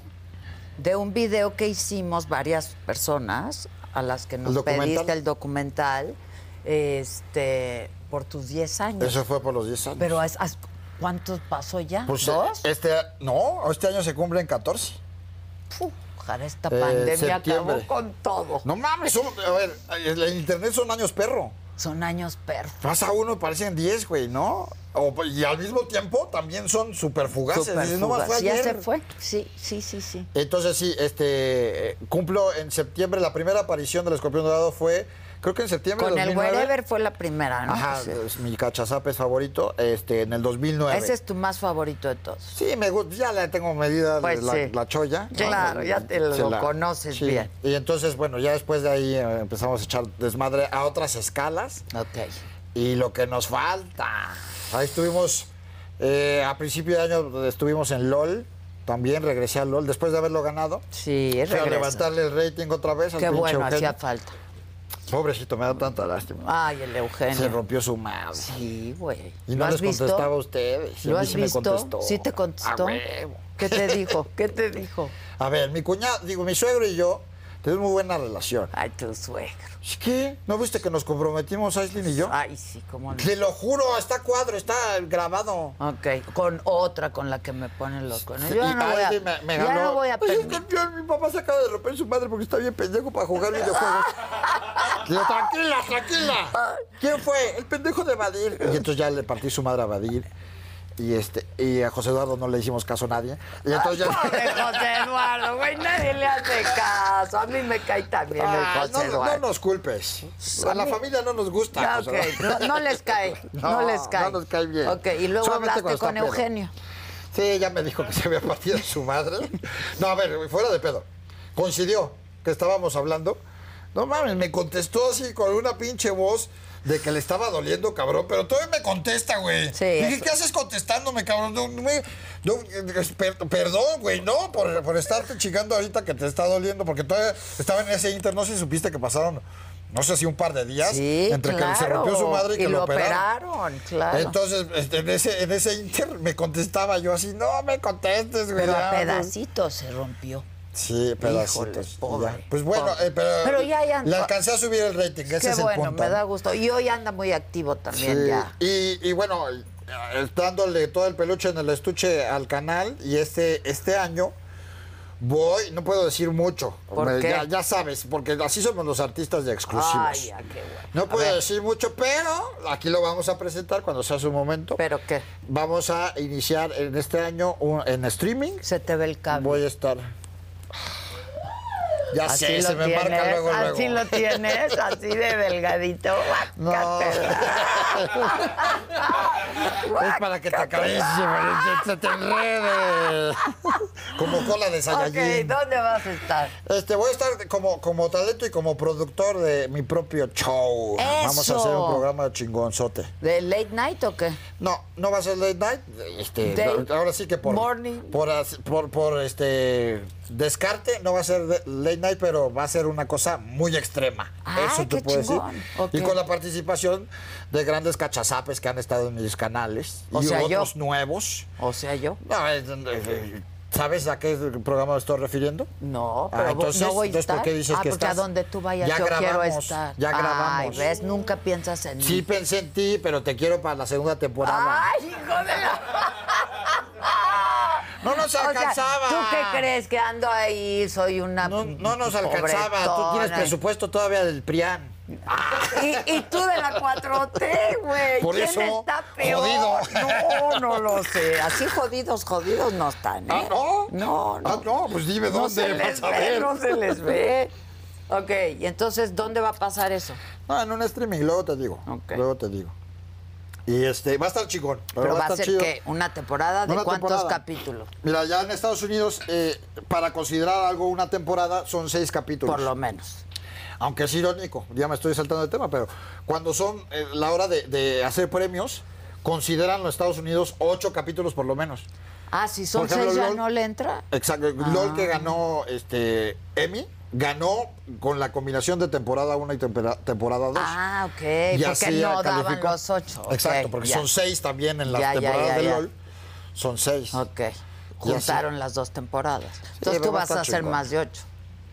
Speaker 1: de un video que hicimos varias personas a las que nos
Speaker 2: documental?
Speaker 1: pediste el documental este, por tus 10 años.
Speaker 2: Eso fue por los 10 años.
Speaker 1: Pero ¿has- has- ¿cuántos pasó ya?
Speaker 2: Pues,
Speaker 1: ¿Dos?
Speaker 2: Este, no, este año se cumplen 14.
Speaker 1: Puh, ojalá esta
Speaker 2: Eh,
Speaker 1: pandemia
Speaker 2: septiembre.
Speaker 1: acabó con todo.
Speaker 2: No mames, son- a ver, el internet son años perro.
Speaker 1: Son años perfectos.
Speaker 2: Pasa uno y parecen 10, güey, ¿no? O- y al mismo tiempo también son súper fugaces. Dices, "No, más fue
Speaker 1: ya
Speaker 2: ayer".
Speaker 1: se fue. Sí, sí, sí, sí.
Speaker 2: Entonces sí, este eh, cumplo en septiembre. La primera aparición del escorpión dorado fue, creo que en septiembre
Speaker 1: Con
Speaker 2: de
Speaker 1: el
Speaker 2: 2009.
Speaker 1: Wherever fue la primera, ¿no?
Speaker 2: Ajá,
Speaker 1: Ah, pues Sí.
Speaker 2: es mi cachazapes favorito, este, en el 2009.
Speaker 1: Ese es tu más favorito de todos.
Speaker 2: Sí, me gusta, ya le tengo medida de
Speaker 1: Pues
Speaker 2: la,
Speaker 1: sí.
Speaker 2: la cholla.
Speaker 1: Claro, ya te lo conoces bien.
Speaker 2: Y entonces, bueno, ya después de ahí eh, empezamos a echar desmadre a otras escalas.
Speaker 1: Ok.
Speaker 2: Y lo que nos falta. Ahí estuvimos, eh, a principio de año estuvimos en LOL, también regresé a LOL, después de haberlo ganado.
Speaker 1: Sí,
Speaker 2: Para
Speaker 1: regresa.
Speaker 2: levantarle el rating otra vez al
Speaker 1: Qué
Speaker 2: pinche
Speaker 1: bueno,
Speaker 2: Eugenio.
Speaker 1: hacía falta.
Speaker 2: Pobrecito, me da tanta lástima.
Speaker 1: Ay, el Eugenio.
Speaker 2: Se rompió su madre.
Speaker 1: Sí, güey.
Speaker 2: Y
Speaker 1: ¿Lo
Speaker 2: no
Speaker 1: has
Speaker 2: les
Speaker 1: visto?
Speaker 2: contestaba a ustedes. y
Speaker 1: ¿Lo
Speaker 2: a mí
Speaker 1: has
Speaker 2: sí me
Speaker 1: visto?
Speaker 2: contestó.
Speaker 1: Sí te contestó.
Speaker 2: A huevo.
Speaker 1: ¿Qué te dijo? ¿Qué te dijo?
Speaker 2: A ver, mi cuñado, digo, mi suegro y yo tenemos muy buena relación.
Speaker 1: Ay, tu suegro.
Speaker 2: ¿Es ¿Qué? ¿No viste que nos comprometimos Aislinn y yo?
Speaker 1: Ay, sí, cómo no.
Speaker 2: Te lo juro, está cuadro, está grabado.
Speaker 1: Ok, con otra con la que me ponen los cuernos. Yo
Speaker 2: Y
Speaker 1: ya no voy a,
Speaker 2: Aislinn me, Pues me
Speaker 1: ya
Speaker 2: jaló.
Speaker 1: no voy a
Speaker 2: Oye,
Speaker 1: permitir-
Speaker 2: campeón, mi papá se acaba de romper su madre porque está bien pendejo para jugar videojuegos. Le digo, tranquila, tranquila. ¿Quién fue? El pendejo de Badir. Y entonces ya le partí su madre a Badir. Y, este, y a José Eduardo no le hicimos caso a nadie. Y entonces ya...
Speaker 1: Pobre José Eduardo, güey, nadie le hace caso. A mí me cae también
Speaker 2: Ah,
Speaker 1: el
Speaker 2: no,
Speaker 1: José Eduardo.
Speaker 2: no nos culpes. A la familia no nos gusta.
Speaker 1: Ah,
Speaker 2: José
Speaker 1: ok.
Speaker 2: Eduardo.
Speaker 1: no, no les cae, no,
Speaker 2: No,
Speaker 1: les cae.
Speaker 2: no nos cae bien.
Speaker 1: Ok, y luego
Speaker 2: Solamente
Speaker 1: hablaste
Speaker 2: cuando
Speaker 1: con
Speaker 2: está pedo.
Speaker 1: Eugenio.
Speaker 2: Sí, ella me dijo que se había partido su madre. No, a ver, fuera de pedo. Coincidió que estábamos hablando. No mames, me contestó así con una pinche voz de que le estaba doliendo, cabrón, pero todavía me contesta, güey.
Speaker 1: Sí,
Speaker 2: Dije,
Speaker 1: eso-
Speaker 2: ¿qué haces contestándome, cabrón? No, no me- no, eh, per- perdón, güey, no, por, por estarte chingando ahorita que te está doliendo, porque todavía estaba en ese inter, no sé si supiste que pasaron, no sé si un par de días,
Speaker 1: Sí,
Speaker 2: entre que se
Speaker 1: claro.
Speaker 2: rompió su madre y que
Speaker 1: Y
Speaker 2: lo
Speaker 1: lo
Speaker 2: operaron.
Speaker 1: operaron, claro.
Speaker 2: Entonces, este, en, ese, en ese inter me contestaba yo así, no me contestes, güey.
Speaker 1: Pero a
Speaker 2: ya,
Speaker 1: pedacitos se rompió.
Speaker 2: pues". Sí,
Speaker 1: Híjole,
Speaker 2: pedacitos.
Speaker 1: pobre,
Speaker 2: ya. Pues bueno,
Speaker 1: pobre.
Speaker 2: eh, pero,
Speaker 1: Pero ya, ya-
Speaker 2: le alcancé a subir el rating, ese
Speaker 1: Qué
Speaker 2: es el
Speaker 1: bueno,
Speaker 2: punto.
Speaker 1: me da gusto. Y hoy anda muy activo
Speaker 2: Sí,
Speaker 1: también ya.
Speaker 2: Y, y bueno, eh, dándole todo el peluche en el estuche al canal y este, este año voy, no puedo decir mucho,
Speaker 1: ¿Por
Speaker 2: me-
Speaker 1: qué?
Speaker 2: Ya, ya sabes, porque así somos los artistas de exclusivos.
Speaker 1: Ay, ya, qué bueno.
Speaker 2: No
Speaker 1: A
Speaker 2: puedo
Speaker 1: ver.
Speaker 2: decir mucho, pero aquí lo vamos a presentar cuando sea su momento.
Speaker 1: ¿Pero qué?
Speaker 2: Vamos a iniciar en este año un- en streaming.
Speaker 1: Se te ve el cable.
Speaker 2: Voy a estar. Ya
Speaker 1: Así
Speaker 2: sé,
Speaker 1: lo
Speaker 2: se me
Speaker 1: tienes,
Speaker 2: marca luego,
Speaker 1: así
Speaker 2: luego.
Speaker 1: lo tienes, así de delgadito.
Speaker 2: No. es para que te acaricie, para que se te enrede. Como cola de
Speaker 1: Ok,
Speaker 2: Saiyajin.
Speaker 1: ¿dónde vas a estar?
Speaker 2: Este, voy a estar como, como talento y como productor de mi propio show. Vamos a
Speaker 1: ¡Eso!
Speaker 2: hacer un programa chingonzote.
Speaker 1: ¿De late night o qué?
Speaker 2: No, no va a ser late night. Este,
Speaker 1: Day-
Speaker 2: ahora sí que por,
Speaker 1: morning.
Speaker 2: por as- por- por, este descarte no va a ser de- late night, pero va a ser una cosa muy extrema.
Speaker 1: Ay,
Speaker 2: Eso te
Speaker 1: qué
Speaker 2: puedo decir.
Speaker 1: chingón. Ok.
Speaker 2: Y con la participación de grandes cachazapes que han estado en mis canales
Speaker 1: O
Speaker 2: y
Speaker 1: sea, yo.
Speaker 2: otros nuevos.
Speaker 1: O sea, yo.
Speaker 2: No, es- eh, ¿Sabes a qué programa me estoy refiriendo?
Speaker 1: No,
Speaker 2: Ah,
Speaker 1: pero
Speaker 2: entonces,
Speaker 1: no voy a
Speaker 2: entonces,
Speaker 1: estar.
Speaker 2: ¿por qué dices
Speaker 1: ah,
Speaker 2: que
Speaker 1: porque
Speaker 2: estás?
Speaker 1: a donde tú vayas
Speaker 2: Ya
Speaker 1: yo quiero
Speaker 2: grabamos,
Speaker 1: estar.
Speaker 2: ya grabamos.
Speaker 1: Ay, ves, nunca piensas en
Speaker 2: Sí
Speaker 1: mí.
Speaker 2: pensé en ti, pero te quiero para la segunda temporada.
Speaker 1: Ay, hijo de la...
Speaker 2: No nos
Speaker 1: O sea,
Speaker 2: alcanzaba.
Speaker 1: ¿tú qué crees que ando ahí? Soy una
Speaker 2: No, no nos alcanzaba.
Speaker 1: pobretona.
Speaker 2: Tú tienes presupuesto todavía del PRIAN.
Speaker 1: Y, y tú de la 4T, güey.
Speaker 2: Por
Speaker 1: ¿Quién
Speaker 2: eso,
Speaker 1: está peor?
Speaker 2: jodido.
Speaker 1: No, no lo sé. Así jodidos, jodidos no están, ¿eh?
Speaker 2: Ah, ¿no?
Speaker 1: No, no.
Speaker 2: Ah, no, pues dime
Speaker 1: No
Speaker 2: dónde,
Speaker 1: se
Speaker 2: para
Speaker 1: les ve,
Speaker 2: saber.
Speaker 1: no se les ve. Ok, y entonces, ¿dónde va a pasar eso?
Speaker 2: No, Ah, en un streaming, luego te digo.
Speaker 1: Ok.
Speaker 2: Luego te digo. Y este, va a estar chingón.
Speaker 1: Pero, va a
Speaker 2: estar
Speaker 1: ser,
Speaker 2: chido.
Speaker 1: ¿qué? ¿Una temporada de
Speaker 2: Una
Speaker 1: cuántos
Speaker 2: temporada.
Speaker 1: capítulos?
Speaker 2: Mira, ya en Estados Unidos, eh, para considerar algo una temporada, son seis capítulos.
Speaker 1: Por lo menos.
Speaker 2: Aunque es irónico, ya me estoy saltando de tema, pero cuando son eh, la hora de, de hacer premios, consideran los Estados Unidos ocho capítulos por lo menos.
Speaker 1: Ah, si son
Speaker 2: Por ejemplo,
Speaker 1: seis ya
Speaker 2: LOL.
Speaker 1: no le entra.
Speaker 2: Exacto.
Speaker 1: Ah.
Speaker 2: LOL que ganó este Emmy, ganó con la combinación de temporada 1 y tempera- temporada 2.
Speaker 1: Ah, ok, porque no daban los ocho, ok,
Speaker 2: Exacto, porque
Speaker 1: ya.
Speaker 2: son seis también en la
Speaker 1: Ya, ya,
Speaker 2: temporada
Speaker 1: ya,
Speaker 2: de
Speaker 1: ya.
Speaker 2: LOL. Son seis.
Speaker 1: Ok.
Speaker 2: Y así.
Speaker 1: Juntaron las dos temporadas. Entonces
Speaker 2: pero
Speaker 1: tú
Speaker 2: va a
Speaker 1: vas a
Speaker 2: estar
Speaker 1: hacer
Speaker 2: chingón.
Speaker 1: más de ocho.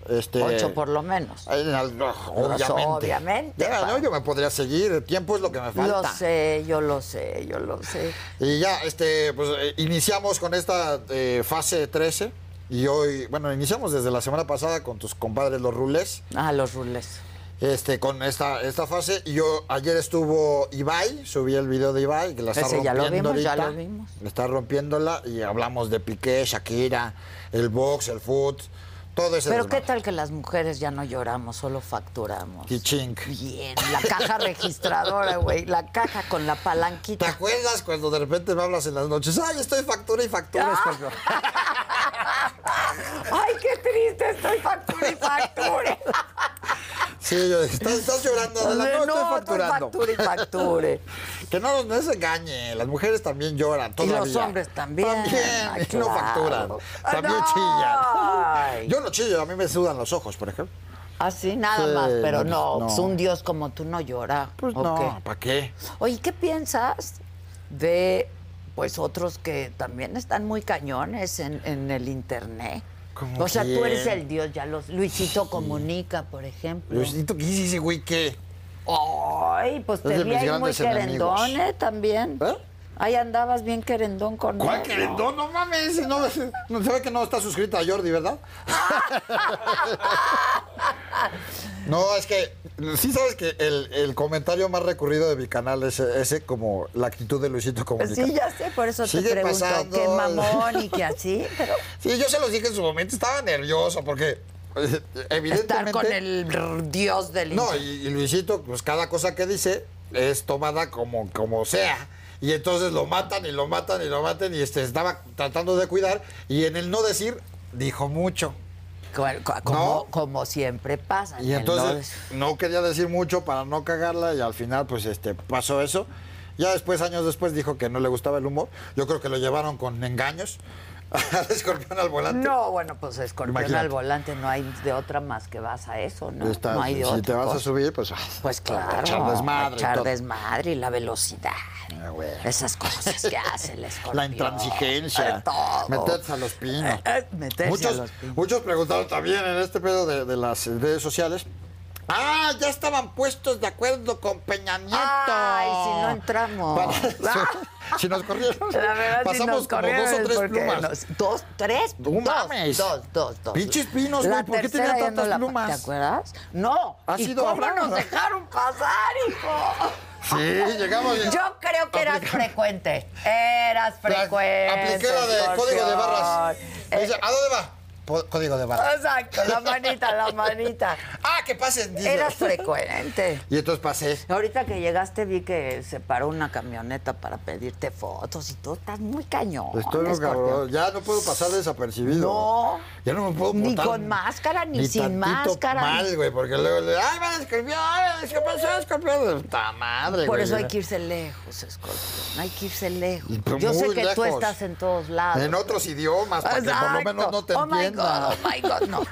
Speaker 2: Este,
Speaker 1: Ocho por lo menos.
Speaker 2: eh, al- no, obviamente.
Speaker 1: obviamente,
Speaker 2: Ya,
Speaker 1: pa.
Speaker 2: no, yo me podría seguir. El tiempo es lo que me falta.
Speaker 1: Lo sé, yo lo sé, yo lo sé.
Speaker 2: Y ya, este, pues eh, iniciamos con esta eh, fase 13. Y hoy, bueno, iniciamos desde la semana pasada con tus compadres los rulés.
Speaker 1: Ah, los rules.
Speaker 2: este, con esta, esta fase. Y Yo ayer estuvo Ibai, subí el video de Ibai, que la está
Speaker 1: Ese ya
Speaker 2: rompiendo
Speaker 1: lo vimos, ya
Speaker 2: ahorita.
Speaker 1: lo vimos.
Speaker 2: Está rompiéndola y hablamos de Piqué, Shakira, el box, el foot, todo ese
Speaker 1: Pero qué
Speaker 2: desmadre.
Speaker 1: tal que las mujeres ya no lloramos, solo facturamos.
Speaker 2: Y ching.
Speaker 1: Bien, la caja registradora, güey, la caja con la
Speaker 2: ¿Te
Speaker 1: palanquita.
Speaker 2: acuerdas cuando de repente me hablas en las noches? Ay, estoy factura y factura. escorpión"?
Speaker 1: Ay, qué triste, estoy factura y facture.
Speaker 2: Sí, yo dije, estás, estás llorando, Adela, no, estoy facturando.
Speaker 1: facture y facture.
Speaker 2: Que no nos engañe, las mujeres también lloran
Speaker 1: Y
Speaker 2: todavía.
Speaker 1: los hombres también.
Speaker 2: También,
Speaker 1: Ay,
Speaker 2: y no
Speaker 1: claro.
Speaker 2: facturan, también
Speaker 1: Ay.
Speaker 2: chillan. Yo no chillo, a mí me sudan los ojos, por ejemplo.
Speaker 1: Así nada
Speaker 2: Sí,
Speaker 1: más, pero
Speaker 2: no,
Speaker 1: no,
Speaker 2: no.
Speaker 1: pues, un dios como tú no llora.
Speaker 2: Pues
Speaker 1: ¿o
Speaker 2: no,
Speaker 1: qué?
Speaker 2: ¿para qué?
Speaker 1: Oye, ¿qué piensas de pues otros que también están muy cañones en, en el internet?
Speaker 2: ¿Cómo
Speaker 1: O sea, tú
Speaker 2: quién?
Speaker 1: eres el dios, ya los Luisito comunica, por ejemplo.
Speaker 2: Luisito, ¿qué dice ese güey qué?
Speaker 1: Ay, pues
Speaker 2: Es
Speaker 1: te
Speaker 2: de
Speaker 1: vi
Speaker 2: mis
Speaker 1: ahí muy
Speaker 2: grandes enemigos.
Speaker 1: querendón, ¿eh? También.
Speaker 2: ¿Eh?
Speaker 1: Ahí andabas bien querendón con él,
Speaker 2: ¿Cuál
Speaker 1: ¿no?
Speaker 2: querendón? No mames, no, no, se ve que no está suscrita a Jordi, ¿verdad? No, es que sí sabes que el, el comentario más recurrido de mi canal es ese como la actitud de Luisito Comunica.
Speaker 1: Pues Sí, ya sé, por eso te
Speaker 2: Sigue
Speaker 1: pregunto
Speaker 2: pasando.
Speaker 1: qué mamón y qué así, pero
Speaker 2: Sí, yo se los dije en su momento, estaba nervioso porque eh, evidentemente...
Speaker 1: estar con el r- dios del
Speaker 2: No,
Speaker 1: internet.
Speaker 2: y, y Luisito, pues cada cosa que dice es tomada como, como sea. Y entonces lo matan y lo matan y lo matan y este, estaba tratando de cuidar y en el no decir dijo mucho.
Speaker 1: Co- co- Como,
Speaker 2: No.
Speaker 1: como siempre pasa. en
Speaker 2: Y
Speaker 1: el
Speaker 2: entonces no quería decir mucho para no cagarla y al final pues este pasó eso. Ya después, años después, dijo que no le gustaba el humor. Yo creo que lo llevaron con engaños al escorpión al volante.
Speaker 1: No, bueno, pues escorpión
Speaker 2: Imagínate.
Speaker 1: al volante no hay de otra más que vas a eso, ¿no?
Speaker 2: Está-
Speaker 1: no hay de
Speaker 2: si
Speaker 1: otra
Speaker 2: te vas
Speaker 1: cosa.
Speaker 2: a subir, pues... ay,
Speaker 1: Pues claro.
Speaker 2: Echar desmadre. y
Speaker 1: echar
Speaker 2: todo.
Speaker 1: desmadre y la velocidad.
Speaker 2: Ah, güey.
Speaker 1: Esas cosas que hace el escorpión.
Speaker 2: La intransigencia.
Speaker 1: Eh, Todo.
Speaker 2: Meterse a los pinos.
Speaker 1: Eh, eh, meterse
Speaker 2: muchos,
Speaker 1: a los pinos.
Speaker 2: muchos preguntaron también en este pedo de, de las redes sociales. Ah, ya estaban puestos de acuerdo con Peña Nieto.
Speaker 1: Ay, si no entramos. Ah.
Speaker 2: Para- si nos corrieron.
Speaker 1: La verdad, si nos
Speaker 2: pasamos como dos o
Speaker 1: corrieron es
Speaker 2: tres
Speaker 1: porque
Speaker 2: plumas.
Speaker 1: nos- dos, tres.
Speaker 2: No
Speaker 1: dos,
Speaker 2: mames.
Speaker 1: Dos, dos, dos.
Speaker 2: Pinches pinos,
Speaker 1: La
Speaker 2: güey, ¿por qué
Speaker 1: tercera
Speaker 2: tenían
Speaker 1: ya no
Speaker 2: tantas
Speaker 1: la-
Speaker 2: plumas?
Speaker 1: ¿Te acuerdas? No.
Speaker 2: Ha
Speaker 1: ¿Y
Speaker 2: sido
Speaker 1: cómo
Speaker 2: ahora.
Speaker 1: nos dejaron pasar, hijo?
Speaker 2: Sí, llegamos. y-
Speaker 1: Yo creo que eras
Speaker 2: Aplica-
Speaker 1: frecuente. Eras frecuente.
Speaker 2: Apliqué la de código de barras.
Speaker 1: Eh,
Speaker 2: Dice, ¿a dónde va? Po- Código de barras.
Speaker 1: exacto, la manita, la manita.
Speaker 2: Ah, que pasen. dice.
Speaker 1: Eras frecuente.
Speaker 2: Y entonces pasé.
Speaker 1: Ahorita que llegaste vi que se paró una camioneta para pedirte fotos y todo. Estás muy cañón.
Speaker 2: Pues Estoy muy
Speaker 1: escorpión.
Speaker 2: cabrón. Ya no puedo pasar desapercibido.
Speaker 1: No.
Speaker 2: Ya no me puedo
Speaker 1: Ni
Speaker 2: portar
Speaker 1: con máscara, ni sin
Speaker 2: tantito
Speaker 1: máscara.
Speaker 2: mal, güey, porque luego le ay, va escorpión, ay, ¿qué pasó, escorpión? Puta madre,
Speaker 1: Por
Speaker 2: güey.
Speaker 1: eso hay que irse lejos, Escorpión. Hay que irse lejos.
Speaker 2: Pero
Speaker 1: Yo sé
Speaker 2: pues muy
Speaker 1: que tú
Speaker 2: lejos.
Speaker 1: estás en todos lados.
Speaker 2: En otros idiomas, para que por lo
Speaker 1: Exacto.
Speaker 2: menos no te
Speaker 1: oh my
Speaker 2: entiendan.
Speaker 1: God, oh my God, no.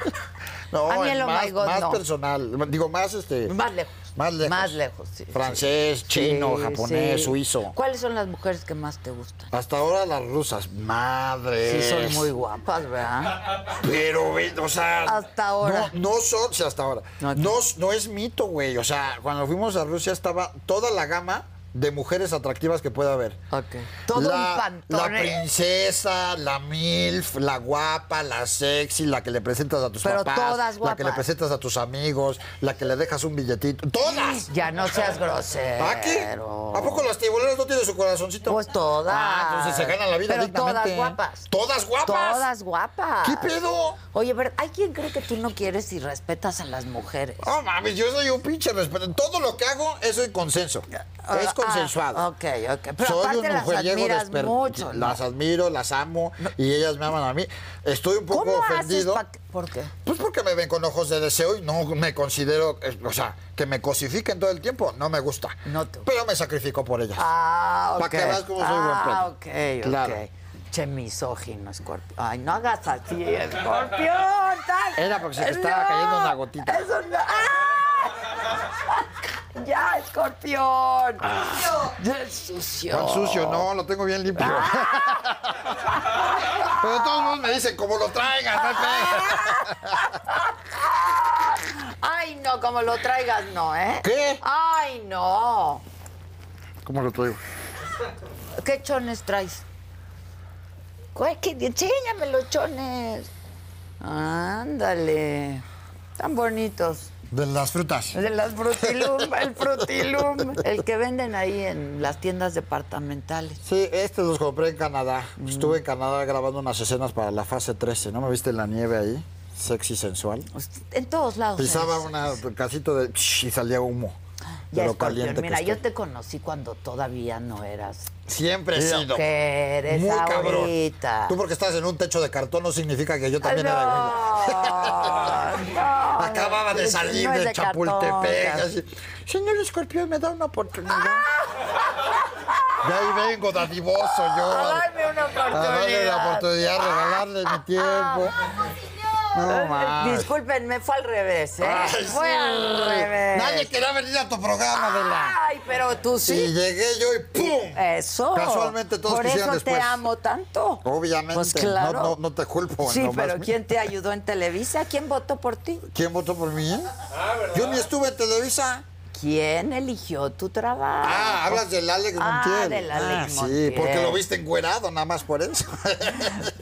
Speaker 2: No,
Speaker 1: A mí
Speaker 2: en
Speaker 1: el oh
Speaker 2: más,
Speaker 1: my God,
Speaker 2: más
Speaker 1: no.
Speaker 2: personal. Digo, más este.
Speaker 1: Más lejos.
Speaker 2: Más lejos.
Speaker 1: Más lejos, sí.
Speaker 2: Francés, chino,
Speaker 1: Sí,
Speaker 2: japonés,
Speaker 1: sí.
Speaker 2: suizo.
Speaker 1: ¿Cuáles son las mujeres que más te gustan?
Speaker 2: Hasta ahora las rusas, madre.
Speaker 1: Sí, son muy guapas, ¿verdad?
Speaker 2: Pero, güey, o sea.
Speaker 1: Hasta ahora.
Speaker 2: No, no son, sí, hasta ahora.
Speaker 1: No,
Speaker 2: No, no es mito, güey. O sea, cuando fuimos a Rusia estaba toda la gama de mujeres atractivas que pueda haber.
Speaker 1: Ok. Todo un
Speaker 2: La
Speaker 1: pantone.
Speaker 2: princesa, la MILF, la guapa, la sexy, la que le presentas a tus
Speaker 1: Pero
Speaker 2: papás.
Speaker 1: todas
Speaker 2: La que le
Speaker 1: guapas.
Speaker 2: presentas a tus amigos, la que le dejas un billetito. ¡Todas!
Speaker 1: Ya no seas grosero.
Speaker 2: ¿A qué? ¿Ah, ¿A poco las tiburones no tienen su corazoncito?
Speaker 1: Pues todas.
Speaker 2: Ah, entonces se ganan la vida
Speaker 1: Pero
Speaker 2: dignamente.
Speaker 1: todas guapas.
Speaker 2: ¿Todas guapas?
Speaker 1: Todas guapas.
Speaker 2: ¿Qué pedo?
Speaker 1: Oye, pero hay quien cree que tú no quieres y respetas a las mujeres.
Speaker 2: No mames, yo soy un pinche respeto. Todo lo que hago es en consenso.
Speaker 1: Ah,
Speaker 2: Es consensuado.
Speaker 1: ok, ok. Pero
Speaker 2: soy
Speaker 1: aparte
Speaker 2: un
Speaker 1: las
Speaker 2: mujeriego
Speaker 1: admiras
Speaker 2: desper-
Speaker 1: mucho, ¿no?
Speaker 2: Las admiro, las amo y ellas me aman a mí. Estoy un poco
Speaker 1: ¿Cómo
Speaker 2: ofendido.
Speaker 1: haces pa' que- ¿Por qué?
Speaker 2: Pues porque me ven con ojos de deseo y no me considero, eh, o sea, que me cosifiquen todo el tiempo, no me gusta.
Speaker 1: No te-
Speaker 2: Pero me sacrifico por ellas.
Speaker 1: Ah, ok.
Speaker 2: Pa' que veas cómo soy
Speaker 1: ah,
Speaker 2: buen
Speaker 1: ok, ok.
Speaker 2: Claro.
Speaker 1: Che, misógino, Escorpión. Ay, no hagas así, Escorpión. tal.
Speaker 2: Era porque se te estaba cayendo una gotita.
Speaker 1: Eso no. ¡Ah! Ya, Escorpión.
Speaker 2: Ah.
Speaker 1: Ya es sucio.
Speaker 2: Tan sucio, no, lo tengo bien limpio.
Speaker 1: Ah.
Speaker 2: Pero de todos modos me dicen, como lo traigan, no hay
Speaker 1: Ah.
Speaker 2: pedo.
Speaker 1: Ay, no, como lo traigas, no, ¿eh?
Speaker 2: ¿Qué?
Speaker 1: Ay, no.
Speaker 2: ¿Cómo lo traigo?
Speaker 1: ¿Qué chones traes? ¿Cuál? ¿Qué? Enséñame los chones. Ándale. Tan bonitos.
Speaker 2: De las frutas.
Speaker 1: De las frutilum, el frutilum. El que venden ahí en las tiendas departamentales.
Speaker 2: Sí, estos los compré en Canadá.
Speaker 1: Mm.
Speaker 2: Estuve en Canadá grabando unas escenas para la fase 13. ¿No me viste en la nieve ahí? Sexy, sensual.
Speaker 1: Pues, En todos lados.
Speaker 2: Pisaba
Speaker 1: es.
Speaker 2: una casito de... y salía humo.
Speaker 1: Ah, Ya
Speaker 2: de lo
Speaker 1: es Scorpio.
Speaker 2: caliente
Speaker 1: Mira,
Speaker 2: que
Speaker 1: yo
Speaker 2: estoy.
Speaker 1: te conocí cuando todavía no eras
Speaker 2: Siempre he
Speaker 1: lo
Speaker 2: sido.
Speaker 1: que eres
Speaker 2: Muy cabrón.
Speaker 1: ahorita.
Speaker 2: Tú porque estás en un techo de cartón no significa que yo también era
Speaker 1: No, no.
Speaker 2: Acababa de
Speaker 1: Es-
Speaker 2: salir
Speaker 1: no es
Speaker 2: de,
Speaker 1: cartón,
Speaker 2: Chapultepec.
Speaker 1: Cas-
Speaker 2: así, Señor escorpión, me da una oportunidad. De ahí vengo, dadivoso yo.
Speaker 1: A darme una
Speaker 2: A darle la oportunidad, regalarle mi
Speaker 1: Ah,
Speaker 2: tiempo. No más.
Speaker 1: Discúlpenme, fue al revés, ¿eh?
Speaker 2: Ay,
Speaker 1: fue
Speaker 2: sí.
Speaker 1: al revés.
Speaker 2: Nadie quería venir a tu programa, Adela.
Speaker 1: Ay, pero tú
Speaker 2: Sí,
Speaker 1: sí. Eh,
Speaker 2: llegué yo y ¡pum!
Speaker 1: Eso.
Speaker 2: Casualmente todos
Speaker 1: Por
Speaker 2: quisieron
Speaker 1: eso te
Speaker 2: después.
Speaker 1: amo tanto.
Speaker 2: Obviamente,
Speaker 1: Pues
Speaker 2: no-
Speaker 1: claro.
Speaker 2: no- no te culpo,
Speaker 1: Sí,
Speaker 2: nomás
Speaker 1: pero
Speaker 2: me-
Speaker 1: ¿quién te ayudó en Televisa? ¿Quién votó por ti?
Speaker 2: ¿Quién votó por mí? eh? Yo ni estuve en Televisa.
Speaker 1: ¿Quién eligió tu trabajo?
Speaker 2: Ah, hablas del Alex
Speaker 1: pues Ah,
Speaker 2: Montiel.
Speaker 1: del Alex
Speaker 2: Ah, sí,
Speaker 1: Montiel.
Speaker 2: porque lo viste encuerado, nada más por eso.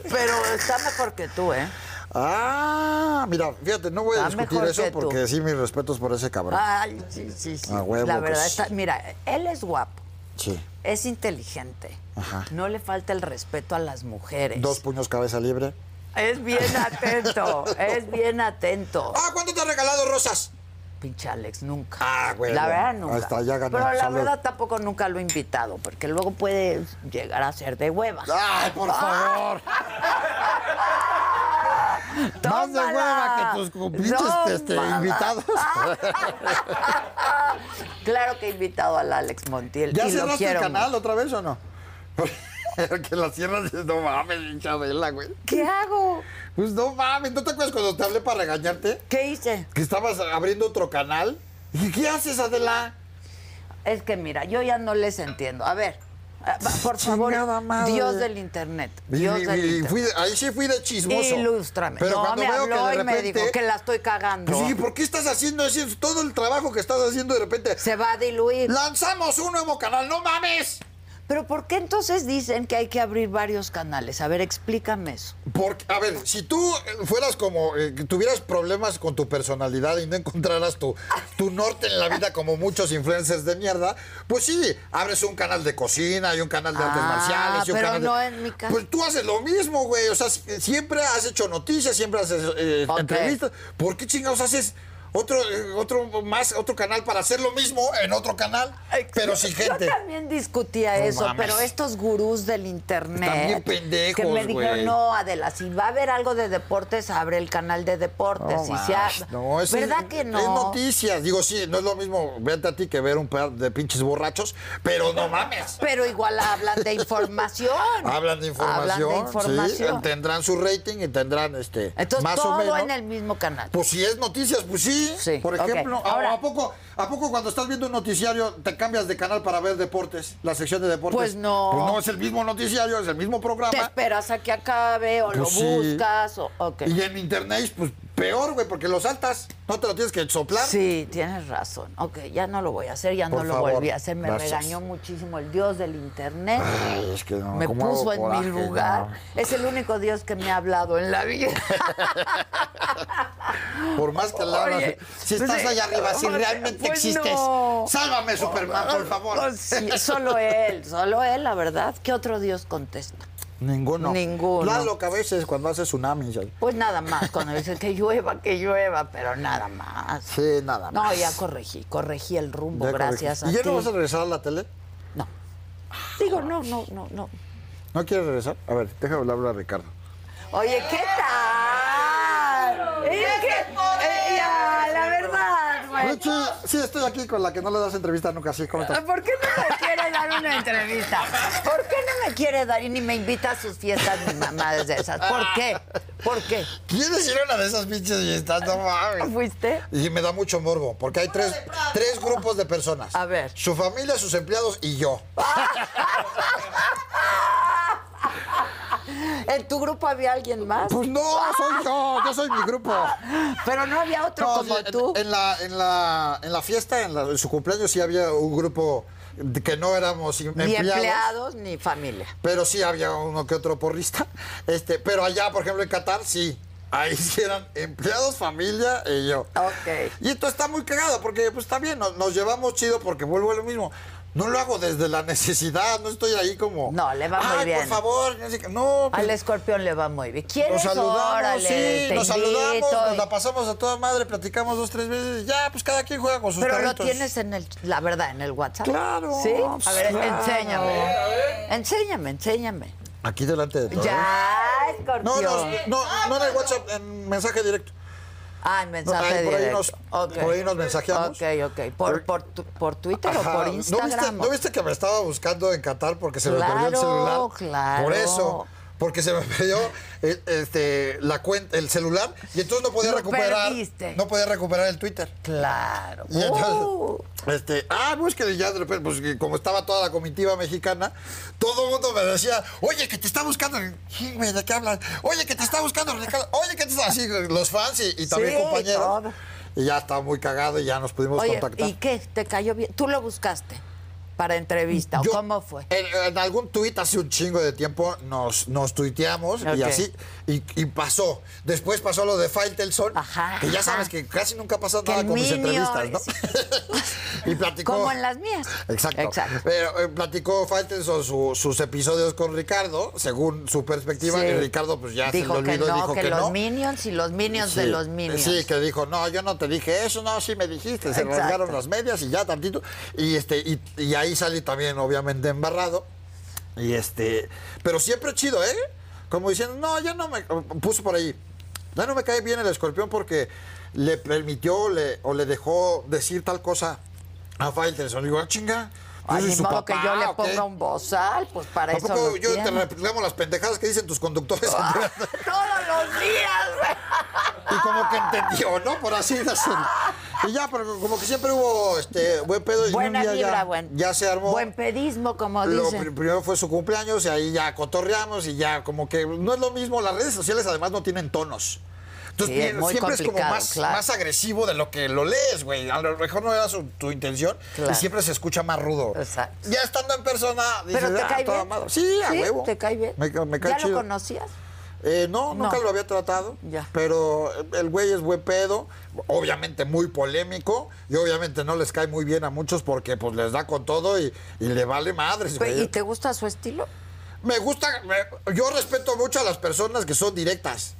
Speaker 1: Pero está mejor que tú, ¿eh?
Speaker 2: ah, mira, fíjate, no voy a
Speaker 1: Está
Speaker 2: discutir
Speaker 1: mejor
Speaker 2: eso
Speaker 1: que tú. Ah,
Speaker 2: porque sí, mis respetos por ese cabrón.
Speaker 1: Ay, sí, sí, sí.
Speaker 2: A huevo pues.
Speaker 1: La
Speaker 2: que
Speaker 1: verdad,
Speaker 2: sí.
Speaker 1: está, mira, él es guapo,
Speaker 2: Sí.
Speaker 1: es inteligente,
Speaker 2: Ajá.
Speaker 1: no le falta el respeto a las mujeres.
Speaker 2: Dos puños cabeza libre.
Speaker 1: Es bien atento, es bien atento.
Speaker 2: Ah, ¿cuánto te ha regalado rosas?
Speaker 1: Pinche Alex, nunca.
Speaker 2: Ah, güey.
Speaker 1: La verdad, nunca.
Speaker 2: Hasta ya ganó.
Speaker 1: Pero la
Speaker 2: Salud.
Speaker 1: verdad tampoco nunca lo he invitado, porque luego puede llegar a ser de hueva.
Speaker 2: Ay, por favor.
Speaker 1: Ah,
Speaker 2: Más de
Speaker 1: ¡Tómala!
Speaker 2: hueva que tus pinches este,
Speaker 1: ¡Tómala!
Speaker 2: invitados.
Speaker 1: Claro que he invitado al Alex Montiel.
Speaker 2: ¿Ya
Speaker 1: y lo
Speaker 2: cerraste el
Speaker 1: quiero
Speaker 2: canal
Speaker 1: mucho.
Speaker 2: otra vez o no? que la cierras dices, no mames, hincha Adela, güey.
Speaker 1: ¿Qué hago?
Speaker 2: Pues no mames, ¿no te acuerdas cuando te hablé para regañarte?
Speaker 1: ¿Qué hice?
Speaker 2: Que estabas abriendo otro canal. ¿Y qué haces, Adela?
Speaker 1: Es que mira, yo ya no les entiendo. A ver, eh, por favor,
Speaker 2: Chingada madre.
Speaker 1: Dios del Internet.
Speaker 2: Y-
Speaker 1: Dios
Speaker 2: y-
Speaker 1: del
Speaker 2: y
Speaker 1: Internet.
Speaker 2: fui de- ahí sí fui de chismoso.
Speaker 1: Ilústrame.
Speaker 2: Pero
Speaker 1: no,
Speaker 2: cuando
Speaker 1: me
Speaker 2: veo
Speaker 1: habló
Speaker 2: que de
Speaker 1: y me
Speaker 2: repente...
Speaker 1: dijo que la estoy cagando.
Speaker 2: Pues, ¿y por qué estás haciendo eso? Todo el trabajo que estás haciendo de repente...
Speaker 1: Se va a diluir.
Speaker 2: ¡Lanzamos un nuevo canal! ¡No mames!
Speaker 1: Pero ¿por qué entonces dicen que hay que abrir varios canales? A ver, explícame eso.
Speaker 2: Porque, a ver, si tú eh, fueras como, eh, que tuvieras problemas con tu personalidad y no encontraras tu, tu norte en la vida como muchos influencers de mierda, pues sí, abres un canal de cocina y un canal de artes
Speaker 1: Ah,
Speaker 2: marciales y un
Speaker 1: pero
Speaker 2: canal de-
Speaker 1: no en mi caso.
Speaker 2: Pues tú haces lo mismo, güey. O sea, s- siempre has hecho noticias, siempre haces eh,
Speaker 1: Ok.
Speaker 2: entrevistas. ¿Por qué chingados haces otro, eh, otro más, otro canal para hacer lo mismo en otro canal? Pero sin gente.
Speaker 1: Yo también discutía
Speaker 2: No
Speaker 1: eso,
Speaker 2: mames.
Speaker 1: pero estos gurús del internet.
Speaker 2: Están bien pendejos,
Speaker 1: Que me dijeron,
Speaker 2: güey.
Speaker 1: no, Adela, si va a haber algo de deportes, abre el canal de deportes.
Speaker 2: No,
Speaker 1: y
Speaker 2: mames,
Speaker 1: se ha-
Speaker 2: no, eso
Speaker 1: ah, ¿Verdad
Speaker 2: es,
Speaker 1: que no?
Speaker 2: Es noticias. Digo, sí, no es lo mismo verte a ti que ver un par de pinches borrachos, pero no mames.
Speaker 1: Pero igual hablan de información.
Speaker 2: Hablan de información.
Speaker 1: Hablan de
Speaker 2: sí,
Speaker 1: información.
Speaker 2: tendrán su rating y tendrán este.
Speaker 1: Entonces,
Speaker 2: más
Speaker 1: todo
Speaker 2: o menos.
Speaker 1: en el mismo canal.
Speaker 2: Pues si es noticias, pues sí.
Speaker 1: Sí,
Speaker 2: Por
Speaker 1: ok.
Speaker 2: ejemplo, ¿a-
Speaker 1: Ahora-
Speaker 2: ¿a, poco, ¿a poco cuando estás viendo un noticiario te cambias de canal para ver deportes? La sección de deportes.
Speaker 1: Pues no.
Speaker 2: Pues no es el mismo noticiario, es el mismo programa.
Speaker 1: Te esperas a que acabe o lo
Speaker 2: Pues sí.
Speaker 1: buscas. O... ok.
Speaker 2: Y en internet, pues peor, güey, porque lo saltas. No te lo tienes que soplar.
Speaker 1: Sí, tienes razón. Ok, ya no lo voy a hacer, ya
Speaker 2: Por
Speaker 1: no
Speaker 2: favor,
Speaker 1: lo volví a hacer. Me
Speaker 2: gracias.
Speaker 1: regañó muchísimo el dios del internet.
Speaker 2: Ay, es que no,
Speaker 1: me
Speaker 2: ¿cómo hago
Speaker 1: puso en
Speaker 2: coraje?
Speaker 1: mi lugar.
Speaker 2: No.
Speaker 1: Es el único dios que me ha hablado en la vida.
Speaker 2: Por más que la
Speaker 1: Oye,
Speaker 2: si estás
Speaker 1: pues,
Speaker 2: allá arriba, si
Speaker 1: pues,
Speaker 2: realmente
Speaker 1: pues
Speaker 2: existes,
Speaker 1: no. Pues,
Speaker 2: sálvame, Superman, por favor.
Speaker 1: No, sí, solo él, solo él, la verdad. ¿Qué otro dios contesta?
Speaker 2: Ninguno.
Speaker 1: Ninguno.
Speaker 2: Lalo, que a veces cuando hace tsunami. ya-
Speaker 1: Pues nada más, cuando dice que llueva, que llueva, pero nada más.
Speaker 2: Sí, nada más.
Speaker 1: No, ya corregí, corregí el rumbo,
Speaker 2: Ya
Speaker 1: gracias
Speaker 2: corregí. ¿Y ya
Speaker 1: a ti.
Speaker 2: no vas a regresar a la tele?
Speaker 1: No. Digo, no, no, no, no.
Speaker 2: ¿No quieres regresar? A ver, déjame hablar a Ricardo.
Speaker 1: Oye, ¿qué tal? ¿Y qué? eh, ya, la verdad, güey.
Speaker 2: Sí, sí, estoy aquí con la que no le das entrevista nunca, sí, ¿cómo estás?
Speaker 1: ¿Por qué no me quiere dar una entrevista? ¿Por qué no me quiere dar y ni me invita a sus fiestas ni mamadas de esas? ¿Por qué? ¿Por qué?
Speaker 2: ¿Quieres ir a una de esas pinches fiestas? No mames.
Speaker 1: ¿Fuiste?
Speaker 2: Y me da mucho morbo, porque hay tres, tres grupos de personas.
Speaker 1: A ver.
Speaker 2: Su familia, sus empleados y yo.
Speaker 1: ¿En tu grupo había alguien más?
Speaker 2: Pues no, soy yo, yo soy mi grupo.
Speaker 1: Pero no había otro
Speaker 2: No,
Speaker 1: como
Speaker 2: sí, en-
Speaker 1: tú.
Speaker 2: En, la, en, la, en la fiesta, en, la- en su cumpleaños, sí había un grupo de que no éramos em-
Speaker 1: ni
Speaker 2: empleados.
Speaker 1: empleados, ni familia.
Speaker 2: Pero sí había uno que otro porrista. Este, pero allá, por ejemplo, en Qatar, sí. Ahí sí eran empleados, familia y yo.
Speaker 1: Ok.
Speaker 2: Y esto está muy cagado porque, pues, está bien, nos, nos llevamos chido porque vuelvo a lo mismo. No lo hago desde la necesidad, no estoy ahí como...
Speaker 1: No, le va muy
Speaker 2: "Ay,
Speaker 1: bien".
Speaker 2: por favor. No, sé qué. No, pues,
Speaker 1: Al escorpión le va muy bien. ¿Quieres?
Speaker 2: nos saludamos,
Speaker 1: Órale,
Speaker 2: sí,
Speaker 1: te
Speaker 2: nos
Speaker 1: invito. eh.
Speaker 2: saludamos, nos la pasamos a toda madre, platicamos dos, tres veces y ya, pues cada quien juega con sus
Speaker 1: Pero lo
Speaker 2: carritos.
Speaker 1: tienes en el, la verdad, en el WhatsApp.
Speaker 2: Claro,
Speaker 1: ¿Sí?
Speaker 2: pues,
Speaker 1: a ver,
Speaker 2: claro.
Speaker 1: enséñame. Enséñame, enséñame.
Speaker 2: Aquí delante de todos.
Speaker 1: Ya, escorpión.
Speaker 2: No, no, no, no en el WhatsApp, en mensaje directo.
Speaker 1: Ah, en
Speaker 2: No,
Speaker 1: mensaje
Speaker 2: ahí por, ahí
Speaker 1: directo.
Speaker 2: nos,
Speaker 1: Ok.
Speaker 2: por ahí nos mensajeamos.
Speaker 1: Ok, ok. ¿Por, por, tu- por Twitter
Speaker 2: Ajá.
Speaker 1: o por
Speaker 2: ¿No viste-
Speaker 1: Instagram?
Speaker 2: ¿No viste, que me estaba buscando en Qatar porque se me perdió el
Speaker 1: Claro,
Speaker 2: celular?
Speaker 1: claro.
Speaker 2: Por eso. Porque se me perdió eh, este, la cuenta, el celular y entonces no podía
Speaker 1: Lo
Speaker 2: recuperar.
Speaker 1: perdiste.
Speaker 2: No podía recuperar el Twitter.
Speaker 1: Claro.
Speaker 2: Y entonces,
Speaker 1: Uh,
Speaker 2: este, ah, pues que ya de repente, pues que como estaba toda la comitiva mexicana, todo el mundo me decía, oye, que te está buscando, Sí, güey, ¿de qué hablas? Oye, que te está buscando, Ricardo, oye, que te está así, los fans y, y también
Speaker 1: Sí,
Speaker 2: compañeros.
Speaker 1: todo.
Speaker 2: Y ya estaba muy cagado y ya nos pudimos
Speaker 1: oye,
Speaker 2: contactar.
Speaker 1: ¿y qué? ¿Te cayó bien? ¿Tú lo buscaste para entrevista o
Speaker 2: Yo-
Speaker 1: cómo fue?
Speaker 2: En, en algún tuit hace un chingo de tiempo nos, nos tuiteamos y
Speaker 1: Ok.
Speaker 2: así, y, y pasó. Después pasó lo de Faitelson,
Speaker 1: Ajá,
Speaker 2: que ya sabes
Speaker 1: ajá.
Speaker 2: que casi nunca pasa
Speaker 1: Que
Speaker 2: nada
Speaker 1: el
Speaker 2: con mis
Speaker 1: Minion,
Speaker 2: entrevistas, ¿no? y platicó...
Speaker 1: Como en las mías.
Speaker 2: Exacto.
Speaker 1: Exacto.
Speaker 2: Pero eh, platicó Faitelson su- sus episodios con Ricardo, según su perspectiva,
Speaker 1: Sí.
Speaker 2: y Ricardo pues ya
Speaker 1: dijo
Speaker 2: se le
Speaker 1: que
Speaker 2: olvidó y
Speaker 1: no,
Speaker 2: dijo
Speaker 1: que,
Speaker 2: que,
Speaker 1: los
Speaker 2: no.
Speaker 1: minions y los minions de
Speaker 2: Sí, eh,
Speaker 1: los minions.
Speaker 2: Sí, que dijo, no, yo no te dije eso, no, sí me dijiste, se
Speaker 1: Exacto.
Speaker 2: rasgaron las medias y ya tantito. Y este, y, y ahí salí también, obviamente, embarrado. Y este, pero siempre chido, ¿eh? Como diciendo, no, ya no me. Puso por ahí. Ya no me cae bien el escorpión porque le permitió le- o le dejó decir tal cosa a Faitelson. Digo, ah, chinga. yo
Speaker 1: Ay,
Speaker 2: soy
Speaker 1: ni
Speaker 2: su
Speaker 1: modo que
Speaker 2: papá,
Speaker 1: yo le
Speaker 2: ¿o qué?
Speaker 1: ponga un bozal, pues para
Speaker 2: ¿A
Speaker 1: eso
Speaker 2: poco
Speaker 1: lo
Speaker 2: yo te
Speaker 1: tiene.
Speaker 2: reclamo las pendejadas que dicen tus conductores?
Speaker 1: Todos los días, güey.
Speaker 2: Y como que entendió, ¿no? Por así decirlo. Y ya, pero como que siempre hubo este, buen pedo. y
Speaker 1: Buena
Speaker 2: un día
Speaker 1: vibra,
Speaker 2: ya,
Speaker 1: buen.
Speaker 2: ya se armó.
Speaker 1: Buen pedismo, como
Speaker 2: Lo
Speaker 1: dicen.
Speaker 2: pri- primero fue su cumpleaños y ahí ya cotorreamos y ya como que no es lo mismo. Las redes sociales además no tienen tonos. Entonces
Speaker 1: Sí, es
Speaker 2: bien,
Speaker 1: muy
Speaker 2: siempre es como
Speaker 1: complicado,
Speaker 2: más,
Speaker 1: claro.
Speaker 2: más agresivo de lo que lo lees, güey. A lo mejor no era su- tu intención
Speaker 1: Claro.
Speaker 2: y siempre se escucha más rudo.
Speaker 1: Exacto.
Speaker 2: Ya estando en persona, dices,
Speaker 1: Pero te
Speaker 2: "Ah,
Speaker 1: cae
Speaker 2: toda
Speaker 1: bien.
Speaker 2: madre". Sí, a huevo.
Speaker 1: ¿Te cae bien?
Speaker 2: Me, ca- me cae
Speaker 1: ¿Ya
Speaker 2: chido.
Speaker 1: lo conocías?
Speaker 2: Eh, no,
Speaker 1: No.
Speaker 2: nunca lo había tratado.
Speaker 1: Ya.
Speaker 2: Pero el güey es buen pedo, obviamente muy polémico y obviamente no les cae muy bien a muchos porque pues les da con todo y, y le vale madres,
Speaker 1: Güey,
Speaker 2: güey.
Speaker 1: Pues, ¿Y te gusta su estilo?
Speaker 2: Me gusta, me- yo respeto mucho a las personas que son directas.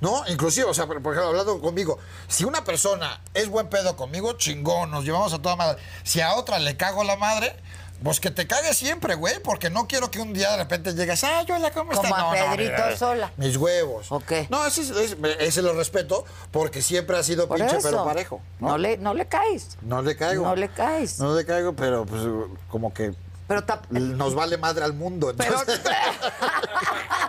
Speaker 2: ¿No? Inclusive, o sea, por por ejemplo, hablando conmigo, si una persona es buen pedo conmigo, chingón, nos llevamos a toda madre. Si a otra le cago la madre, pues que te cague siempre, güey, porque no quiero que un día de repente llegas, ah, yo la como
Speaker 1: Como a Pedrito Sola.
Speaker 2: Mis huevos.
Speaker 1: ¿O qué?
Speaker 2: No, ese, es- ese- ese lo respeto porque siempre ha sido
Speaker 1: Por
Speaker 2: pinche
Speaker 1: eso.
Speaker 2: pero parejo.
Speaker 1: ¿no? le, no le caes.
Speaker 2: No le caigo.
Speaker 1: No le caes.
Speaker 2: No le caigo, pero pues como que
Speaker 1: Pero, tap-
Speaker 2: nos vale madre al mundo.
Speaker 1: pero,
Speaker 2: entonces- Pues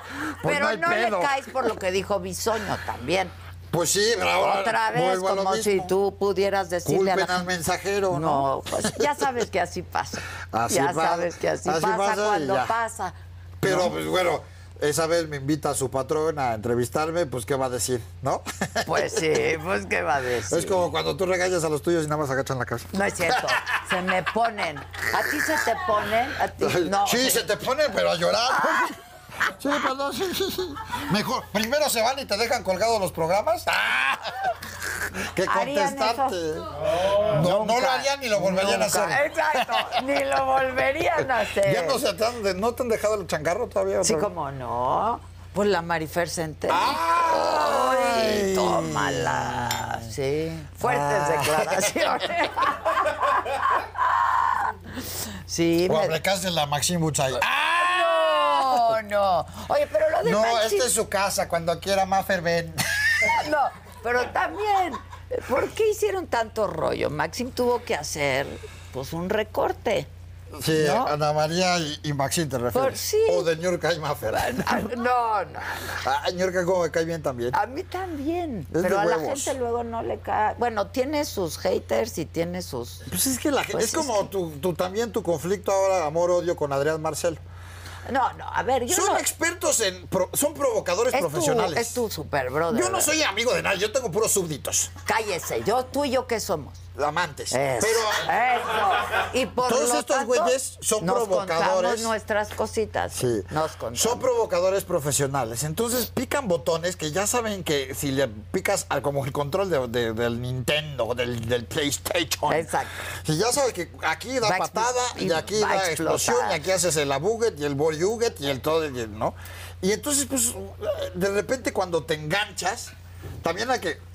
Speaker 1: pero
Speaker 2: hay
Speaker 1: no,
Speaker 2: pedo.
Speaker 1: le caes por lo que dijo Bisoño también.
Speaker 2: Pues sí, pero ahora
Speaker 1: Otra vez,
Speaker 2: vuelvo a lo
Speaker 1: como
Speaker 2: mismo.
Speaker 1: si tú pudieras decirle
Speaker 2: Culpen
Speaker 1: a la
Speaker 2: al mensajero, ¿no?
Speaker 1: No, pues ya sabes que así pasa.
Speaker 2: Así
Speaker 1: ya
Speaker 2: pasa,
Speaker 1: sabes que así,
Speaker 2: así
Speaker 1: pasa,
Speaker 2: pasa y
Speaker 1: cuando
Speaker 2: ya.
Speaker 1: pasa.
Speaker 2: Pero pues bueno, esa vez me invita a su patrón a entrevistarme, pues qué va a decir, ¿no?
Speaker 1: Pues sí, pues qué va a decir.
Speaker 2: Es como cuando tú regañas a los tuyos y nada más agachan la cabeza.
Speaker 1: No es cierto. Se me ponen. ¿A ti se te ponen? ¿A ti? No.
Speaker 2: Sí, se te pone, pero a llorar. Sí, perdón, sí, sí, sí. Mejor, primero se van y te dejan colgados los programas. ¡Ah! Que
Speaker 1: ¿Harían
Speaker 2: contestarte. No, no lo harían ni lo volverían a
Speaker 1: Nunca.
Speaker 2: hacer.
Speaker 1: Exacto. Ni lo volverían a hacer.
Speaker 2: Ya no, se te han, no te han dejado el changarro todavía.
Speaker 1: Sí,
Speaker 2: otra vez?
Speaker 1: como no. Pues la Marifer se entera.
Speaker 2: ¡Ay!
Speaker 1: ¡Ay! Tómala. Sí. Fuertes
Speaker 2: Ah.
Speaker 1: declaraciones. sí,
Speaker 2: O
Speaker 1: me-
Speaker 2: aplicaste la Maxine Buchay.
Speaker 1: No, no. Oye, pero lo Ah, de
Speaker 2: Ah, No, este
Speaker 1: Maxi-
Speaker 2: esta es su casa. Cuando quiera, Maffer, ven.
Speaker 1: No, pero también, ¿por qué hicieron tanto rollo? Maxim tuvo que hacer, pues, un recorte.
Speaker 2: Sí,
Speaker 1: ¿No?
Speaker 2: Ana María y, y Maxine te refieres.
Speaker 1: Por sí.
Speaker 2: O de Ñurka y Maffer.
Speaker 1: Ah, No, Ah, no,
Speaker 2: Ah, Ñurka como me cae bien también.
Speaker 1: a mí también.
Speaker 2: de
Speaker 1: pero a la
Speaker 2: huevos.
Speaker 1: gente luego no le cae. Bueno, tiene sus haters y tiene sus.
Speaker 2: Pues es que la gente...
Speaker 1: Pues
Speaker 2: es
Speaker 1: es
Speaker 2: como tu, tu- también tu conflicto ahora, amor-odio con Adrián Marcelo.
Speaker 1: No, no, a ver, yo
Speaker 2: Son
Speaker 1: no.
Speaker 2: expertos en... pro- son provocadores
Speaker 1: es tu-
Speaker 2: profesionales.
Speaker 1: es tu super brother.
Speaker 2: Yo no soy amigo de nadie, yo tengo puros súbditos.
Speaker 1: Cállese, yo, tú y yo, ¿qué somos?
Speaker 2: amantes.
Speaker 1: Eso,
Speaker 2: Pero
Speaker 1: eso. Y por
Speaker 2: Todos
Speaker 1: lo
Speaker 2: estos
Speaker 1: tanto,
Speaker 2: güeyes son
Speaker 1: nos
Speaker 2: provocadores.
Speaker 1: contamos nuestras cositas.
Speaker 2: Sí.
Speaker 1: Nos contamos.
Speaker 2: Son provocadores profesionales. Entonces pican botones que ya saben que si le picas al, como el control de- de- del Nintendo, o del, del PlayStation.
Speaker 1: Exacto.
Speaker 2: Si ya sabes que aquí da
Speaker 1: Va a expl-
Speaker 2: patada y
Speaker 1: y
Speaker 2: aquí
Speaker 1: va a
Speaker 2: da explosión y
Speaker 1: explotar.
Speaker 2: aquí haces el abuget y el boyuget y el todo, y el- ¿no? Y entonces, pues, de repente cuando te enganchas, también hay que...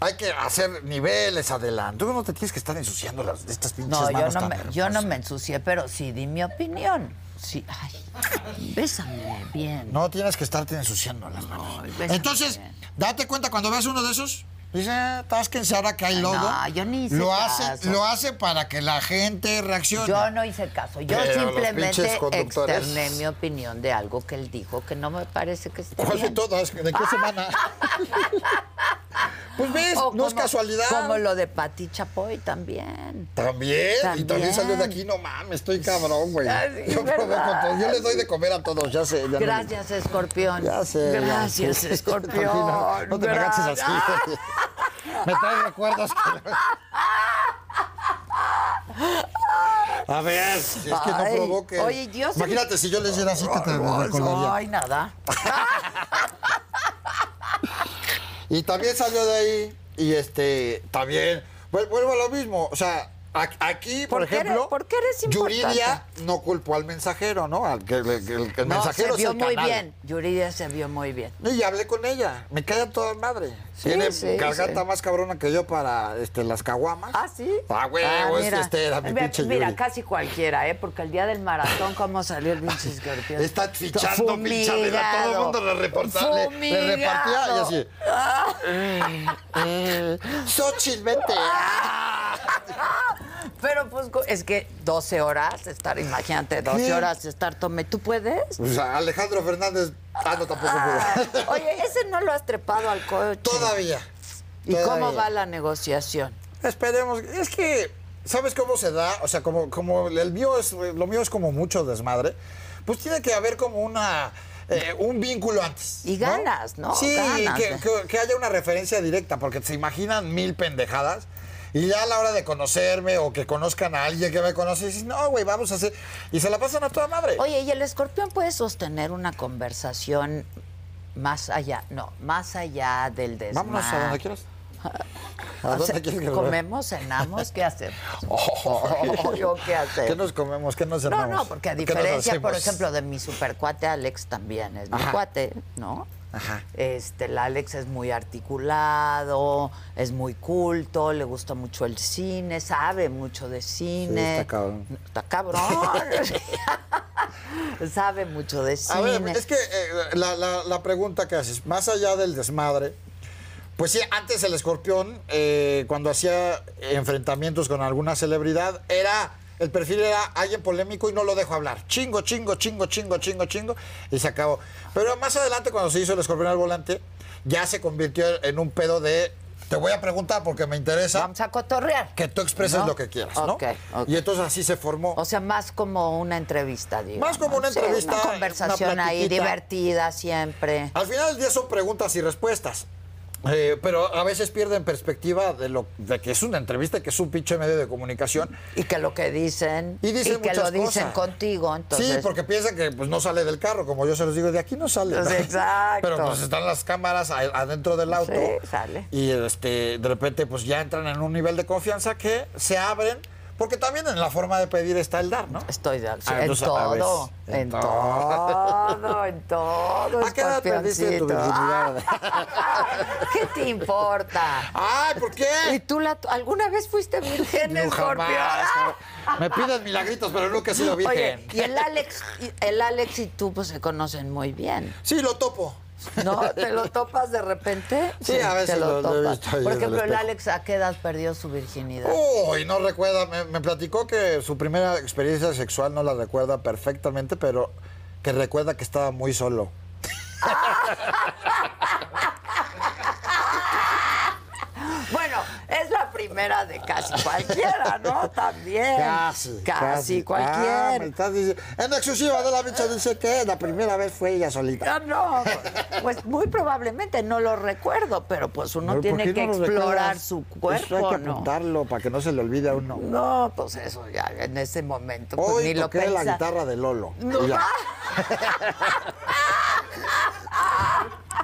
Speaker 2: Hay que hacer niveles adelante. Tú no te tienes que estar ensuciando las, estas pinches
Speaker 1: No, yo
Speaker 2: manos
Speaker 1: no,
Speaker 2: tan
Speaker 1: me, yo no
Speaker 2: hermosas.
Speaker 1: me ensucié, pero sí di mi opinión. Sí, ay, bésame bien.
Speaker 2: No tienes que estarte ensuciando las manos.
Speaker 1: bésame
Speaker 2: Entonces,
Speaker 1: bien.
Speaker 2: date cuenta cuando ves uno de esos. Dice, "Ah, tásquense ahora que hay lodo.
Speaker 1: no, yo ni hice
Speaker 2: lo hace,
Speaker 1: caso.
Speaker 2: lo hace para que la gente reaccione.
Speaker 1: Yo no hice caso. Yo
Speaker 2: Pero los
Speaker 1: simplemente
Speaker 2: pinches conductores-
Speaker 1: externé mi opinión de algo que él dijo que no me parece que esté
Speaker 2: ¿Cuál de
Speaker 1: bien.
Speaker 2: todas? ¿De
Speaker 1: Ah.
Speaker 2: qué semana? pues ves,
Speaker 1: O
Speaker 2: no es
Speaker 1: como-
Speaker 2: casualidad.
Speaker 1: Como lo de Pati Chapoy también.
Speaker 2: También, y también
Speaker 1: También.
Speaker 2: salió de aquí, no mames, estoy cabrón, güey.
Speaker 1: Ah, sí,
Speaker 2: yo provoco
Speaker 1: ¿verdad?
Speaker 2: todo, yo les doy de comer a todos, ya sé. ya no-
Speaker 1: Gracias, escorpión.
Speaker 2: Ya sé. ya
Speaker 1: Gracias,
Speaker 2: sé.
Speaker 1: escorpión.
Speaker 2: No, no te me agaches
Speaker 1: Gracias.
Speaker 2: así. me traes recuerdos. que- A ver, es que no
Speaker 1: Ay,
Speaker 2: provoque.
Speaker 1: oye, yo sí-
Speaker 2: Imagínate si yo le hiciera así, te, te recordaría.
Speaker 1: Ay, nada.
Speaker 2: Y también salió de ahí, y este, también, vuel- vuelvo a lo mismo, o sea, a- aquí, por,
Speaker 1: ¿Por qué
Speaker 2: ejemplo,
Speaker 1: eres- por qué eres importante?
Speaker 2: Yuridia no culpó al mensajero, ¿no? Al que, el, el- el
Speaker 1: No,
Speaker 2: mensajero
Speaker 1: se
Speaker 2: es
Speaker 1: vio
Speaker 2: el
Speaker 1: muy
Speaker 2: canal.
Speaker 1: bien. Yuridia se vio muy bien.
Speaker 2: No, y hablé con ella. Me cae a toda madre.
Speaker 1: Sí,
Speaker 2: Tiene
Speaker 1: sí,
Speaker 2: garganta
Speaker 1: sí.
Speaker 2: más cabrona que yo para este, las caguamas.
Speaker 1: ¿Ah, sí?
Speaker 2: Ah, güey, es que
Speaker 1: mira.
Speaker 2: este era mi
Speaker 1: Ve-
Speaker 2: pinche
Speaker 1: Mira,
Speaker 2: Yuri.
Speaker 1: casi cualquiera, ¿eh? Porque el día del maratón, ¿cómo salió el pinche escorpión?
Speaker 2: Está fichando,
Speaker 1: Fumigado.
Speaker 2: pinchando. A todo el mundo le reportaba. Le, le
Speaker 1: Fumigado.
Speaker 2: repartía y así. Xochitl, vente.
Speaker 1: Pero pues co- es que 12 horas estar, imagínate, 12
Speaker 2: ¿Qué?
Speaker 1: horas estar tome. ¿Tú puedes?
Speaker 2: O sea, Pues Alejandro Fernández. Ah, no, tampoco pudo.
Speaker 1: Oye, ese no lo has trepado al coche.
Speaker 2: Todavía.
Speaker 1: ¿Y cómo
Speaker 2: Todavía.
Speaker 1: va la negociación?
Speaker 2: Esperemos. Es que, ¿sabes cómo se da? O sea, como, como el mío es, lo mío es como mucho desmadre, pues tiene que haber como una. eh, un vínculo antes.
Speaker 1: Y ganas, ¿no?
Speaker 2: Sí,
Speaker 1: Ganas.
Speaker 2: que, que- que haya una referencia directa, porque se imaginan mil pendejadas. Y ya a la hora de conocerme o que conozcan a alguien que me conoce, dices, no, güey, vamos a hacer. Y se la pasan a toda madre.
Speaker 1: Oye, ¿y el escorpión puede sostener una conversación más allá? No, más allá del desmadre.
Speaker 2: Vámonos a donde quieras. ¿A
Speaker 1: O
Speaker 2: dónde
Speaker 1: sea,
Speaker 2: quieres que
Speaker 1: ¿Comemos, cenamos? ¿Qué hacemos?
Speaker 2: Oh.
Speaker 1: ¿Qué hacemos?
Speaker 2: ¿Qué nos comemos? ¿Qué nos
Speaker 1: No,
Speaker 2: cenamos?
Speaker 1: no, porque a
Speaker 2: ¿Qué nos
Speaker 1: diferencia, por
Speaker 2: hacemos?
Speaker 1: ejemplo, de mi supercuate Alex también es mi
Speaker 2: Ajá.
Speaker 1: cuate, ¿no?
Speaker 2: Ajá.
Speaker 1: Este, el Alex es muy articulado, es muy culto, le gusta mucho el cine, sabe mucho de cine.
Speaker 2: está cabrón.
Speaker 1: Está cabrón. sabe mucho de cine.
Speaker 2: A ver, es que eh, la, la- la pregunta que haces, más allá del desmadre, pues sí, antes el escorpión, eh, cuando hacía enfrentamientos con alguna celebridad, era. El perfil era alguien polémico y no lo dejo hablar. Chingo, chingo, chingo, chingo, chingo, chingo. Y se acabó. Pero más adelante, cuando se hizo el escorpión al volante, ya se convirtió en un pedo de. Te voy a preguntar porque me interesa
Speaker 1: Vamos a cotorrear.
Speaker 2: que tú expreses
Speaker 1: ¿No?
Speaker 2: lo que quieras, ¿no?
Speaker 1: Ok, ok.
Speaker 2: Y entonces así se formó.
Speaker 1: O sea, más como una entrevista, digo.
Speaker 2: como una entrevista,
Speaker 1: una
Speaker 2: una
Speaker 1: conversación ahí
Speaker 2: platiquita. Ah.
Speaker 1: divertida siempre.
Speaker 2: Al final del día son preguntas y respuestas. eh, pero a veces pierden perspectiva de lo de que es una entrevista, que es un pinche medio de comunicación.
Speaker 1: Y que lo que dicen
Speaker 2: Y dicen
Speaker 1: que lo
Speaker 2: muchas
Speaker 1: dicen
Speaker 2: cosas.
Speaker 1: contigo, entonces.
Speaker 2: sí, porque piensan que pues, no sale del carro, como yo se los digo, de aquí no sale. ¿no?
Speaker 1: Pues, exacto.
Speaker 2: Pero pues están las cámaras a- adentro del auto.
Speaker 1: Sí, sale.
Speaker 2: Y este, de repente pues ya entran en un nivel de confianza que se abren, porque también en la forma de pedir está el dar, ¿no?
Speaker 1: Estoy de acuerdo.
Speaker 2: Ah,
Speaker 1: en,
Speaker 2: entonces, a ver,
Speaker 1: todo, en
Speaker 2: en
Speaker 1: todo, en todo,
Speaker 2: ¿A qué edad perdiste tu
Speaker 1: escorpioncito.
Speaker 2: virginidad?
Speaker 1: ¿Qué te importa?
Speaker 2: Ay, ¿por
Speaker 1: ¿Y
Speaker 2: qué?
Speaker 1: tú la, alguna vez fuiste virgen,
Speaker 2: No,
Speaker 1: escorpión?
Speaker 2: jamás. Me piden milagritos, pero nunca he sido virgen.
Speaker 1: Oye, y el Alex, y- el Alex y tú pues se conocen muy bien,
Speaker 2: Sí, lo topo.
Speaker 1: ¿no? ¿Te lo topas de repente?
Speaker 2: Sí, a veces
Speaker 1: te
Speaker 2: lo- lo he visto ahí
Speaker 1: Por
Speaker 2: en el
Speaker 1: ejemplo, el
Speaker 2: espejo.
Speaker 1: Alex, ¿a qué edad perdió su virginidad?
Speaker 2: Uy, no recuerda. Me, me platicó que su primera experiencia sexual no la recuerda perfectamente, pero que recuerda que estaba muy solo.
Speaker 1: Bueno, es la primera de casi cualquiera, ¿no? También.
Speaker 2: Casi.
Speaker 1: Eh, Casi
Speaker 2: Ah, me
Speaker 1: cualquier. Eh.
Speaker 2: estás diciendo- en exclusiva de la bicha dice que la primera vez fue ella solita.
Speaker 1: Ah, no, pues muy probablemente no lo recuerdo, pero pues uno
Speaker 2: Pero ¿por
Speaker 1: tiene
Speaker 2: qué
Speaker 1: que
Speaker 2: no lo
Speaker 1: explorar
Speaker 2: recuerdas?
Speaker 1: su
Speaker 2: Eso hay
Speaker 1: cuerpo,
Speaker 2: que
Speaker 1: ¿no?
Speaker 2: apuntarlo para que no se le olvide a uno.
Speaker 1: No, pues eso ya en ese momento pues,
Speaker 2: Hoy
Speaker 1: ni lo
Speaker 2: toqué la
Speaker 1: piensa.
Speaker 2: guitarra de Lolo.
Speaker 1: No.
Speaker 2: Y ya.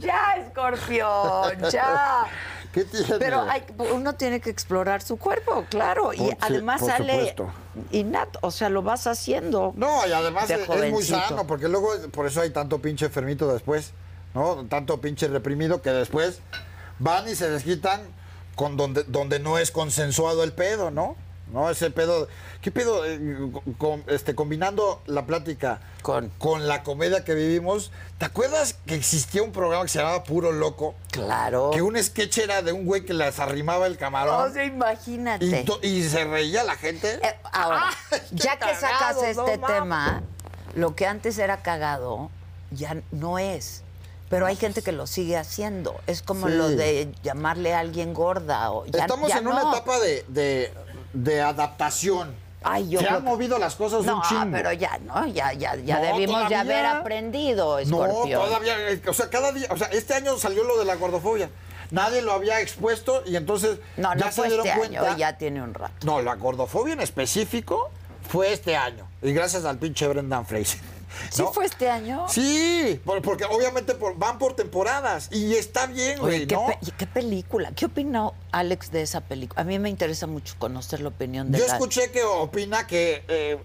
Speaker 1: Ya, escorpión, ya.
Speaker 2: ¿Qué tiene?
Speaker 1: Pero hay- uno tiene que explorar su cuerpo, claro. Y
Speaker 2: Por- sí,
Speaker 1: además
Speaker 2: por
Speaker 1: sale
Speaker 2: supuesto.
Speaker 1: innato, o sea, lo vas haciendo.
Speaker 2: No, y además
Speaker 1: De
Speaker 2: es, es muy
Speaker 1: jovencito.
Speaker 2: sano, porque luego por eso hay tanto pinche enfermito después, ¿no? Tanto pinche reprimido que después van y se desquitan con donde, donde no es consensuado el pedo, ¿no? No, ese pedo. ¿Qué pedo? eh, con- este, combinando la plática
Speaker 1: Con-
Speaker 2: la comedia que vivimos, ¿te acuerdas que existía un programa que se llamaba Puro Loco?
Speaker 1: Claro.
Speaker 2: Que un sketch era de un güey que les arrimaba el camarón
Speaker 1: O sea, imagínate.
Speaker 2: y, to- y se reía la gente.
Speaker 1: Oh, Eh, ahora,
Speaker 2: ¡Ay, qué
Speaker 1: ya que sacas
Speaker 2: Ah, cagado, no
Speaker 1: este
Speaker 2: mames!
Speaker 1: tema, lo que antes era cagado, ya no es. Pero hay gente que lo sigue haciendo. Es como
Speaker 2: Sí.
Speaker 1: lo de llamarle a alguien gorda. O ya,
Speaker 2: Estamos
Speaker 1: ya
Speaker 2: en una
Speaker 1: no.
Speaker 2: etapa de, de- de adaptación.
Speaker 1: Ay, yo
Speaker 2: Se
Speaker 1: creo
Speaker 2: han
Speaker 1: que-
Speaker 2: movido las cosas
Speaker 1: No, ah,
Speaker 2: un chingo.
Speaker 1: pero ya, ¿no? Ya, ya, ya
Speaker 2: No,
Speaker 1: debimos de
Speaker 2: todavía.
Speaker 1: haber aprendido,
Speaker 2: no,
Speaker 1: escorpión.
Speaker 2: todavía, eh, o sea, cada día, o sea, este año salió lo de la gordofobia. Nadie lo había expuesto y entonces
Speaker 1: No,
Speaker 2: ya
Speaker 1: no
Speaker 2: se
Speaker 1: fue
Speaker 2: dieron
Speaker 1: este
Speaker 2: cuenta.
Speaker 1: año, ya tiene un rato.
Speaker 2: No, la gordofobia en específico fue este año. Y gracias al pinche Brendan Fraser.
Speaker 1: ¿Sí
Speaker 2: ¿no?
Speaker 1: fue este año?
Speaker 2: Sí, por- porque obviamente por- van por temporadas y está
Speaker 1: Oye,
Speaker 2: bien, güey,
Speaker 1: ¿qué,
Speaker 2: ¿no?
Speaker 1: pe- y qué película? ¿Qué opinó Alex de esa película? A mí me interesa mucho conocer la opinión de
Speaker 2: Yo
Speaker 1: la-
Speaker 2: escuché que opina que eh,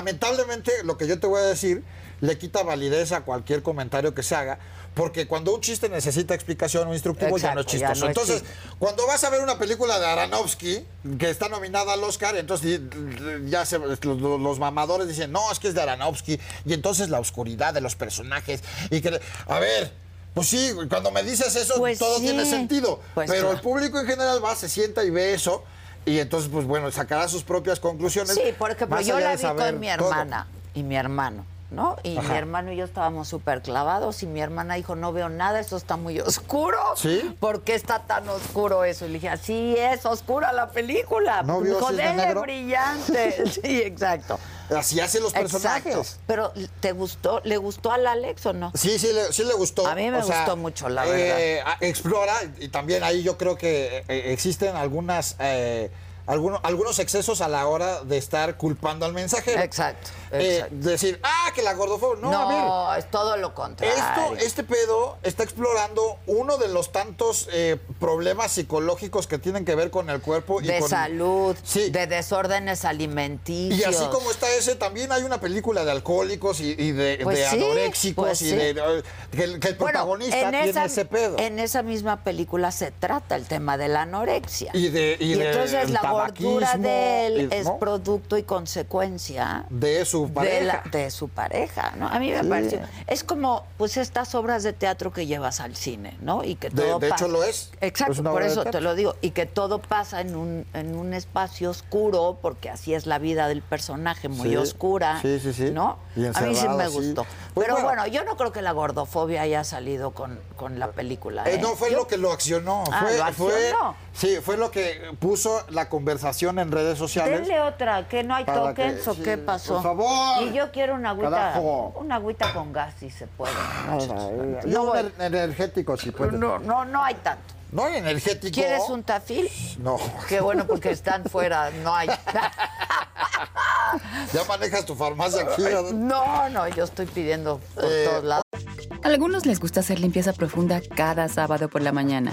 Speaker 2: lamentablemente lo que yo te voy a decir le quita validez a cualquier comentario que se haga, porque cuando un chiste necesita explicación o instructivo ya no es
Speaker 1: Exacto, ya
Speaker 2: chistoso.
Speaker 1: no es
Speaker 2: entonces,
Speaker 1: chiste.
Speaker 2: cuando vas a ver una película de Aronofsky que está nominada al Oscar, entonces y- ya se- los, los mamadores dicen, no, es que es de Aronofsky, y entonces la oscuridad de los personajes, y que, a ver. Pues sí, güey, cuando me dices eso,
Speaker 1: Pues
Speaker 2: todo
Speaker 1: sí.
Speaker 2: tiene sentido.
Speaker 1: Pues
Speaker 2: pero
Speaker 1: claro.
Speaker 2: el público en general va, se sienta y ve eso. Y entonces, pues bueno, sacará sus propias conclusiones.
Speaker 1: Sí, por ejemplo,
Speaker 2: más
Speaker 1: yo
Speaker 2: allá
Speaker 1: la
Speaker 2: de
Speaker 1: vi
Speaker 2: saber
Speaker 1: con mi
Speaker 2: todo.
Speaker 1: hermana y mi hermano, ¿no? Y mi hermano y yo estábamos súper clavados y mi hermana dijo, no veo nada, eso está muy oscuro.
Speaker 2: Sí.
Speaker 1: ¿Por qué está tan oscuro eso? Y le dije, así es, oscura la película.
Speaker 2: ¿No vio Cisne
Speaker 1: Joderle
Speaker 2: Negro?
Speaker 1: brillante. sí, exacto.
Speaker 2: Así hacen los personajes.
Speaker 1: Exacto. Pero, ¿te gustó? ¿Le gustó al Alex o no?
Speaker 2: Sí, sí le, sí le gustó.
Speaker 1: A mí me gustó mucho, la
Speaker 2: eh, a- explora, y también ahí yo creo que eh, existen algunas, eh, alguno- algunos excesos a la hora de estar culpando al mensajero.
Speaker 1: Exacto,
Speaker 2: Eh,
Speaker 1: exacto.
Speaker 2: decir, ah, que la gordofobia. No, a ver.
Speaker 1: es todo lo contrario.
Speaker 2: Esto, este pedo está explorando uno de los tantos eh, problemas psicológicos que tienen que ver con el cuerpo y
Speaker 1: de
Speaker 2: con-
Speaker 1: salud,
Speaker 2: Sí.
Speaker 1: de desórdenes
Speaker 2: Y
Speaker 1: alimenticios.
Speaker 2: así como está ese, también hay una película de alcohólicos y, y de,
Speaker 1: Pues
Speaker 2: de
Speaker 1: sí,
Speaker 2: anoréxicos
Speaker 1: pues
Speaker 2: y
Speaker 1: sí.
Speaker 2: de, de- que, el- que el protagonista tiene ese pedo.
Speaker 1: en esa misma película se trata el tema de la anorexia.
Speaker 2: Y de- y del
Speaker 1: entonces la gordura
Speaker 2: tabaquismo,
Speaker 1: de él
Speaker 2: y-
Speaker 1: es
Speaker 2: ¿no?
Speaker 1: producto y consecuencia
Speaker 2: de su pareja.
Speaker 1: de, la- de su pareja, ¿no? A mí me
Speaker 2: Sí.
Speaker 1: pareció. Es como, pues, estas obras de teatro que llevas al cine, ¿no? Y que
Speaker 2: De-
Speaker 1: todo
Speaker 2: de
Speaker 1: pasa-
Speaker 2: hecho lo es.
Speaker 1: Exacto,
Speaker 2: Es una
Speaker 1: por
Speaker 2: obra de
Speaker 1: eso te
Speaker 2: teatro.
Speaker 1: lo digo. Y que todo pasa en un, en un espacio oscuro, porque así es la vida del personaje, muy
Speaker 2: Sí,
Speaker 1: oscura.
Speaker 2: sí, sí, sí.
Speaker 1: ¿No?
Speaker 2: Y
Speaker 1: a mí sí
Speaker 2: encerrado,
Speaker 1: me
Speaker 2: sí.
Speaker 1: gustó.
Speaker 2: Pues
Speaker 1: Pero bueno.
Speaker 2: bueno.
Speaker 1: yo no creo que la gordofobia haya salido con, con la película.
Speaker 2: Eh,
Speaker 1: ¿eh?
Speaker 2: no fue
Speaker 1: Yo-
Speaker 2: lo que lo accionó.
Speaker 1: Ah,
Speaker 2: fue,
Speaker 1: lo
Speaker 2: fue-
Speaker 1: accionó.
Speaker 2: sí, fue lo que puso la conversación en redes sociales.
Speaker 1: Denle otra, que no hay
Speaker 2: Para
Speaker 1: tokens
Speaker 2: que-
Speaker 1: o qué
Speaker 2: sí,
Speaker 1: pasó.
Speaker 2: por favor.
Speaker 1: Y yo quiero una agüita,
Speaker 2: Carajo.
Speaker 1: una agüita con gas si se puede.
Speaker 2: Ay,
Speaker 1: No
Speaker 2: un
Speaker 1: voy.
Speaker 2: ener- energético, si puede.
Speaker 1: No, no, no hay tanto.
Speaker 2: No, energético.
Speaker 1: ¿Quieres un tafil?
Speaker 2: No.
Speaker 1: Qué bueno porque están fuera, no hay.
Speaker 2: Ya manejas tu farmacia aquí. ¿verdad?
Speaker 1: No, no, yo estoy pidiendo por
Speaker 2: Eh,
Speaker 1: todos lados.
Speaker 4: Algunos les gusta hacer limpieza profunda cada sábado por la mañana.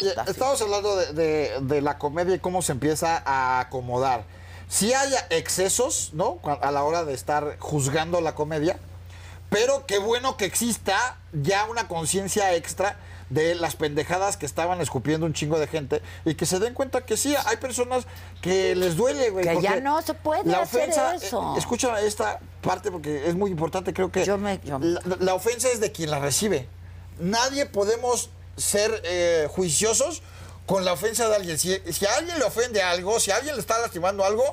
Speaker 2: Oye, Estamos hablando de, de- de la comedia y cómo se empieza a acomodar. Si hay excesos, ¿no? Cu- A la hora de estar juzgando la comedia, pero qué bueno que exista ya una conciencia extra de las pendejadas que estaban escupiendo un chingo de gente y que se den cuenta que sí, hay personas que les duele, güey.
Speaker 1: Que ya
Speaker 2: porque
Speaker 1: no se puede
Speaker 2: la
Speaker 1: hacer
Speaker 2: ofensa,
Speaker 1: eso.
Speaker 2: eh, escucha esta parte porque es muy importante, creo que
Speaker 1: Yo me- yo me-
Speaker 2: la, la ofensa es de quien la recibe. Nadie podemos ser eh, juiciosos con la ofensa de alguien. Si, si a alguien le ofende algo, si a alguien le está lastimando algo,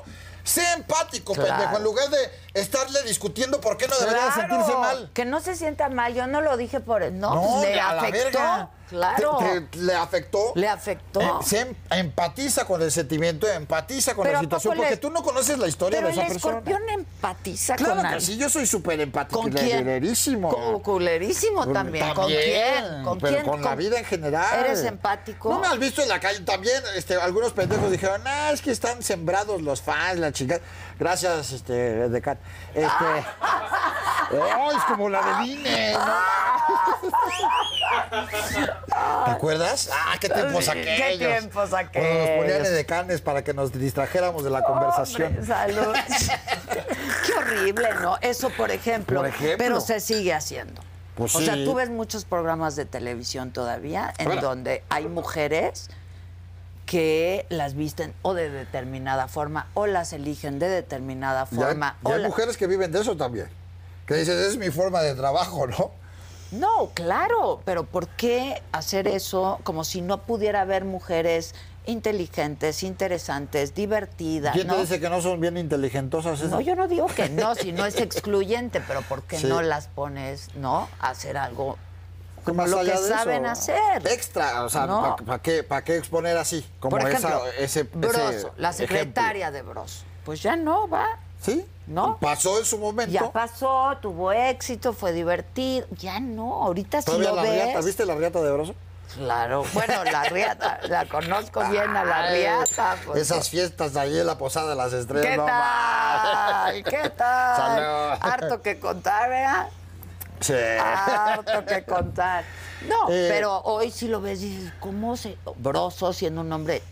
Speaker 2: sea empático,
Speaker 1: Claro.
Speaker 2: pendejo, en lugar de estarle discutiendo por qué no debería de
Speaker 1: Claro,
Speaker 2: sentirse mal.
Speaker 1: Que no se sienta mal. Yo no lo dije por. No, pues, le
Speaker 2: a la
Speaker 1: afectó.
Speaker 2: verga.
Speaker 1: Claro.
Speaker 2: Te- te- le afectó.
Speaker 1: Le afectó.
Speaker 2: Eh, se em- empatiza con el sentimiento, empatiza con
Speaker 1: Pero ¿a
Speaker 2: la situación,
Speaker 1: poco
Speaker 2: porque
Speaker 1: le-
Speaker 2: tú no conoces la historia
Speaker 1: Pero
Speaker 2: de esa
Speaker 1: el
Speaker 2: persona.
Speaker 1: escorpión empatiza
Speaker 2: Claro
Speaker 1: con
Speaker 2: que
Speaker 1: alguien.
Speaker 2: sí, yo soy súper empático.
Speaker 1: ¿Con quién? Cu- Culerísimo también. ¿Con quién? ¿Con
Speaker 2: pero
Speaker 1: quién?
Speaker 2: con la vida en general.
Speaker 1: ¿Eres empático?
Speaker 2: No me has visto en la calle. También este, algunos pendejos dijeron, ah, es que están sembrados los fans, la chica. Gracias, este, Decat. Este. ¡Oh, es como la de Vine! ¿no? ¿Te acuerdas? ¡Ah, qué tiempos
Speaker 1: Sí, qué
Speaker 2: aquellos!
Speaker 1: tiempos
Speaker 2: Cuando nos ponían
Speaker 1: aquellos.
Speaker 2: de canes para que nos distrajéramos de la conversación.
Speaker 1: Hombre, salud. Qué horrible, ¿no? Eso, por ejemplo.
Speaker 2: Por ejemplo.
Speaker 1: Pero se sigue haciendo.
Speaker 2: Pues
Speaker 1: o
Speaker 2: sí.
Speaker 1: sea, tú ves muchos programas de televisión todavía en
Speaker 2: Claro.
Speaker 1: donde hay mujeres que las visten o de determinada forma o las eligen de determinada
Speaker 2: Y hay-
Speaker 1: forma.
Speaker 2: y hay,
Speaker 1: o la-
Speaker 2: mujeres que viven de eso también. Que dices, es mi forma de trabajo, ¿no?
Speaker 1: No, claro, pero ¿por qué hacer eso como si no pudiera haber mujeres inteligentes, interesantes, divertidas?
Speaker 2: ¿Quién
Speaker 1: ¿no?
Speaker 2: te dice que no son bien inteligentosas esas?
Speaker 1: No, yo no digo que no, si no es excluyente, pero ¿por qué
Speaker 2: Sí.
Speaker 1: no las pones, no, a hacer algo?
Speaker 2: Que más
Speaker 1: lo
Speaker 2: allá
Speaker 1: que
Speaker 2: de
Speaker 1: saben
Speaker 2: eso,
Speaker 1: hacer.
Speaker 2: Extra, o sea,
Speaker 1: No.
Speaker 2: ¿para qué, pa' qué exponer así? Como
Speaker 1: Por ejemplo,
Speaker 2: esa, ese, ese
Speaker 1: Broso, la secretaria de Broso. Pues ya no, va.
Speaker 2: ejemplo. ¿Sí?
Speaker 1: ¿No?
Speaker 2: Pasó en su momento.
Speaker 1: Ya pasó, tuvo éxito, fue divertido. Ya no, ahorita sí
Speaker 2: Todavía
Speaker 1: lo
Speaker 2: la
Speaker 1: ves.
Speaker 2: riata, ¿viste la riata de Broso?
Speaker 1: Claro, bueno, la riata, la conozco bien a la
Speaker 2: Ay,
Speaker 1: riata. pues.
Speaker 2: Esas fiestas de ahí en la Posada de las Estrellas.
Speaker 1: ¿Qué
Speaker 2: no
Speaker 1: tal?
Speaker 2: mames.
Speaker 1: ¿Qué tal?
Speaker 2: Salud.
Speaker 1: Harto que contar, ¿verdad?
Speaker 2: Sí.
Speaker 1: harto que contar. No,
Speaker 2: Eh,
Speaker 1: pero hoy si lo ves y dices, ¿cómo se...? Broso siendo un hombre...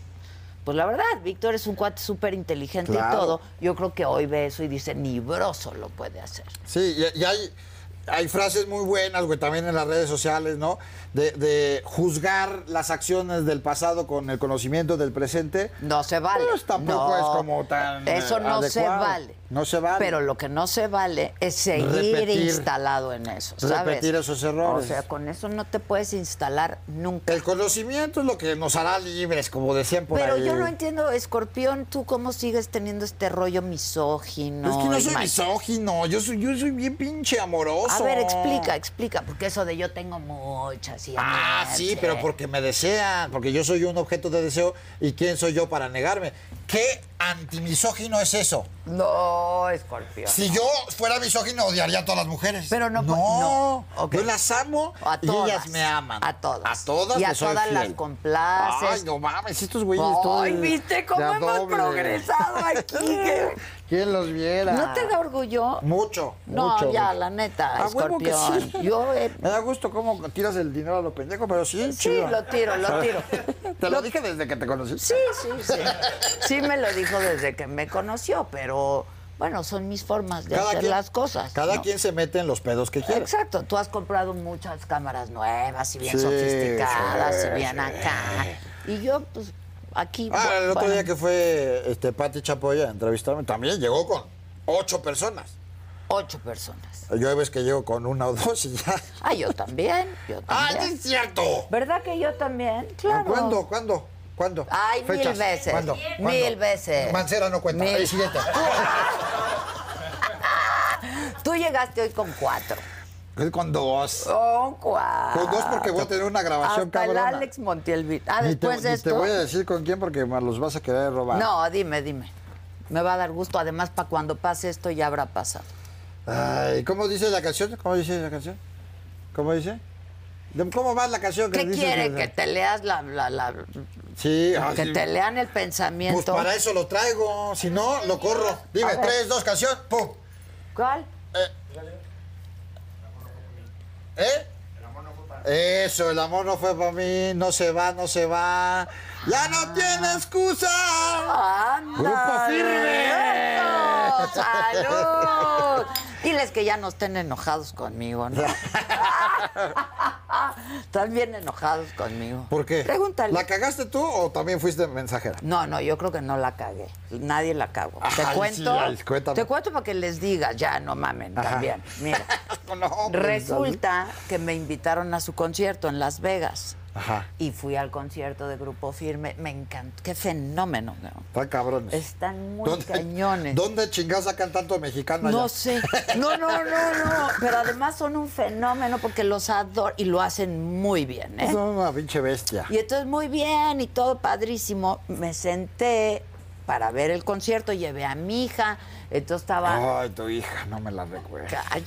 Speaker 1: Pues la verdad, Víctor es un cuate súper inteligente y
Speaker 2: Claro.
Speaker 1: todo. Yo creo que hoy ve eso y dice, ni Broso lo puede hacer.
Speaker 2: Sí, y, y hay, hay frases muy buenas, güey, también en las redes sociales, ¿no? De, de juzgar las acciones del pasado con el conocimiento del presente.
Speaker 1: No se vale.
Speaker 2: Pues tampoco
Speaker 1: No,
Speaker 2: es como tan. eh,
Speaker 1: Eso no se
Speaker 2: adecuado.
Speaker 1: vale.
Speaker 2: No se vale.
Speaker 1: Pero lo que no se vale es seguir
Speaker 2: Repetir.
Speaker 1: instalado en eso, ¿sabes?
Speaker 2: Repetir esos errores.
Speaker 1: O sea, con eso no te puedes instalar nunca.
Speaker 2: El conocimiento es lo que nos hará libres, como decían por
Speaker 1: Pero
Speaker 2: ahí.
Speaker 1: yo no entiendo, Escorpión, tú cómo sigues teniendo este rollo misógino.
Speaker 2: es que no
Speaker 1: y
Speaker 2: soy
Speaker 1: mal-
Speaker 2: misógino, yo soy, yo soy bien pinche amoroso.
Speaker 1: A ver, explica, explica, porque eso de yo tengo muchas y
Speaker 2: Ah,
Speaker 1: amigas,
Speaker 2: sí,
Speaker 1: eh.
Speaker 2: pero porque me desean, porque yo soy un objeto de deseo y quién soy yo para negarme. ¿Qué antimisógino es eso?
Speaker 1: No, Escorpión.
Speaker 2: Si yo fuera misógino, odiaría a todas las mujeres.
Speaker 1: Pero no,
Speaker 2: No,
Speaker 1: no, ok.
Speaker 2: yo las amo
Speaker 1: A
Speaker 2: y
Speaker 1: todas.
Speaker 2: ellas me aman.
Speaker 1: A todas.
Speaker 2: A todas
Speaker 1: Y a
Speaker 2: les soy
Speaker 1: todas
Speaker 2: fiel.
Speaker 1: las complaces.
Speaker 2: Ay, no mames, estos güeyes
Speaker 1: Ay,
Speaker 2: todos
Speaker 1: ¿viste cómo
Speaker 2: de a
Speaker 1: hemos
Speaker 2: doble.
Speaker 1: progresado aquí? ¿Qué-
Speaker 2: ¿Quién los viera?
Speaker 1: ¿No te da orgullo?
Speaker 2: Mucho,
Speaker 1: No,
Speaker 2: mucho.
Speaker 1: ya, la neta,
Speaker 2: A huevo que
Speaker 1: Escorpión.
Speaker 2: sí.
Speaker 1: Yo eh,
Speaker 2: Me da gusto cómo tiras el dinero a los pendejos, pero sí,
Speaker 1: Sí,
Speaker 2: chido.
Speaker 1: lo tiro, lo tiro.
Speaker 2: Te lo dije desde que te conocí.
Speaker 1: Sí, sí, sí. Sí me lo dijo desde que me conoció, pero bueno, son mis formas de hacer las cosas.
Speaker 2: Cada
Speaker 1: ¿no?
Speaker 2: quien se mete en los pedos que quiere.
Speaker 1: Exacto, tú has comprado muchas cámaras nuevas y bien
Speaker 2: Sí,
Speaker 1: sofisticadas
Speaker 2: sí,
Speaker 1: y bien
Speaker 2: sí.
Speaker 1: acá. Y yo, pues, aquí.
Speaker 2: Ah, el otro
Speaker 1: bueno,
Speaker 2: día que fue este, Pati Chapoya a entrevistarme, también llegó con ocho personas.
Speaker 1: Ocho personas.
Speaker 2: Yo hay veces que llego con una o dos y ya.
Speaker 1: Ah, yo también, yo
Speaker 2: ¡Ay,
Speaker 1: también.
Speaker 2: es cierto!
Speaker 1: ¿Verdad que yo también? Claro.
Speaker 2: ¿Cuándo? ¿Cuándo? ¿Cuándo?
Speaker 1: Ay, mil
Speaker 2: Fechas.
Speaker 1: veces.
Speaker 2: ¿Cuándo?
Speaker 1: Mil
Speaker 2: ¿Cuándo?
Speaker 1: veces.
Speaker 2: Mancera no cuenta.
Speaker 1: Mil.
Speaker 2: El siguiente.
Speaker 1: Tú llegaste hoy con cuatro.
Speaker 2: Es con dos.
Speaker 1: Son cuatro.
Speaker 2: Con dos porque voy a tener una grabación
Speaker 1: Hasta el
Speaker 2: cabrona.
Speaker 1: Alex Montiel Vit- Ah,
Speaker 2: Ni
Speaker 1: después
Speaker 2: te,
Speaker 1: de
Speaker 2: ni
Speaker 1: esto.
Speaker 2: te voy a decir con quién porque me los vas a querer robar.
Speaker 1: No, dime, dime. Me va a dar gusto. Además, para cuando pase esto ya habrá pasado.
Speaker 2: Ay, ¿cómo dice la canción? ¿Cómo dice la canción? ¿Cómo dice? ¿De- ¿Cómo va la canción? Que
Speaker 1: ¿Qué
Speaker 2: dice
Speaker 1: quiere? Que te leas la... la- la-
Speaker 2: Sí, ay,
Speaker 1: que
Speaker 2: Ah, sí.
Speaker 1: te lean el
Speaker 2: Pues
Speaker 1: pensamiento.
Speaker 2: para eso lo traigo. Si no, lo corro. Dime, tres, dos, canción. ¡Pum!
Speaker 1: ¿Cuál?
Speaker 2: ¿Eh? Eso, el amor no fue para mí, no se va, no se va. ¡Ya no tiene excusa!
Speaker 1: ¡Anda!
Speaker 2: firme!
Speaker 1: ¡Salud! Diles que ya no estén enojados conmigo, ¿no? Están bien enojados conmigo.
Speaker 2: ¿Por qué?
Speaker 1: Pregúntale.
Speaker 2: ¿La cagaste tú o también fuiste mensajera?
Speaker 1: No, no, yo creo que no la cagué. Nadie la cagó. Te
Speaker 2: Ay,
Speaker 1: cuento.
Speaker 2: sí, ay, cuéntame.
Speaker 1: te cuento para que les digas, ya no mamen
Speaker 2: Ajá.
Speaker 1: también. Mira.
Speaker 2: No, pues,
Speaker 1: Resulta que me invitaron a su concierto en Las Vegas.
Speaker 2: Ajá.
Speaker 1: Y fui al concierto de Grupo Firme. Me encantó. Qué fenómeno. cabrón.
Speaker 2: Están cabrones.
Speaker 1: Están muy cañones.
Speaker 2: Pues, ¿Dónde chingados sacan tanto mexicano allá?
Speaker 1: No sé. ¿eh? No, no, no, no. Pero además son un fenómeno porque los adoro y lo hacen muy bien, ¿eh?
Speaker 2: Son una pinche bestia.
Speaker 1: Y entonces muy bien y todo padrísimo. Me senté para ver el concierto, llevé a mi hija, entonces estaba...
Speaker 2: Ay, tu hija, no me la recuerdo.
Speaker 1: Cállate.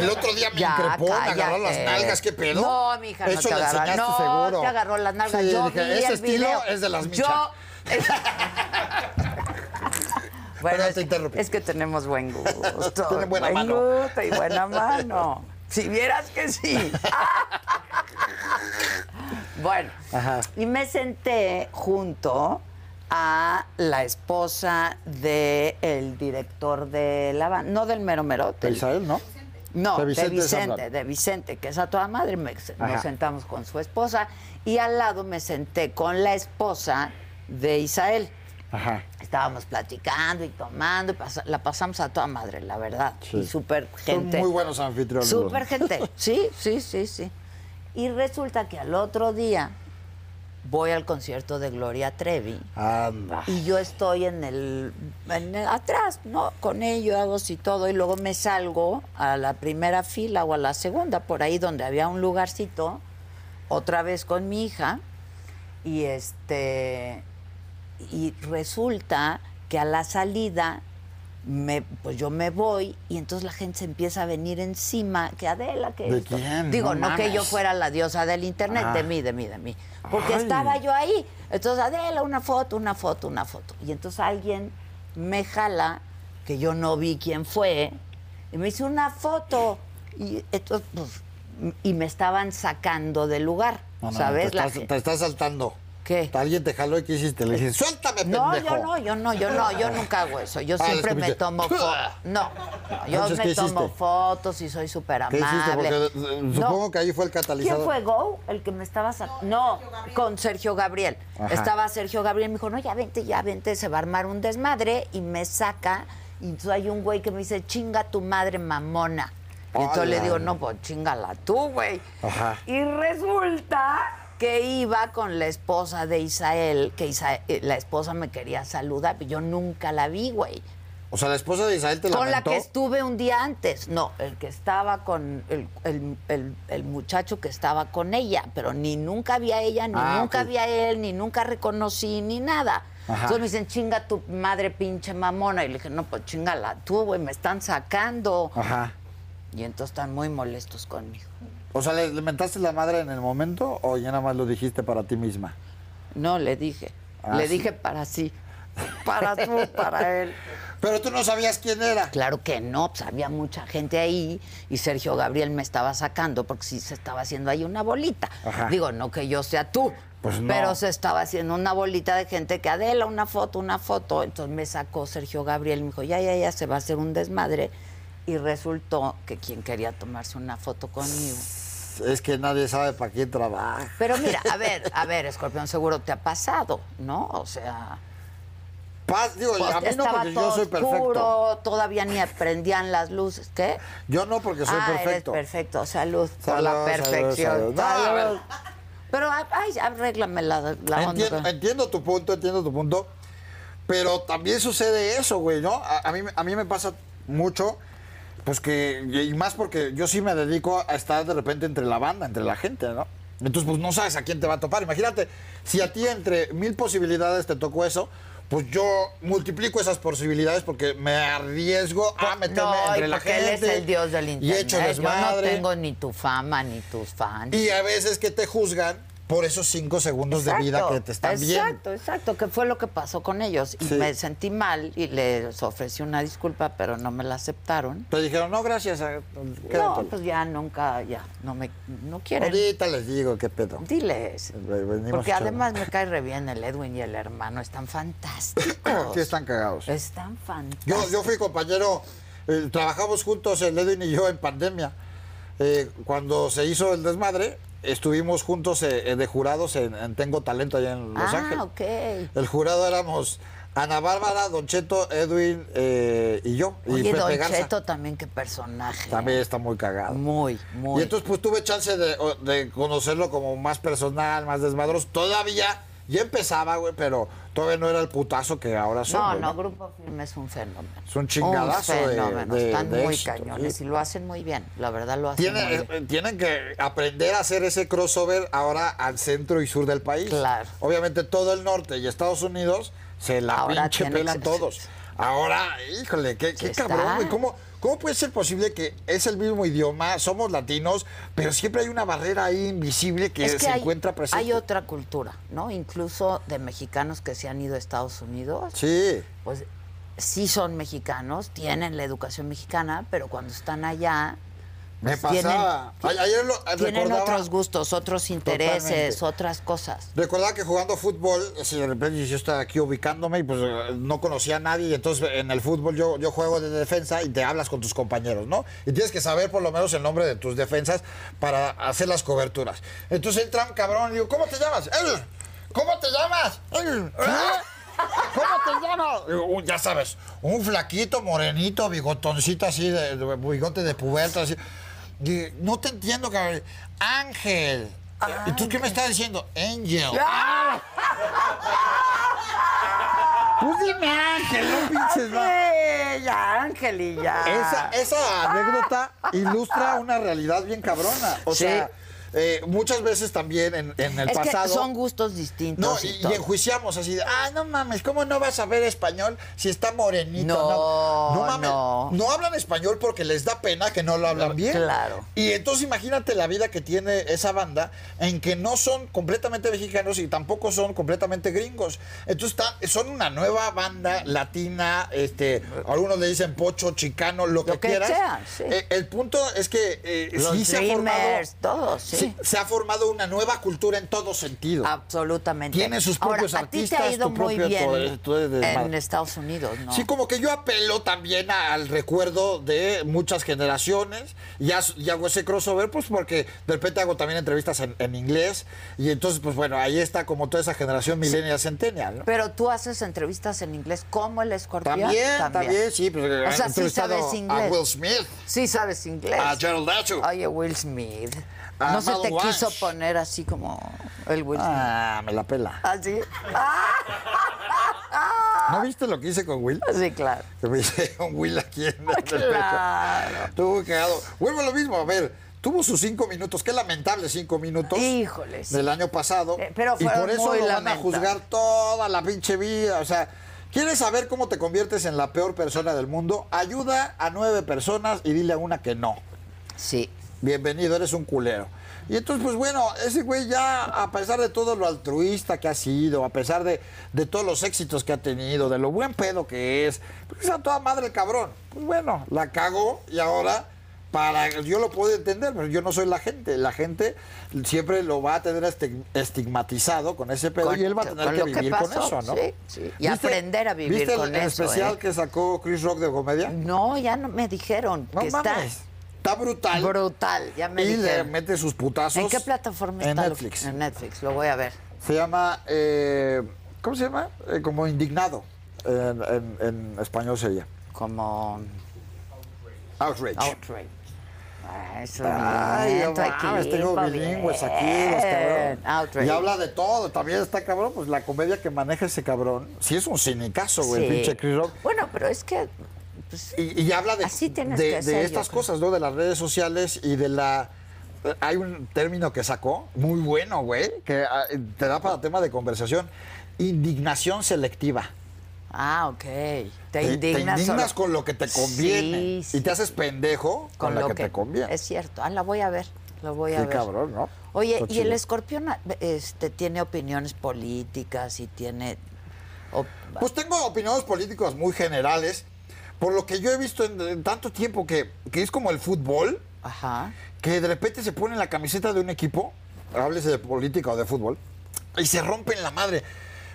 Speaker 2: El otro día me increpó, me agarró las
Speaker 1: cállate.
Speaker 2: nalgas, ¿qué pedo?
Speaker 1: No, mi hija, no
Speaker 2: Eso
Speaker 1: te
Speaker 2: le
Speaker 1: agarró.
Speaker 2: enseñaste
Speaker 1: No,
Speaker 2: seguro.
Speaker 1: te agarró las nalgas.
Speaker 2: Sí,
Speaker 1: Yo
Speaker 2: dije,
Speaker 1: vi
Speaker 2: ese
Speaker 1: el
Speaker 2: estilo
Speaker 1: video.
Speaker 2: es de las michas.
Speaker 1: Yo... Bueno,
Speaker 2: Perdón,
Speaker 1: es,
Speaker 2: te interrumpí.
Speaker 1: es que tenemos buen gusto.
Speaker 2: Tiene buena
Speaker 1: buen
Speaker 2: mano.
Speaker 1: gusto y buena mano. Si vieras que sí. Bueno,
Speaker 2: Ajá.
Speaker 1: y me senté junto a la esposa del director de la banda, no del mero mero.
Speaker 2: ¿De
Speaker 1: del-
Speaker 2: Israel, no?
Speaker 1: no,
Speaker 2: De
Speaker 1: de
Speaker 2: Vicente
Speaker 1: Vicente, de
Speaker 2: Zambrano.
Speaker 1: Vicente, que es a toda madre. Me-
Speaker 2: Ajá.
Speaker 1: nos sentamos con su esposa y al lado me senté con la esposa de Isael.
Speaker 2: Ajá.
Speaker 1: Estábamos platicando y tomando, y pasa- la pasamos a toda madre, la verdad.
Speaker 2: Sí.
Speaker 1: Y súper
Speaker 2: Son
Speaker 1: gente.
Speaker 2: muy buenos anfitriones.
Speaker 1: Súper gente. Sí, sí, sí, sí. Y resulta que al otro día voy al concierto de Gloria Trevi
Speaker 2: Anda.
Speaker 1: y yo estoy en el, en el- atrás, ¿no? Con ellos y todo y luego me salgo a la primera fila o a la segunda por ahí donde había un lugarcito otra vez con mi hija y este y resulta que a la salida me, pues yo me voy y entonces la gente se empieza a venir encima que Adela que
Speaker 2: ¿De
Speaker 1: esto.
Speaker 2: quién?
Speaker 1: digo
Speaker 2: No
Speaker 1: no, que yo
Speaker 2: mames.
Speaker 1: fuera la diosa del internet
Speaker 2: Ah.
Speaker 1: de mí de mí de mí porque
Speaker 2: Ay.
Speaker 1: estaba yo ahí entonces Adela una foto una foto una foto y entonces alguien me jala que yo no vi quién fue y me hizo una foto y entonces, pues, y me estaban sacando del lugar
Speaker 2: No, no,
Speaker 1: sabes
Speaker 2: Te
Speaker 1: La
Speaker 2: estás,
Speaker 1: gen-
Speaker 2: te estás saltando.
Speaker 1: ¿Qué?
Speaker 2: Alguien te jaló y ¿qué hiciste? Le dije, suéltame,
Speaker 1: no,
Speaker 2: pendejo.
Speaker 1: yo no, yo no, yo no, yo nunca hago eso. Yo
Speaker 2: Ah,
Speaker 1: siempre
Speaker 2: es que
Speaker 1: me
Speaker 2: dice,
Speaker 1: tomo fotos. No, no, yo
Speaker 2: Entonces, ¿qué
Speaker 1: me tomo
Speaker 2: hiciste?
Speaker 1: fotos y soy súper
Speaker 2: ¿Qué hiciste?
Speaker 1: amable.
Speaker 2: Porque eh, supongo
Speaker 1: No.
Speaker 2: que ahí fue el
Speaker 1: ¿Quién
Speaker 2: catalizador.
Speaker 1: fue Go? El que me estaba sacando. No, con Sergio Gabriel.
Speaker 2: Ajá.
Speaker 1: Estaba Sergio Gabriel, me dijo, no, ya vente, ya vente, se va a armar un desmadre y me saca. Y entonces hay un güey que me dice, chinga tu madre mamona. Y entonces
Speaker 2: Hola.
Speaker 1: le digo, no, pues chingala tú, güey.
Speaker 2: Ajá.
Speaker 1: Y resulta que iba con la esposa de Isael, que Isa- eh, la esposa me quería saludar, pero yo nunca la vi, güey.
Speaker 2: O sea, la esposa de Israel te
Speaker 1: Con la
Speaker 2: lamentó.
Speaker 1: que estuve un día antes. No, el que estaba con el, el- el- el muchacho que estaba con ella, pero ni nunca vi a ella, ni
Speaker 2: Ah,
Speaker 1: nunca
Speaker 2: ok.
Speaker 1: vi a él, ni nunca reconocí, ni nada.
Speaker 2: Ajá.
Speaker 1: Entonces me dicen, chinga tu madre pinche mamona. Y le dije, no, pues chingala tú, güey, me están sacando.
Speaker 2: Ajá.
Speaker 1: Y entonces están muy molestos conmigo.
Speaker 2: O sea, ¿le, le mentaste la madre en el momento o ya nada más lo dijiste para ti misma?
Speaker 1: No, le dije.
Speaker 2: Ah,
Speaker 1: le
Speaker 2: sí.
Speaker 1: dije para sí. Para tú, para él.
Speaker 2: Pero tú no sabías quién era.
Speaker 1: Claro que no, pues había mucha gente ahí y Sergio Gabriel me estaba sacando porque sí se estaba haciendo ahí una bolita.
Speaker 2: Ajá.
Speaker 1: Digo, no que yo sea tú,
Speaker 2: Pues no.
Speaker 1: pero se estaba haciendo una bolita de gente que Adela, una foto, una foto. Entonces me sacó Sergio Gabriel y me dijo, ya, ya, ya, se va a hacer un desmadre. Y resultó que quien quería tomarse una foto conmigo.
Speaker 2: Es que nadie sabe para quién trabaja.
Speaker 1: Pero mira, a ver, a ver, Escorpión, seguro te ha pasado, ¿no? O sea...
Speaker 2: Paz, digo,
Speaker 1: Pues
Speaker 2: a mí no
Speaker 1: estaba
Speaker 2: porque yo
Speaker 1: todo
Speaker 2: soy perfecto.
Speaker 1: oscuro, todavía ni prendían las luces. ¿Qué?
Speaker 2: Yo no porque soy
Speaker 1: ah,
Speaker 2: perfecto.
Speaker 1: eres perfecto. Salud, por
Speaker 2: Salud,
Speaker 1: la
Speaker 2: salud, salud.
Speaker 1: perfección.
Speaker 2: No, a ver.
Speaker 1: Salud. Pero ay, arréglame la, la onda.
Speaker 2: Entiendo, entiendo tu punto, entiendo tu punto. Pero también sucede eso, güey, ¿no? A, a mí, a mí me pasa mucho Pues que, y más porque yo sí me dedico a estar de repente entre la banda, entre la gente, ¿no? Entonces, pues no sabes a quién te va a topar. Imagínate, si a ti entre mil posibilidades te tocó eso, pues yo multiplico esas posibilidades porque me arriesgo a meterme
Speaker 1: Pues no,
Speaker 2: entre
Speaker 1: y
Speaker 2: la
Speaker 1: porque
Speaker 2: gente.
Speaker 1: él es el dios del internet.
Speaker 2: Y hecho
Speaker 1: Yo no
Speaker 2: desmadre.
Speaker 1: tengo ni tu fama ni tus fans.
Speaker 2: Y a veces que te juzgan por esos cinco segundos de vida que te están viendo.
Speaker 1: Exacto, exacto, que fue lo que pasó con ellos. Y
Speaker 2: Sí.
Speaker 1: me sentí mal y les ofrecí una disculpa, pero no me la aceptaron.
Speaker 2: Te dijeron, no, gracias. eh,
Speaker 1: No,
Speaker 2: quédatelo".
Speaker 1: pues ya nunca, ya, no me, no quieren.
Speaker 2: Ahorita les digo qué pedo.
Speaker 1: Diles.
Speaker 2: Ve- Pues venimos
Speaker 1: Porque
Speaker 2: echando.
Speaker 1: además me cae re bien el Edwin y el hermano, están fantásticos.
Speaker 2: Sí, están cagados.
Speaker 1: Están fantásticos.
Speaker 2: Yo, yo fui compañero, eh, trabajamos juntos el Edwin y yo en pandemia. Eh, cuando se hizo el desmadre, estuvimos juntos eh, eh, de jurados en, en Tengo Talento allá en Los
Speaker 1: ah,
Speaker 2: Ángeles.
Speaker 1: ok.
Speaker 2: El jurado éramos Ana Bárbara, Don Cheto, Edwin eh, y yo. y
Speaker 1: Oye,
Speaker 2: Pepe
Speaker 1: Don
Speaker 2: Garza.
Speaker 1: Cheto también, qué personaje.
Speaker 2: También está muy cagado.
Speaker 1: Muy, muy.
Speaker 2: Y entonces pues tuve chance de, o- de conocerlo como más personal, más desmadroso. Todavía, ya empezaba, güey, pero todavía no era el putazo que ahora son.
Speaker 1: no,
Speaker 2: güey,
Speaker 1: no, Grupo Firme es un fenómeno.
Speaker 2: Es un chingadazo de-
Speaker 1: Un fenómeno,
Speaker 2: de-
Speaker 1: están
Speaker 2: de
Speaker 1: muy
Speaker 2: éxito,
Speaker 1: cañones
Speaker 2: sí.
Speaker 1: y lo hacen muy bien, la verdad lo hacen
Speaker 2: Tiene-
Speaker 1: muy bien.
Speaker 2: eh, tienen que aprender a hacer ese crossover ahora al centro y sur del país.
Speaker 1: Claro.
Speaker 2: Obviamente todo el norte y Estados Unidos se la
Speaker 1: Ahora
Speaker 2: pinche
Speaker 1: tiene
Speaker 2: pelan
Speaker 1: que-
Speaker 2: todos. Ahora, híjole, qué, qué
Speaker 1: está.
Speaker 2: cabrón, güey. ¿Cómo, ¿Cómo puede ser posible que es el mismo idioma, somos latinos, pero siempre hay una barrera ahí invisible que,
Speaker 1: Es
Speaker 2: se
Speaker 1: hay-
Speaker 2: encuentra presente?
Speaker 1: Hay otra cultura, ¿no? Incluso de mexicanos que se han ido a Estados Unidos.
Speaker 2: Sí.
Speaker 1: pues sí son mexicanos, tienen la educación mexicana, pero cuando están allá
Speaker 2: Me
Speaker 1: pues, tienen-
Speaker 2: pasaba.
Speaker 1: ti-
Speaker 2: A- ayer lo- eh,
Speaker 1: tienen
Speaker 2: recordaba-
Speaker 1: otros gustos, otros intereses,
Speaker 2: Totalmente.
Speaker 1: otras cosas.
Speaker 2: Recordaba que jugando fútbol, si de repente yo estaba aquí ubicándome y pues eh, no conocía a nadie, y entonces en el fútbol yo, yo juego de defensa y te hablas con tus compañeros, ¿no? Y tienes que saber por lo menos el nombre de tus defensas para hacer las coberturas. Entonces entra un cabrón y digo, ¿cómo te llamas? "Él". ¿Cómo te llamas? "Él". "¿Ah? ¿Cómo te llamas? Digo, "Un- ya sabes, un flaquito, morenito, bigotoncito así, de, de- bigote de puberta, así. Dije, no te entiendo, cabrón. Ángel. ¿Y tú qué me estás diciendo? Angel. Tú dime Ángel, no pinches más.
Speaker 1: ya, Ángel, y ya.
Speaker 2: Esa, esa anécdota ilustra una realidad bien cabrona. O
Speaker 1: Sí.
Speaker 2: sea, eh, muchas veces también en, en el
Speaker 1: es
Speaker 2: pasado.
Speaker 1: que son gustos
Speaker 2: No,
Speaker 1: distintos. y
Speaker 2: y, y
Speaker 1: todo.
Speaker 2: enjuiciamos así de, ah, no mames, ¿cómo no vas a ver español si está morenito?
Speaker 1: No, no.
Speaker 2: no. hablan español porque les da pena que no lo hablan bien.
Speaker 1: claro.
Speaker 2: Y entonces imagínate la vida que tiene esa banda en que no son completamente mexicanos y tampoco son completamente gringos. Entonces ta- son una nueva banda latina, este, algunos le dicen pocho, chicano, lo,
Speaker 1: Lo que
Speaker 2: quieras.
Speaker 1: sea, sí.
Speaker 2: Eh, el punto es que eh,
Speaker 1: Los
Speaker 2: sí se ha formado,
Speaker 1: dreamers, todos, sí. Ah,
Speaker 2: sí, se ha formado una nueva cultura en todo sentido.
Speaker 1: Absolutamente.
Speaker 2: Tiene sus propios
Speaker 1: Ahora, a ti
Speaker 2: artistas,
Speaker 1: te ha ido
Speaker 2: tu
Speaker 1: muy
Speaker 2: propio
Speaker 1: bien
Speaker 2: todo- todo de-
Speaker 1: en Estados Unidos, ¿no?
Speaker 2: Sí, como que yo apelo también a- al recuerdo de muchas generaciones y, as- y hago ese crossover, pues porque de repente hago también entrevistas en, en inglés y entonces, pues bueno, ahí está como toda esa generación millennial centennial. ¿no?
Speaker 1: Pero tú haces entrevistas en inglés como el escorpión.
Speaker 2: También, también, sí. Pues,
Speaker 1: O sea, sí
Speaker 2: entrevistado
Speaker 1: sabes
Speaker 2: a
Speaker 1: inglés.
Speaker 2: Will Smith,
Speaker 1: Sí sabes inglés.
Speaker 2: a Ah, Gerald Nacho.
Speaker 1: Oye, Will Smith.
Speaker 2: Ah,
Speaker 1: no se te
Speaker 2: Mal Walsh.
Speaker 1: quiso poner así como el Will Smith.
Speaker 2: Ah, me la pela.
Speaker 1: Así. Ah,
Speaker 2: ¿No viste lo que hice con Will?
Speaker 1: sí, claro.
Speaker 2: Que me hicieron Will aquí en el pecho.
Speaker 1: Claro.
Speaker 2: Estuvo cagado. Vuelvo a lo mismo, a ver, tuvo sus cinco minutos, qué lamentable cinco minutos.
Speaker 1: Híjoles.
Speaker 2: Del año pasado.
Speaker 1: Pues Eh, pero
Speaker 2: y
Speaker 1: fueron
Speaker 2: por eso
Speaker 1: muy
Speaker 2: lo van a
Speaker 1: lamentables.
Speaker 2: juzgar toda la pinche vida. O sea, ¿quieres saber cómo te conviertes en la peor persona del mundo? Ayuda a nueve personas y dile a una que no.
Speaker 1: Sí.
Speaker 2: Bienvenido, eres un culero. Y entonces, pues bueno, ese güey ya, a pesar de todo lo altruista que ha sido, a pesar de, de todos los éxitos que ha tenido, de lo buen pedo que es, pues a toda madre el cabrón. Pues bueno, la cagó y ahora, para yo lo puedo entender, pero yo no soy la gente. La gente siempre lo va a tener esti- estigmatizado con ese pedo
Speaker 1: Con-
Speaker 2: y él va a
Speaker 1: con
Speaker 2: tener que
Speaker 1: lo que
Speaker 2: vivir
Speaker 1: pasó,
Speaker 2: con eso, ¿no?
Speaker 1: sí, sí. Y aprender a vivir
Speaker 2: ¿viste el-
Speaker 1: con
Speaker 2: el
Speaker 1: eso,
Speaker 2: especial
Speaker 1: ¿eh?
Speaker 2: que sacó Chris Rock de comedia?
Speaker 1: No, ya no me dijeron
Speaker 2: No
Speaker 1: que
Speaker 2: mames.
Speaker 1: está
Speaker 2: Está brutal.
Speaker 1: brutal. Ya me
Speaker 2: y le
Speaker 1: dijeron.
Speaker 2: mete sus putazos.
Speaker 1: ¿En qué plataforma
Speaker 2: en
Speaker 1: está? lo-
Speaker 2: Netflix.
Speaker 1: En Netflix, lo voy a ver.
Speaker 2: Se llama. eh, ¿Cómo se llama? Eh, como indignado. En, en- en español sería.
Speaker 1: Como
Speaker 2: Outrage.
Speaker 1: Outrage. Ah, eso
Speaker 2: Ay,
Speaker 1: bien,
Speaker 2: no mames, tengo
Speaker 1: tranquilo,
Speaker 2: bilingües aquí,
Speaker 1: bien.
Speaker 2: los cabrón.
Speaker 1: Outrage.
Speaker 2: Y habla de todo, también está cabrón, pues la comedia que maneja ese cabrón, sí es un cinicazo, güey,
Speaker 1: Sí.
Speaker 2: el pinche Chris Rock.
Speaker 1: Bueno, pero es que pues,
Speaker 2: Y, y habla de,
Speaker 1: Así tienes
Speaker 2: de-
Speaker 1: que
Speaker 2: de
Speaker 1: ser, yo
Speaker 2: estas
Speaker 1: creo.
Speaker 2: cosas, ¿no? De las redes sociales y de la... Hay un término que sacó, muy bueno, güey, que ah, te da para tema de conversación. Indignación selectiva.
Speaker 1: Ah, ok. Te,
Speaker 2: Te- te
Speaker 1: indignas.
Speaker 2: indignas
Speaker 1: solo-
Speaker 2: con lo que te conviene.
Speaker 1: Sí, sí.
Speaker 2: Y te haces pendejo con, lo que, te conviene.
Speaker 1: Es cierto. Ah, la voy a ver. Lo voy a
Speaker 2: Qué
Speaker 1: ver.
Speaker 2: cabrón, ¿no?
Speaker 1: Oye,
Speaker 2: Está
Speaker 1: y el
Speaker 2: chido.
Speaker 1: escorpión este, tiene opiniones políticas y tiene. op-
Speaker 2: Pues tengo opiniones políticas muy generales. Por lo que yo he visto en, en tanto tiempo que, que es como el fútbol,
Speaker 1: Ajá.
Speaker 2: que de repente se ponen la camiseta de un equipo, háblese de política o de fútbol, y se rompen la madre.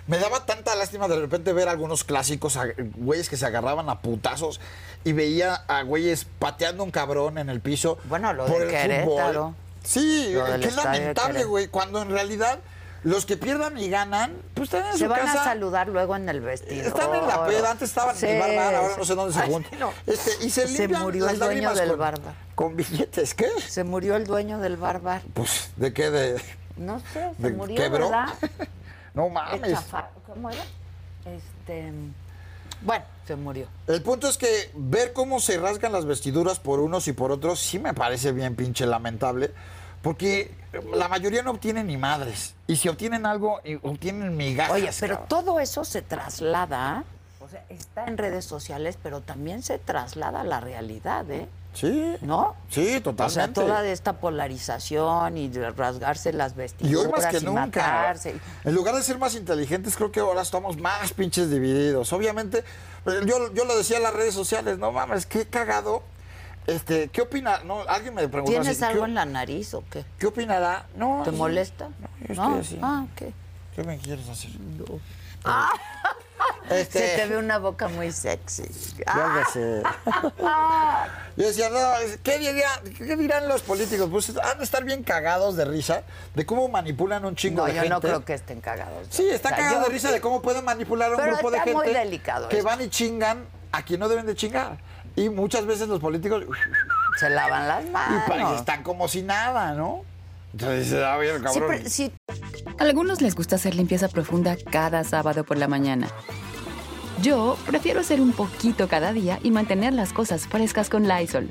Speaker 2: Me daba tanta lástima de repente ver algunos clásicos, a- güeyes que se agarraban a putazos, y veía a güeyes pateando un cabrón en el piso.
Speaker 1: Bueno, lo
Speaker 2: por
Speaker 1: de
Speaker 2: el fútbol.
Speaker 1: Querétaro.
Speaker 2: Sí,
Speaker 1: Lo del
Speaker 2: qué
Speaker 1: estadio de
Speaker 2: lamentable,
Speaker 1: Querétaro.
Speaker 2: güey, cuando en realidad los que pierdan y ganan, pues están en
Speaker 1: Se
Speaker 2: su
Speaker 1: van
Speaker 2: casa.
Speaker 1: a saludar luego en el vestido.
Speaker 2: Están en la peda, antes estaban en el barbar, ahora no sé dónde se juntan. Este, y se, limpian
Speaker 1: murió
Speaker 2: las
Speaker 1: el dueño
Speaker 2: lágrimas
Speaker 1: del
Speaker 2: con-
Speaker 1: barbar.
Speaker 2: Con billetes, ¿qué?
Speaker 1: Se murió el dueño del barbar.
Speaker 2: Pues, ¿de qué? ¿De,
Speaker 1: No sé, se
Speaker 2: de
Speaker 1: murió,
Speaker 2: quebró?
Speaker 1: ¿verdad?
Speaker 2: no mames.
Speaker 1: Estafa- ¿Cómo era? Este. Bueno, se murió.
Speaker 2: El punto es que ver cómo se rasgan las vestiduras por unos y por otros sí me parece bien pinche lamentable, porque la mayoría no obtienen ni madres. Y si obtienen algo, eh, obtienen migajas.
Speaker 1: Oye, pero
Speaker 2: cabrón.
Speaker 1: todo eso se traslada. O sea, está en redes sociales, pero también se traslada a la realidad, ¿eh?
Speaker 2: Sí.
Speaker 1: ¿No?
Speaker 2: Sí,
Speaker 1: O sea,
Speaker 2: totalmente.
Speaker 1: toda esta polarización y de rasgarse las
Speaker 2: Y
Speaker 1: vestiduras
Speaker 2: hoy más que
Speaker 1: y
Speaker 2: nunca.
Speaker 1: matarse.
Speaker 2: En lugar de ser más inteligentes, creo que ahora estamos más pinches divididos. Obviamente, eh, yo, yo lo decía en las redes sociales, no mames, qué cagado. Este, ¿qué opina? No, alguien me preguntó
Speaker 1: ¿Tienes
Speaker 2: así,
Speaker 1: algo
Speaker 2: ¿qué,
Speaker 1: en la nariz o qué?
Speaker 2: ¿Qué opinará? No.
Speaker 1: ¿Te
Speaker 2: sí.
Speaker 1: molesta?
Speaker 2: No, yo estoy así.
Speaker 1: Ah, ¿qué?
Speaker 2: ¿Qué me quieres hacer? Ah.
Speaker 1: Se te ve una boca muy sexy.
Speaker 2: Yo
Speaker 1: Ah,
Speaker 2: qué sé. Yo decía, no, es- ¿qué, diría, ¿qué dirán los políticos? Pues han de estar bien cagados de risa de cómo manipulan un chingo
Speaker 1: no,
Speaker 2: de
Speaker 1: yo
Speaker 2: gente.
Speaker 1: no creo que estén cagados.
Speaker 2: Sí, está
Speaker 1: O sea,
Speaker 2: cagado
Speaker 1: yo-
Speaker 2: de risa de cómo pueden manipular a un
Speaker 1: Pero
Speaker 2: grupo de
Speaker 1: está
Speaker 2: gente
Speaker 1: muy delicado
Speaker 2: que
Speaker 1: esto.
Speaker 2: van y chingan a quien no deben de chingar. Y muchas veces los políticos
Speaker 1: Se lavan las manos.
Speaker 2: y pa- y están como si nada, ¿no? Entonces, a ver,
Speaker 1: Sí,
Speaker 2: cabrón.
Speaker 1: pero sí,
Speaker 4: Algunos les gusta hacer limpieza profunda cada sábado por la mañana. Yo prefiero hacer un poquito cada día y mantener las cosas frescas con Lysol.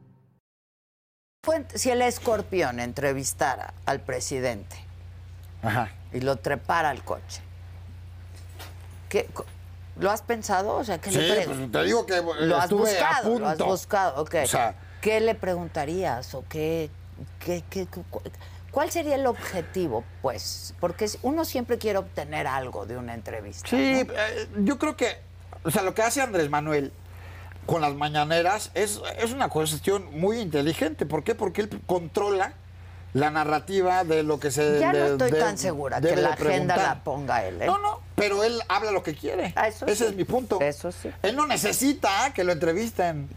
Speaker 1: fue- si el escorpión entrevistara al presidente
Speaker 2: Ajá.
Speaker 1: y lo trepara al coche, ¿qué, co- ¿lo has pensado? O sea, ¿qué
Speaker 2: Sí,
Speaker 1: le pregun-
Speaker 2: pues, te digo que eh,
Speaker 1: Lo has
Speaker 2: estuve a
Speaker 1: buscado,
Speaker 2: punto.
Speaker 1: lo has buscado, ok.
Speaker 2: O sea,
Speaker 1: ¿Qué le preguntarías o qué, qué- qué- cu- cu- cuál sería el objetivo, pues? Porque es- uno siempre quiere obtener algo de una entrevista.
Speaker 2: Sí, eh, yo creo que, o sea, lo que hace Andrés Manuel con las mañaneras es, es una cuestión muy inteligente. ¿Por qué? Porque él controla la narrativa de lo que se
Speaker 1: Ya no
Speaker 2: le-
Speaker 1: estoy
Speaker 2: de-
Speaker 1: tan segura que
Speaker 2: debe de
Speaker 1: la agenda
Speaker 2: preguntar.
Speaker 1: la ponga él. ¿eh?
Speaker 2: No, no, pero él habla lo que quiere.
Speaker 1: Ah, eso
Speaker 2: Ese
Speaker 1: sí.
Speaker 2: es mi punto.
Speaker 1: Eso sí.
Speaker 2: Él no necesita que lo entrevisten.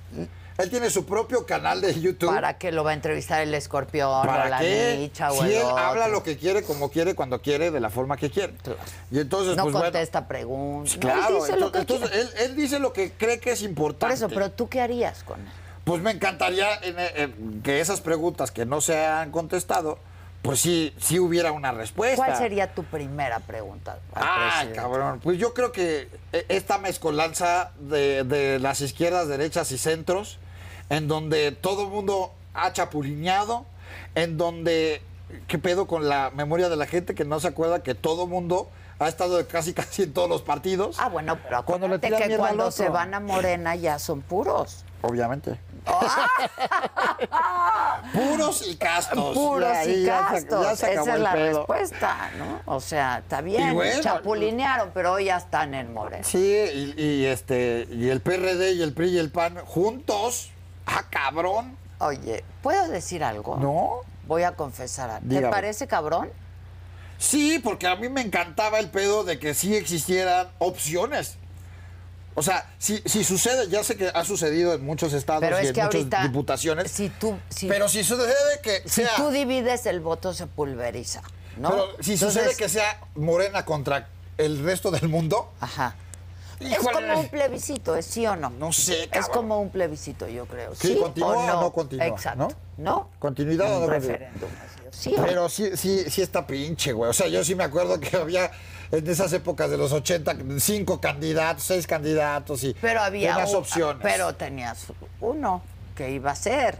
Speaker 2: Él tiene su propio canal de YouTube.
Speaker 1: ¿Para qué lo va a entrevistar el escorpión o la
Speaker 2: ¿Para qué?
Speaker 1: nicha o
Speaker 2: si
Speaker 1: el
Speaker 2: él
Speaker 1: otro?
Speaker 2: habla lo que quiere, como quiere, cuando quiere, de la forma que quiere.
Speaker 1: Claro.
Speaker 2: Y entonces,
Speaker 1: No
Speaker 2: pues bueno,
Speaker 1: contesta preguntas.
Speaker 2: pues claro,
Speaker 1: él dice lo
Speaker 2: entonces,
Speaker 1: que
Speaker 2: entonces
Speaker 1: quiere.
Speaker 2: él, él dice lo que cree que es
Speaker 1: Por
Speaker 2: importante.
Speaker 1: eso, pero ¿tú qué harías con él?
Speaker 2: Pues me encantaría en- en que esas preguntas que no se han contestado, pues sí, sí hubiera una respuesta.
Speaker 1: ¿Cuál sería tu primera pregunta? al
Speaker 2: Ay,
Speaker 1: presidente?
Speaker 2: cabrón. Pues yo creo que eh, esta mezcolanza de, de las izquierdas, derechas y centros, en donde todo el mundo ha chapulineado, en donde, ¿qué pedo con la memoria de la gente que no se acuerda que todo el mundo ha estado casi casi en todos los partidos?
Speaker 1: Ah, bueno, pero
Speaker 2: Cuando le
Speaker 1: acuérdate
Speaker 2: tiran
Speaker 1: que
Speaker 2: mierda al
Speaker 1: cuando se
Speaker 2: otro.
Speaker 1: van a Morena ya son puros.
Speaker 2: Obviamente. Puros Pues, y castos.
Speaker 1: Puros
Speaker 2: Ya,
Speaker 1: y
Speaker 2: ya se-
Speaker 1: castos.
Speaker 2: ya se acabó
Speaker 1: Esa es
Speaker 2: el
Speaker 1: la
Speaker 2: pedo.
Speaker 1: respuesta, ¿no? O sea, está bien,
Speaker 2: Y bueno, pues.
Speaker 1: chapulinearon, pero hoy ya están en Morena.
Speaker 2: Sí, y, y este, y el PRD y el PRI y el PAN juntos. Ah, cabrón.
Speaker 1: Oye, ¿puedo decir algo?
Speaker 2: No.
Speaker 1: Voy a confesar algo. ¿Te
Speaker 2: Dígame.
Speaker 1: parece cabrón?
Speaker 2: Sí, porque a mí me encantaba el pedo de que sí existieran opciones. O sea, si, si sucede, ya sé que ha sucedido en muchos estados
Speaker 1: Pero
Speaker 2: y
Speaker 1: es
Speaker 2: en
Speaker 1: que
Speaker 2: muchas
Speaker 1: ahorita.
Speaker 2: diputaciones.
Speaker 1: Si tú, si,
Speaker 2: pero si sucede que
Speaker 1: si
Speaker 2: sea.
Speaker 1: tú divides el voto, se pulveriza. ¿no?
Speaker 2: pero si sucede
Speaker 1: Entonces,
Speaker 2: que sea Morena contra el resto del mundo.
Speaker 1: Ajá. Es
Speaker 2: híjole,
Speaker 1: como un plebiscito, ¿es sí o no?
Speaker 2: No sé,
Speaker 1: Es
Speaker 2: cabrón.
Speaker 1: como un plebiscito, yo creo.
Speaker 2: Sí,
Speaker 1: ¿Sí,
Speaker 2: continúa o no continúa,
Speaker 1: Exacto. ¿No?
Speaker 2: ¿Continuidad o
Speaker 1: Un
Speaker 2: no continuidad?
Speaker 1: referéndum. así, Sí,
Speaker 2: Pero sí, sí, sí está pinche, güey. O sea, yo sí me acuerdo que había en esas épocas de los 80, cinco candidatos, seis candidatos y
Speaker 1: Pero había
Speaker 2: unas
Speaker 1: un-
Speaker 2: opciones.
Speaker 1: Pero tenías uno que iba a ser.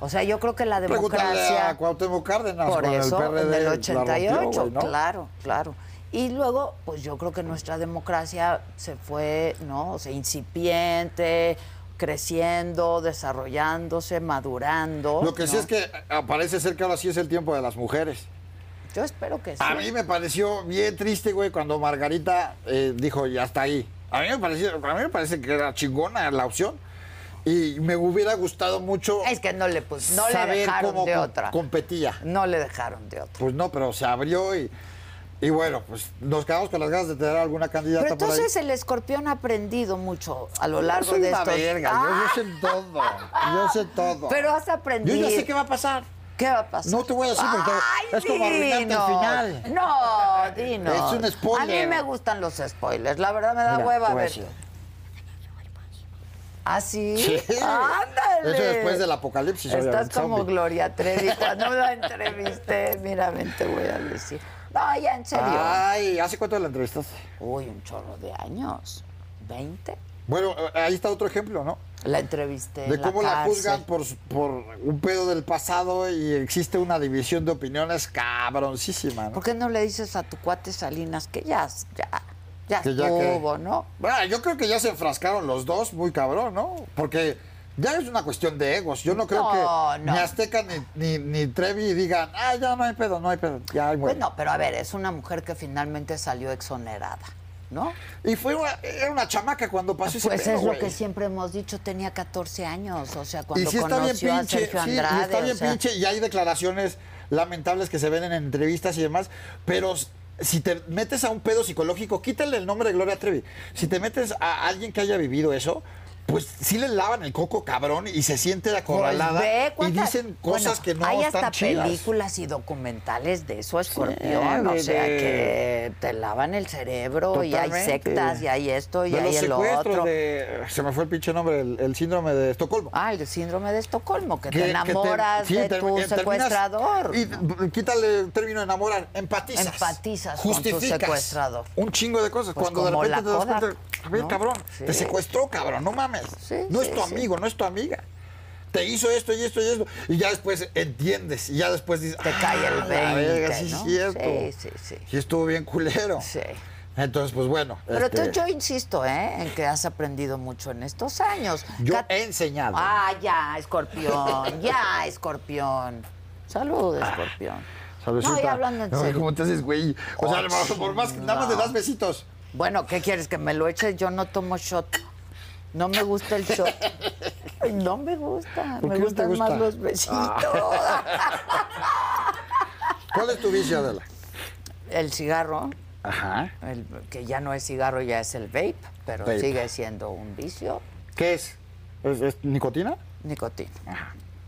Speaker 1: O sea, yo creo que la
Speaker 2: Pregúntale
Speaker 1: democracia
Speaker 2: a Cuauhtémoc Cárdenas
Speaker 1: por
Speaker 2: con
Speaker 1: eso
Speaker 2: el PRD
Speaker 1: del
Speaker 2: la
Speaker 1: 88,
Speaker 2: rompió, güey, ¿no?
Speaker 1: claro, claro. Y luego, pues yo creo que nuestra democracia se fue, ¿no? O sea, incipiente, creciendo, desarrollándose, madurando.
Speaker 2: Lo que sí
Speaker 1: ¿no?
Speaker 2: es que eh, parece ser que ahora sí es el tiempo de las mujeres.
Speaker 1: yo espero que sí.
Speaker 2: A mí me pareció bien triste, güey, cuando Margarita eh, dijo, ya está ahí. A mí, me pareció, a mí me parece que era chingona la opción. Y me hubiera gustado mucho
Speaker 1: Es que no le pus- no le
Speaker 2: saber
Speaker 1: dejaron
Speaker 2: cómo
Speaker 1: de
Speaker 2: com-
Speaker 1: otra.
Speaker 2: competía.
Speaker 1: No le dejaron de otra.
Speaker 2: Pues no, pero se abrió y, y bueno, pues nos quedamos con las ganas de tener alguna candidata
Speaker 1: Pero
Speaker 2: por ahí.
Speaker 1: entonces el escorpión ha aprendido mucho a lo
Speaker 2: Yo
Speaker 1: largo
Speaker 2: soy
Speaker 1: de
Speaker 2: una
Speaker 1: estos.
Speaker 2: verga,
Speaker 1: ¡Ah!
Speaker 2: yo, yo sé todo, yo sé todo.
Speaker 1: Pero has
Speaker 2: Yo
Speaker 1: aprendido.
Speaker 2: ya sé qué va a pasar.
Speaker 1: ¿Qué va a pasar?
Speaker 2: No te voy a decir porque es como arruinarte el
Speaker 1: dinos.
Speaker 2: final.
Speaker 1: No, dinos.
Speaker 2: Es un spoiler.
Speaker 1: A mí me gustan los spoilers. La verdad me da
Speaker 2: Mira,
Speaker 1: hueva
Speaker 2: te
Speaker 1: a
Speaker 2: voy a
Speaker 1: ver.
Speaker 2: decir.
Speaker 1: ¿Ah, sí?
Speaker 2: Sí.
Speaker 1: ¡Ándale!
Speaker 2: Eso después del apocalipsis,
Speaker 1: Estás
Speaker 2: obviamente,
Speaker 1: como
Speaker 2: zombie.
Speaker 1: Gloria Trevi. Cuando la entrevisté, mira, ven, te voy a decir. No, ya, en serio.
Speaker 2: Ay, ¿hace cuánto la entrevistaste?
Speaker 1: Uy, un chorro de años. ¿20?
Speaker 2: Bueno, eh, ahí está otro ejemplo, ¿no?
Speaker 1: La entrevisté.
Speaker 2: De
Speaker 1: en
Speaker 2: cómo la,
Speaker 1: cárcel.
Speaker 2: juzgan por, su- por un pedo del pasado y existe una división de opiniones cabroncísima, ¿no?
Speaker 1: ¿Por qué no le dices a tu cuate Salinas que ya, ya, ya
Speaker 2: Que ya que-
Speaker 1: estuvo, no?
Speaker 2: Bueno, yo creo que ya se enfrascaron los dos, muy cabrón, ¿no? Porque ya es una cuestión de egos. Yo no creo
Speaker 1: No,
Speaker 2: que
Speaker 1: no.
Speaker 2: ni Azteca ni, ni, ni Trevi digan, ah, ya no hay pedo, no hay pedo, ya hay
Speaker 1: Pues
Speaker 2: bueno.
Speaker 1: no, pero a ver, es una mujer que finalmente salió exonerada, ¿no?
Speaker 2: Y fue una, era una chamaca cuando pasó ese
Speaker 1: Pues
Speaker 2: pedo,
Speaker 1: es lo
Speaker 2: güey.
Speaker 1: que siempre hemos dicho, tenía 14 años, o sea,
Speaker 2: Y
Speaker 1: cuando
Speaker 2: sí está bien
Speaker 1: conoció a
Speaker 2: pinche,
Speaker 1: Sergio
Speaker 2: sí, y
Speaker 1: Andrade.
Speaker 2: está
Speaker 1: o
Speaker 2: bien
Speaker 1: sea,
Speaker 2: pinche y hay declaraciones lamentables que se ven en entrevistas y demás, pero s- si te metes a un pedo psicológico, quítale el nombre de Gloria Trevi. Si te metes a alguien que haya vivido eso, pues sí le lavan el coco cabrón y se siente acorralada
Speaker 1: pues ve
Speaker 2: y
Speaker 1: cuántas-
Speaker 2: dicen cosas
Speaker 1: bueno,
Speaker 2: que no
Speaker 1: Hay
Speaker 2: están
Speaker 1: hasta
Speaker 2: chidas.
Speaker 1: películas y documentales de eso, escorpión, o
Speaker 2: bebé.
Speaker 1: sea, que te lavan el cerebro y hay
Speaker 2: Totalmente.
Speaker 1: sectas y hay esto y
Speaker 2: de
Speaker 1: hay
Speaker 2: los
Speaker 1: el
Speaker 2: secuestros
Speaker 1: otro.
Speaker 2: de se me fue el pinche nombre, el, el síndrome de Estocolmo.
Speaker 1: Ah, el síndrome de Estocolmo, que,
Speaker 2: Que-
Speaker 1: te
Speaker 2: que te-
Speaker 1: enamoras
Speaker 2: sí,
Speaker 1: de
Speaker 2: te-
Speaker 1: tu
Speaker 2: eh, terminas-
Speaker 1: secuestrador.
Speaker 2: Y b- quítale el término enamorar, empatizas.
Speaker 1: Empatizas con tu secuestrador.
Speaker 2: Un chingo de cosas.
Speaker 1: Pues
Speaker 2: Cuando de
Speaker 1: como
Speaker 2: repente te
Speaker 1: la
Speaker 2: das cuenta,
Speaker 1: Kodak,
Speaker 2: a ver,
Speaker 1: ¿no?
Speaker 2: cabrón,
Speaker 1: Sí.
Speaker 2: te secuestró, cabrón, no mames.
Speaker 1: Sí,
Speaker 2: no
Speaker 1: sí,
Speaker 2: es tu
Speaker 1: sí.
Speaker 2: amigo, no es tu amiga. Te hizo esto y esto y esto. Y ya después entiendes. Y ya después dices.
Speaker 1: Te cae el
Speaker 2: "Ah, la
Speaker 1: 20,
Speaker 2: verga, sí, es
Speaker 1: ¿no?
Speaker 2: cierto.
Speaker 1: Sí, sí, sí.
Speaker 2: Y estuvo bien culero.
Speaker 1: Sí.
Speaker 2: Entonces, pues bueno.
Speaker 1: Pero
Speaker 2: este,
Speaker 1: tú, yo insisto, ¿eh? En que has aprendido mucho en estos años.
Speaker 2: yo
Speaker 1: Cat-
Speaker 2: he enseñado.
Speaker 1: Ah, ya, escorpión, ya, escorpión. Salud, escorpión.
Speaker 2: Ah, Salucita.
Speaker 1: No, ya hablando en
Speaker 2: Ay,
Speaker 1: serio.
Speaker 2: ¿Cómo te haces, güey? O sea, por más que nada más te das besitos.
Speaker 1: Bueno, ¿qué quieres? ¿Que me lo eches? Yo no tomo shot. No me gusta el shot. No me gusta.
Speaker 2: ¿Por
Speaker 1: Me
Speaker 2: qué no te
Speaker 1: gustan
Speaker 2: gusta? Ah.
Speaker 1: más los besitos.
Speaker 2: ¿Cuál es tu vicio, Adela?
Speaker 1: El cigarro,
Speaker 2: Ajá.
Speaker 1: el- que ya no es cigarro, ya es el vape, pero
Speaker 2: Vape.
Speaker 1: sigue siendo un vicio.
Speaker 2: ¿Qué es? ¿Es, es nicotina?
Speaker 1: Nicotina.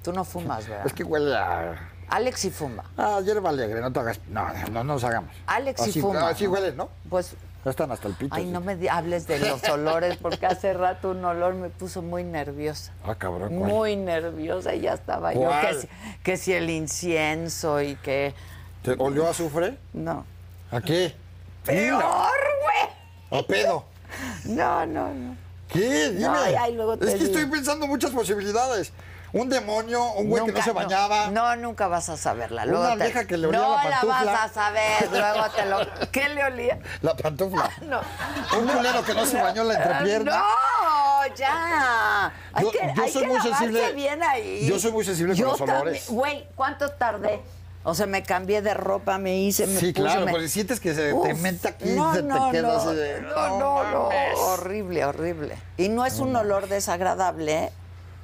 Speaker 1: Tú no fumas, ¿verdad?
Speaker 2: Ah. Es que huele a,
Speaker 1: Alex sí fuma.
Speaker 2: a hierba alegre, no te hagas. No, no, no nos hagamos.
Speaker 1: Alex sí
Speaker 2: así,
Speaker 1: fuma.
Speaker 2: Así
Speaker 1: ¿no?
Speaker 2: huele, ¿no?
Speaker 1: Pues,
Speaker 2: Ya están hasta el pito.
Speaker 1: ay,
Speaker 2: sí.
Speaker 1: no me di- hables de los olores, porque hace rato un olor me puso muy nerviosa.
Speaker 2: Ah, cabrón. ¿cuál?
Speaker 1: Muy nerviosa, y ya estaba yo. Que
Speaker 2: ¿Cuál?
Speaker 1: si, que si el incienso y que.
Speaker 2: ¿Te olió a azufre?
Speaker 1: No.
Speaker 2: ¿A qué?
Speaker 1: ¡Peor, güey!
Speaker 2: ¿A pedo?
Speaker 1: No, no, no.
Speaker 2: ¿Qué? Dime.
Speaker 1: No, ay, ay, luego te
Speaker 2: es que
Speaker 1: digo.
Speaker 2: estoy pensando muchas posibilidades. Un demonio, un güey que no
Speaker 1: Nunca,
Speaker 2: se bañaba.
Speaker 1: No, nunca vas a saberla. Luego
Speaker 2: Una
Speaker 1: te-
Speaker 2: vieja que le olía
Speaker 1: no
Speaker 2: la pantufla.
Speaker 1: vas a saber, luego te lo. ¿Qué le olía?
Speaker 2: La pantufla.
Speaker 1: No.
Speaker 2: Un culero que no se bañó la entrepierna.
Speaker 1: No, ya. Hay
Speaker 2: Yo-
Speaker 1: que,
Speaker 2: yo
Speaker 1: hay
Speaker 2: soy
Speaker 1: que
Speaker 2: muy
Speaker 1: lavarse
Speaker 2: sensible-
Speaker 1: bien ahí.
Speaker 2: yo soy muy sensible con
Speaker 1: Yo
Speaker 2: los
Speaker 1: también,
Speaker 2: olores.
Speaker 1: Güey, ¿cuánto tardé? O sea, me cambié de ropa, me hice, me
Speaker 2: Sí,
Speaker 1: puse,
Speaker 2: claro,
Speaker 1: me-
Speaker 2: porque sientes que se te
Speaker 1: Uf,
Speaker 2: mete aquí
Speaker 1: no,
Speaker 2: y se
Speaker 1: no,
Speaker 2: te queda
Speaker 1: no,
Speaker 2: así de,
Speaker 1: No,
Speaker 2: "No
Speaker 1: no, no,
Speaker 2: mames".
Speaker 1: horrible, horrible. Y no es un olor desagradable,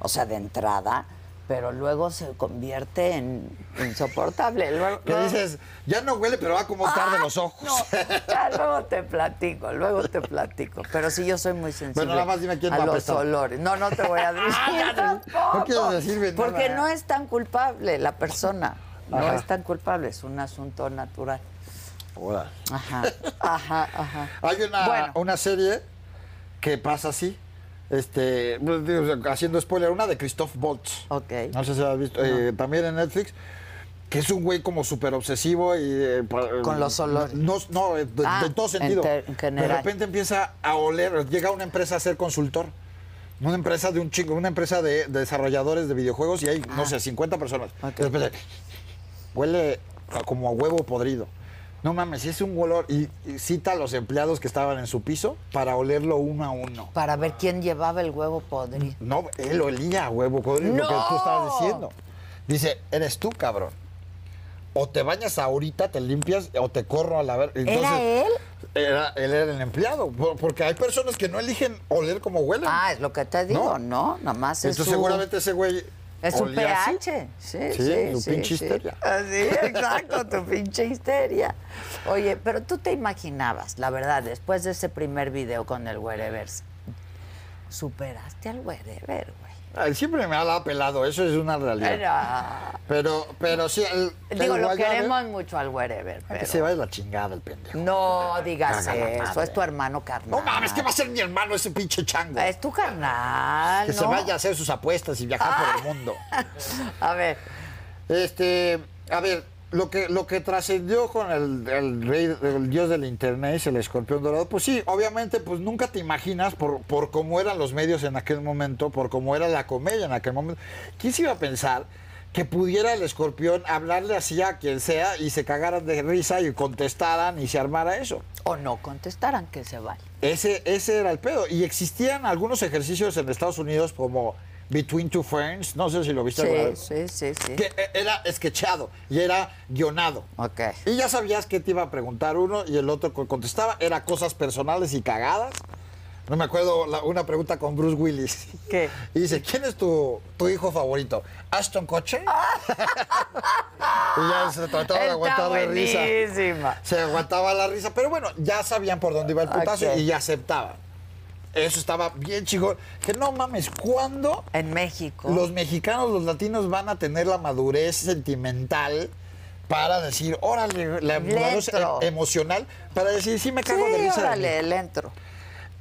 Speaker 1: o sea, de entrada, pero luego se convierte en insoportable. Luego,
Speaker 2: Que dices, ya no huele, pero va como tarde los ojos.
Speaker 1: Ah. No, ya luego te platico, luego te platico. Pero sí, yo soy muy sensible
Speaker 2: Bueno, nada más dime quién
Speaker 1: a
Speaker 2: va a
Speaker 1: los
Speaker 2: apestar.
Speaker 1: olores. No, no te voy a decir tampoco.
Speaker 2: No quieres decirme nada.
Speaker 1: Porque no es tan culpable la persona. No
Speaker 2: Ajá.
Speaker 1: es tan culpable, es un asunto natural.
Speaker 2: Órale.
Speaker 1: Ajá, ajá, ajá.
Speaker 2: Hay una,
Speaker 1: Bueno.
Speaker 2: una serie que pasa así. Este, pues, digo, haciendo spoiler, una de Christoph Waltz.
Speaker 1: Ok.
Speaker 2: No sé si la has visto. eh, también en Netflix. Que es un güey como súper obsesivo y... eh, pa-
Speaker 1: Con los olores.
Speaker 2: No, no, eh, de, de
Speaker 1: Ah,
Speaker 2: todo sentido.
Speaker 1: en te- en
Speaker 2: de
Speaker 1: general.
Speaker 2: repente empieza a oler. Llega una empresa a ser consultor. Una empresa de un chico, una empresa de, de desarrolladores de videojuegos y hay, no sé, 50 personas.
Speaker 1: Ah. Ok.
Speaker 2: De repente, huele a- como a huevo podrido. No mames, es un olor. Y, y cita a los empleados que estaban en su piso para olerlo uno a uno.
Speaker 1: Para ver quién llevaba el huevo podrido.
Speaker 2: No, él olía a huevo podrido, lo que tú estabas diciendo. Dice, eres tú, cabrón. O te bañas ahorita, te limpias, o te corro a la ver.
Speaker 1: ¿Era él?
Speaker 2: Era, él era el empleado. por- Porque hay personas que no eligen oler como huelen.
Speaker 1: Ah, es lo que te digo, ¿no? Nada más es
Speaker 2: Entonces
Speaker 1: su-
Speaker 2: seguramente ese güey
Speaker 1: Es su
Speaker 2: olía así.
Speaker 1: pH. Sí,
Speaker 2: Sí,
Speaker 1: sí, sí.
Speaker 2: tu pinche
Speaker 1: sí.
Speaker 2: histeria.
Speaker 1: Ah, Sí, exacto, tu pinche histeria. Oye, pero tú te imaginabas, la verdad, después de ese primer video con el Wherevers, superaste al Wherever, güey.
Speaker 2: Ay, Ah, siempre me ha dado pelado, eso es una realidad.
Speaker 1: Era-
Speaker 2: Pero, pero sí, el, el
Speaker 1: digo, lo
Speaker 2: Guayave-
Speaker 1: queremos mucho al Wherever,
Speaker 2: Que se
Speaker 1: pero...
Speaker 2: vaya la chingada el pendejo.
Speaker 1: No digas
Speaker 2: Caga la
Speaker 1: eso,
Speaker 2: madre.
Speaker 1: es tu hermano carnal.
Speaker 2: No mames, ¿qué va a ser mi hermano ese pinche chango?
Speaker 1: Es tu carnal,
Speaker 2: que se
Speaker 1: ¿no?
Speaker 2: vaya a hacer sus apuestas y viajar por el mundo.
Speaker 1: A ver,
Speaker 2: Este, a ver, lo que, lo que trascendió con el, el rey, el dios del internet, el escorpión dorado, pues sí, obviamente, pues nunca te imaginas por, por cómo eran los medios en aquel momento, por cómo era la comedia en aquel momento. ¿Quién se iba a pensar que pudiera el escorpión hablarle así a quien sea y se cagaran de risa y contestaran y se armara eso?
Speaker 1: o no contestarán que se vaya.
Speaker 2: Ese, ese era el pedo. Y existían algunos ejercicios en Estados Unidos como Between Two Friends, no sé si lo viste alguna
Speaker 1: Sí,
Speaker 2: vez,
Speaker 1: sí, sí, sí.
Speaker 2: que eh, era sketchado y era guionado.
Speaker 1: Ok.
Speaker 2: Y ya sabías que te iba a preguntar uno y el otro co- contestaba. Era cosas personales y cagadas. No me acuerdo la- una pregunta con Bruce Willis.
Speaker 1: ¿Qué?
Speaker 2: Y dice, ¿quién es tu, tu hijo favorito? ¿Ashton Kutcher? y ya se trataba de
Speaker 1: Está
Speaker 2: aguantar la risa.
Speaker 1: buenísima.
Speaker 2: Se aguantaba la risa, pero bueno, ya sabían por dónde iba el putazo
Speaker 1: Ok.
Speaker 2: y ya aceptaban. Eso estaba bien chingón. Que no mames, ¿cuándo
Speaker 1: En México.
Speaker 2: los mexicanos, los latinos van a tener la madurez sentimental para decir, órale,
Speaker 1: Le
Speaker 2: la madurez
Speaker 1: entro.
Speaker 2: e- emocional, para decir, sí me
Speaker 1: Sí,
Speaker 2: cago de risa. de mí".
Speaker 1: órale, el entro.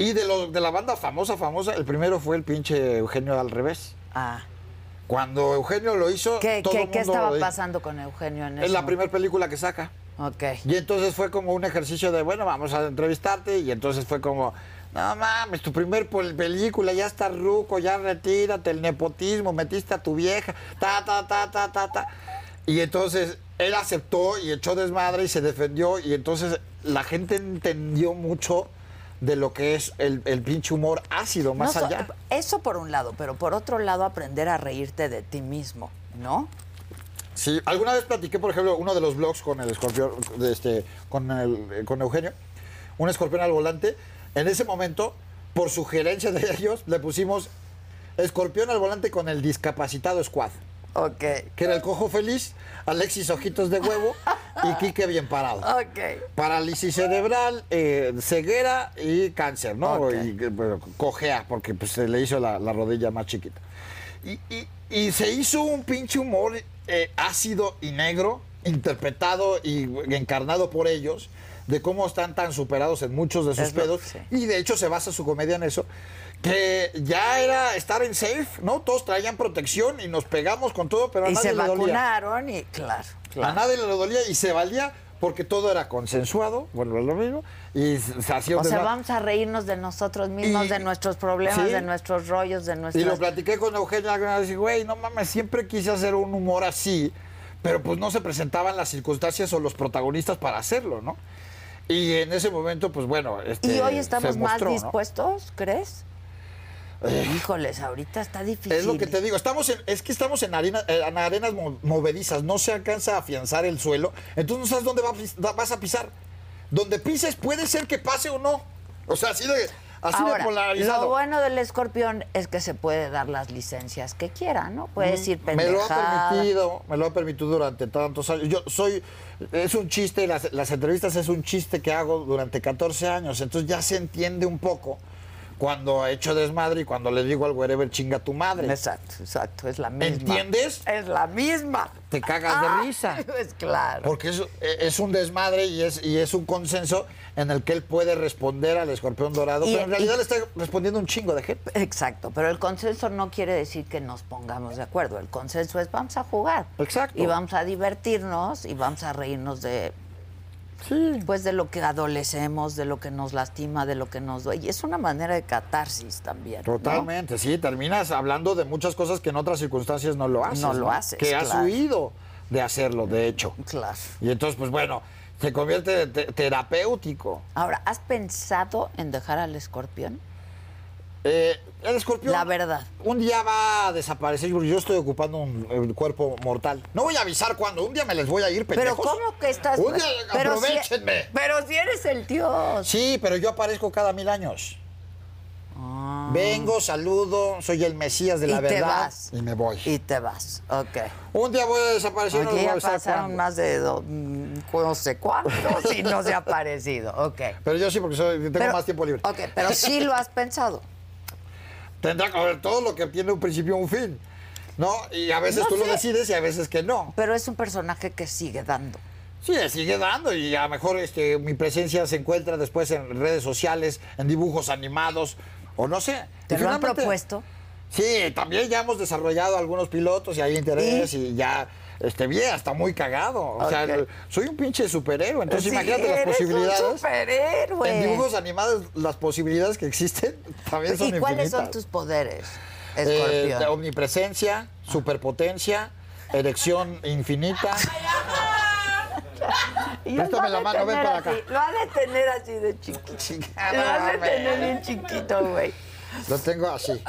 Speaker 2: Y de, los- de la banda famosa, famosa, el primero fue el pinche Eugenio al revés.
Speaker 1: Ah.
Speaker 2: Cuando Eugenio lo hizo,
Speaker 1: ¿Qué,
Speaker 2: todo
Speaker 1: qué-
Speaker 2: el mundo
Speaker 1: qué
Speaker 2: lo
Speaker 1: estaba
Speaker 2: hizo.
Speaker 1: pasando con Eugenio en eso?
Speaker 2: Es la primera película que saca.
Speaker 1: Ok.
Speaker 2: Y entonces fue como un ejercicio de, bueno, vamos a entrevistarte. Y entonces fue como, no mames, tu primer pol- película, ya está ruco, ya retírate, el nepotismo, metiste a tu vieja, ta, ta, ta, ta, ta, ta. Y entonces él aceptó y echó desmadre y se defendió. Y entonces la gente entendió mucho de lo que es el, el pinche humor ácido, más
Speaker 1: No, so-
Speaker 2: allá.
Speaker 1: Eso por un lado, pero por otro lado aprender a reírte de ti mismo, ¿no?
Speaker 2: Sí, alguna vez platiqué, por ejemplo, uno de los blogs con el escorpión, de este, con, el- con Eugenio, un escorpión al volante. En ese momento, por sugerencia de ellos, le pusimos escorpión al volante con el discapacitado squad,
Speaker 1: Ok.
Speaker 2: que era el cojo feliz, Alexis Ojitos de Huevo y Quique Bien Parado.
Speaker 1: Ok.
Speaker 2: Parálisis cerebral, eh, ceguera y cáncer, ¿no?
Speaker 1: Ok.
Speaker 2: Y, eh, pero cojea, porque pues, se le hizo la, la rodilla más chiquita. Y, y- y se hizo un pinche humor eh, ácido y negro, interpretado y encarnado por ellos, de cómo están tan superados en muchos de sus
Speaker 1: Es lo-
Speaker 2: pedos.
Speaker 1: sí.
Speaker 2: Y de hecho se basa su comedia en eso. Que ya era estar en safe, ¿no? Todos traían protección y nos pegamos con todo, pero a
Speaker 1: Y
Speaker 2: nadie
Speaker 1: se
Speaker 2: le dolía.
Speaker 1: vacunaron y claro,
Speaker 2: A
Speaker 1: claro.
Speaker 2: nadie le dolía y se valía porque todo era consensuado, bueno, es lo mismo, y se se hacía un
Speaker 1: O sea,
Speaker 2: desmadre.
Speaker 1: vamos a reírnos de nosotros mismos,
Speaker 2: Y-
Speaker 1: de nuestros problemas,
Speaker 2: sí.
Speaker 1: de nuestros rollos, de
Speaker 2: Y lo
Speaker 1: nuestros...
Speaker 2: platiqué con Eugenia alguna vez y, güey, no mames, siempre quise hacer un humor así, pero pues no se presentaban las circunstancias o los protagonistas para hacerlo, ¿no? Y en ese momento, pues bueno, este,
Speaker 1: ¿Y hoy
Speaker 2: se
Speaker 1: estamos más
Speaker 2: mostró, ¿no? Eh.
Speaker 1: dispuestos, crees? Híjoles, ahorita está difícil.
Speaker 2: Es lo que te digo, estamos en- es que estamos en, arena- eh, en arenas mo- movedizas, no se alcanza a afianzar el suelo, entonces no sabes dónde va a pis- da- vas a pisar. Donde pises puede ser que pase o no. O sea, así de, así de
Speaker 1: Ahora,
Speaker 2: polarizado.
Speaker 1: lo bueno del escorpión es que se puede dar las licencias que quiera, ¿no? Puede decir
Speaker 2: Mm, me lo ha
Speaker 1: pendejada.
Speaker 2: permitido, me lo ha permitido durante tantos años. Yo soy, es un chiste, las, las entrevistas es un chiste que hago durante 14 años, entonces ya se entiende un poco cuando he hecho desmadre y cuando le digo al wherever chinga tu madre.
Speaker 1: Exacto, exacto, es la misma.
Speaker 2: ¿Entiendes?
Speaker 1: Es la misma.
Speaker 2: Te cagas de risa.
Speaker 1: Pues claro.
Speaker 2: Porque es, eh, es un desmadre y es, y es un consenso en el que él puede responder al escorpión dorado,
Speaker 1: Y-
Speaker 2: pero en realidad
Speaker 1: y-
Speaker 2: le está respondiendo un chingo de gente.
Speaker 1: Exacto, pero el consenso no quiere decir que nos pongamos de acuerdo. El consenso es vamos a jugar.
Speaker 2: Exacto.
Speaker 1: Y vamos a divertirnos y vamos a reírnos de
Speaker 2: Sí.
Speaker 1: pues de lo que adolecemos, de lo que nos lastima, de lo que nos duele. Y es una manera de catarsis también. ¿no?
Speaker 2: Totalmente, sí, terminas hablando de muchas cosas que en otras circunstancias no lo haces.
Speaker 1: No lo haces,
Speaker 2: Que has
Speaker 1: claro.
Speaker 2: huido de hacerlo, de hecho.
Speaker 1: Claro.
Speaker 2: Y entonces, pues bueno, se convierte en te- terapéutico.
Speaker 1: Ahora, ¿has pensado en dejar al escorpión?
Speaker 2: Eh, el escorpión.
Speaker 1: La verdad.
Speaker 2: Un día va a desaparecer porque yo estoy ocupando un, el cuerpo mortal. No voy a avisar cuándo, un día me les voy a ir,
Speaker 1: Pero
Speaker 2: pendejos.
Speaker 1: ¿cómo que estás?
Speaker 2: Un día,
Speaker 1: pero si-
Speaker 2: aprovechenme.
Speaker 1: pero si eres el dios.
Speaker 2: Sí, pero yo aparezco cada mil años. Vengo, saludo, soy el Mesías de la
Speaker 1: Ah. y
Speaker 2: verdad.
Speaker 1: te vas.
Speaker 2: Y me voy.
Speaker 1: Y te vas. Ok.
Speaker 2: Un día voy a desaparecer. no les
Speaker 1: Aquí
Speaker 2: voy a
Speaker 1: ya
Speaker 2: avisar
Speaker 1: pasaron
Speaker 2: cuándo.
Speaker 1: más de do- mm, no sé cuántos y no se ha aparecido. Ok.
Speaker 2: Pero yo sí, porque soy- tengo
Speaker 1: Pero-
Speaker 2: más tiempo libre.
Speaker 1: Ok, pero sí lo has pensado.
Speaker 2: Tendrá que haber todo lo que tiene un principio un fin. ¿No? Y a veces
Speaker 1: No
Speaker 2: tú lo
Speaker 1: sé.
Speaker 2: decides y a veces que no.
Speaker 1: Pero es un personaje que sigue dando.
Speaker 2: Sí, sigue dando y a lo mejor este, mi presencia se encuentra después en redes sociales, en dibujos animados o no sé.
Speaker 1: ¿Te
Speaker 2: Y
Speaker 1: lo han
Speaker 2: finalmente-
Speaker 1: propuesto?
Speaker 2: Sí, también ya hemos desarrollado algunos pilotos y hay interés y, ya este bien, hasta muy cagado. O sea,
Speaker 1: Ok.
Speaker 2: el- soy un pinche superhéroe, entonces
Speaker 1: Sí,
Speaker 2: imagínate las
Speaker 1: eres un
Speaker 2: posibilidades.
Speaker 1: superhéroe.
Speaker 2: En dibujos animados las posibilidades que existen también son
Speaker 1: ¿Y cuáles son
Speaker 2: infinitas.
Speaker 1: tus poderes,
Speaker 2: Eh,
Speaker 1: escorpión?
Speaker 2: de omnipresencia, superpotencia, erección infinita.
Speaker 1: Y él
Speaker 2: préstame
Speaker 1: lo ha
Speaker 2: la
Speaker 1: de
Speaker 2: mano, ven
Speaker 1: tener
Speaker 2: para acá.
Speaker 1: así, Lo ha de tener así de chiquito. Ah,
Speaker 2: Chingada
Speaker 1: Lo ha de
Speaker 2: madre.
Speaker 1: tener Ah. bien chiquito, güey.
Speaker 2: Lo tengo así.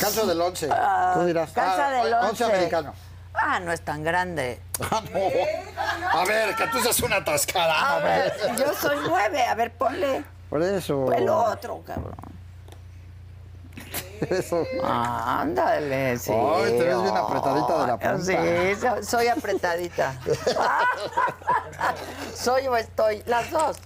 Speaker 2: Calzo del 11. Tú dirás.
Speaker 1: Casa
Speaker 2: ah,
Speaker 1: del 11.
Speaker 2: once americano.
Speaker 1: Ah, no es tan grande.
Speaker 2: Ah, no. A ver, que tú seas una atascada,
Speaker 1: A ver,
Speaker 2: hombre.
Speaker 1: yo soy nueve. A ver, ponle
Speaker 2: Por eso.
Speaker 1: el otro, cabrón.
Speaker 2: eso.
Speaker 1: Ándale, sí.
Speaker 2: Ay, te ves bien apretadita de la punta.
Speaker 1: Sí, so- soy apretadita. soy o estoy, las dos.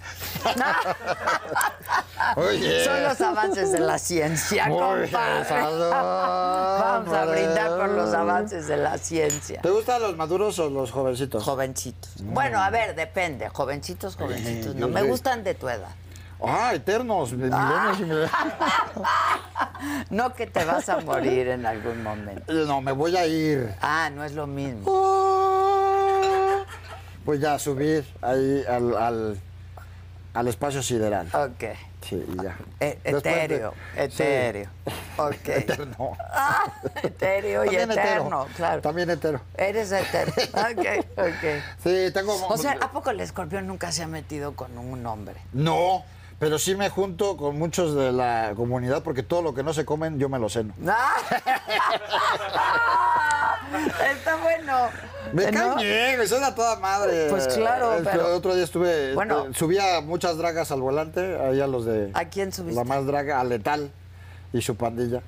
Speaker 2: Oye.
Speaker 1: Son los avances de la ciencia,
Speaker 2: Muy
Speaker 1: compadre.
Speaker 2: bien, salud,
Speaker 1: Vamos a brindar por los
Speaker 2: hombre.
Speaker 1: avances de la ciencia.
Speaker 2: ¿Te gustan los maduros o los jovencitos?
Speaker 1: Jovencitos. Bueno, a ver, depende.
Speaker 2: Eh,
Speaker 1: Jovencitos, jovencitos. No
Speaker 2: Dios
Speaker 1: me
Speaker 2: mío.
Speaker 1: gustan de tu edad.
Speaker 2: ah, eternos.
Speaker 1: Ah.
Speaker 2: milenios y milenios.
Speaker 1: No que te vas a morir en algún momento.
Speaker 2: No, me voy a ir.
Speaker 1: Ah, no es lo mismo.
Speaker 2: Ah, Pues ya, subir ahí al, al, al espacio sideral.
Speaker 1: Ok.
Speaker 2: Sí, y ya.
Speaker 1: E-
Speaker 2: Después de-
Speaker 1: etéreo,
Speaker 2: Sí.
Speaker 1: etéreo. Ok.
Speaker 2: Eterno.
Speaker 1: Ah, etéreo y
Speaker 2: También hetero.
Speaker 1: eterno, claro.
Speaker 2: También hetero.
Speaker 1: Eres eterno. Ok, ok.
Speaker 2: Sí, tengo...
Speaker 1: O sea, ¿a poco el escorpión nunca se ha metido con un hombre?
Speaker 2: No, pero sí me junto con muchos de la comunidad porque todo lo que no se comen yo me lo ceno.
Speaker 1: Ah. Está bueno.
Speaker 2: Me
Speaker 1: Eh, ¿No?
Speaker 2: cae bien, me suena a toda madre.
Speaker 1: Pues claro,
Speaker 2: El,
Speaker 1: pero-
Speaker 2: otro día estuve,
Speaker 1: Bueno.
Speaker 2: este, subía muchas dragas al volante, ahí a los de...
Speaker 1: ¿A quién subiste?
Speaker 2: La más draga, a Letal y su pandilla.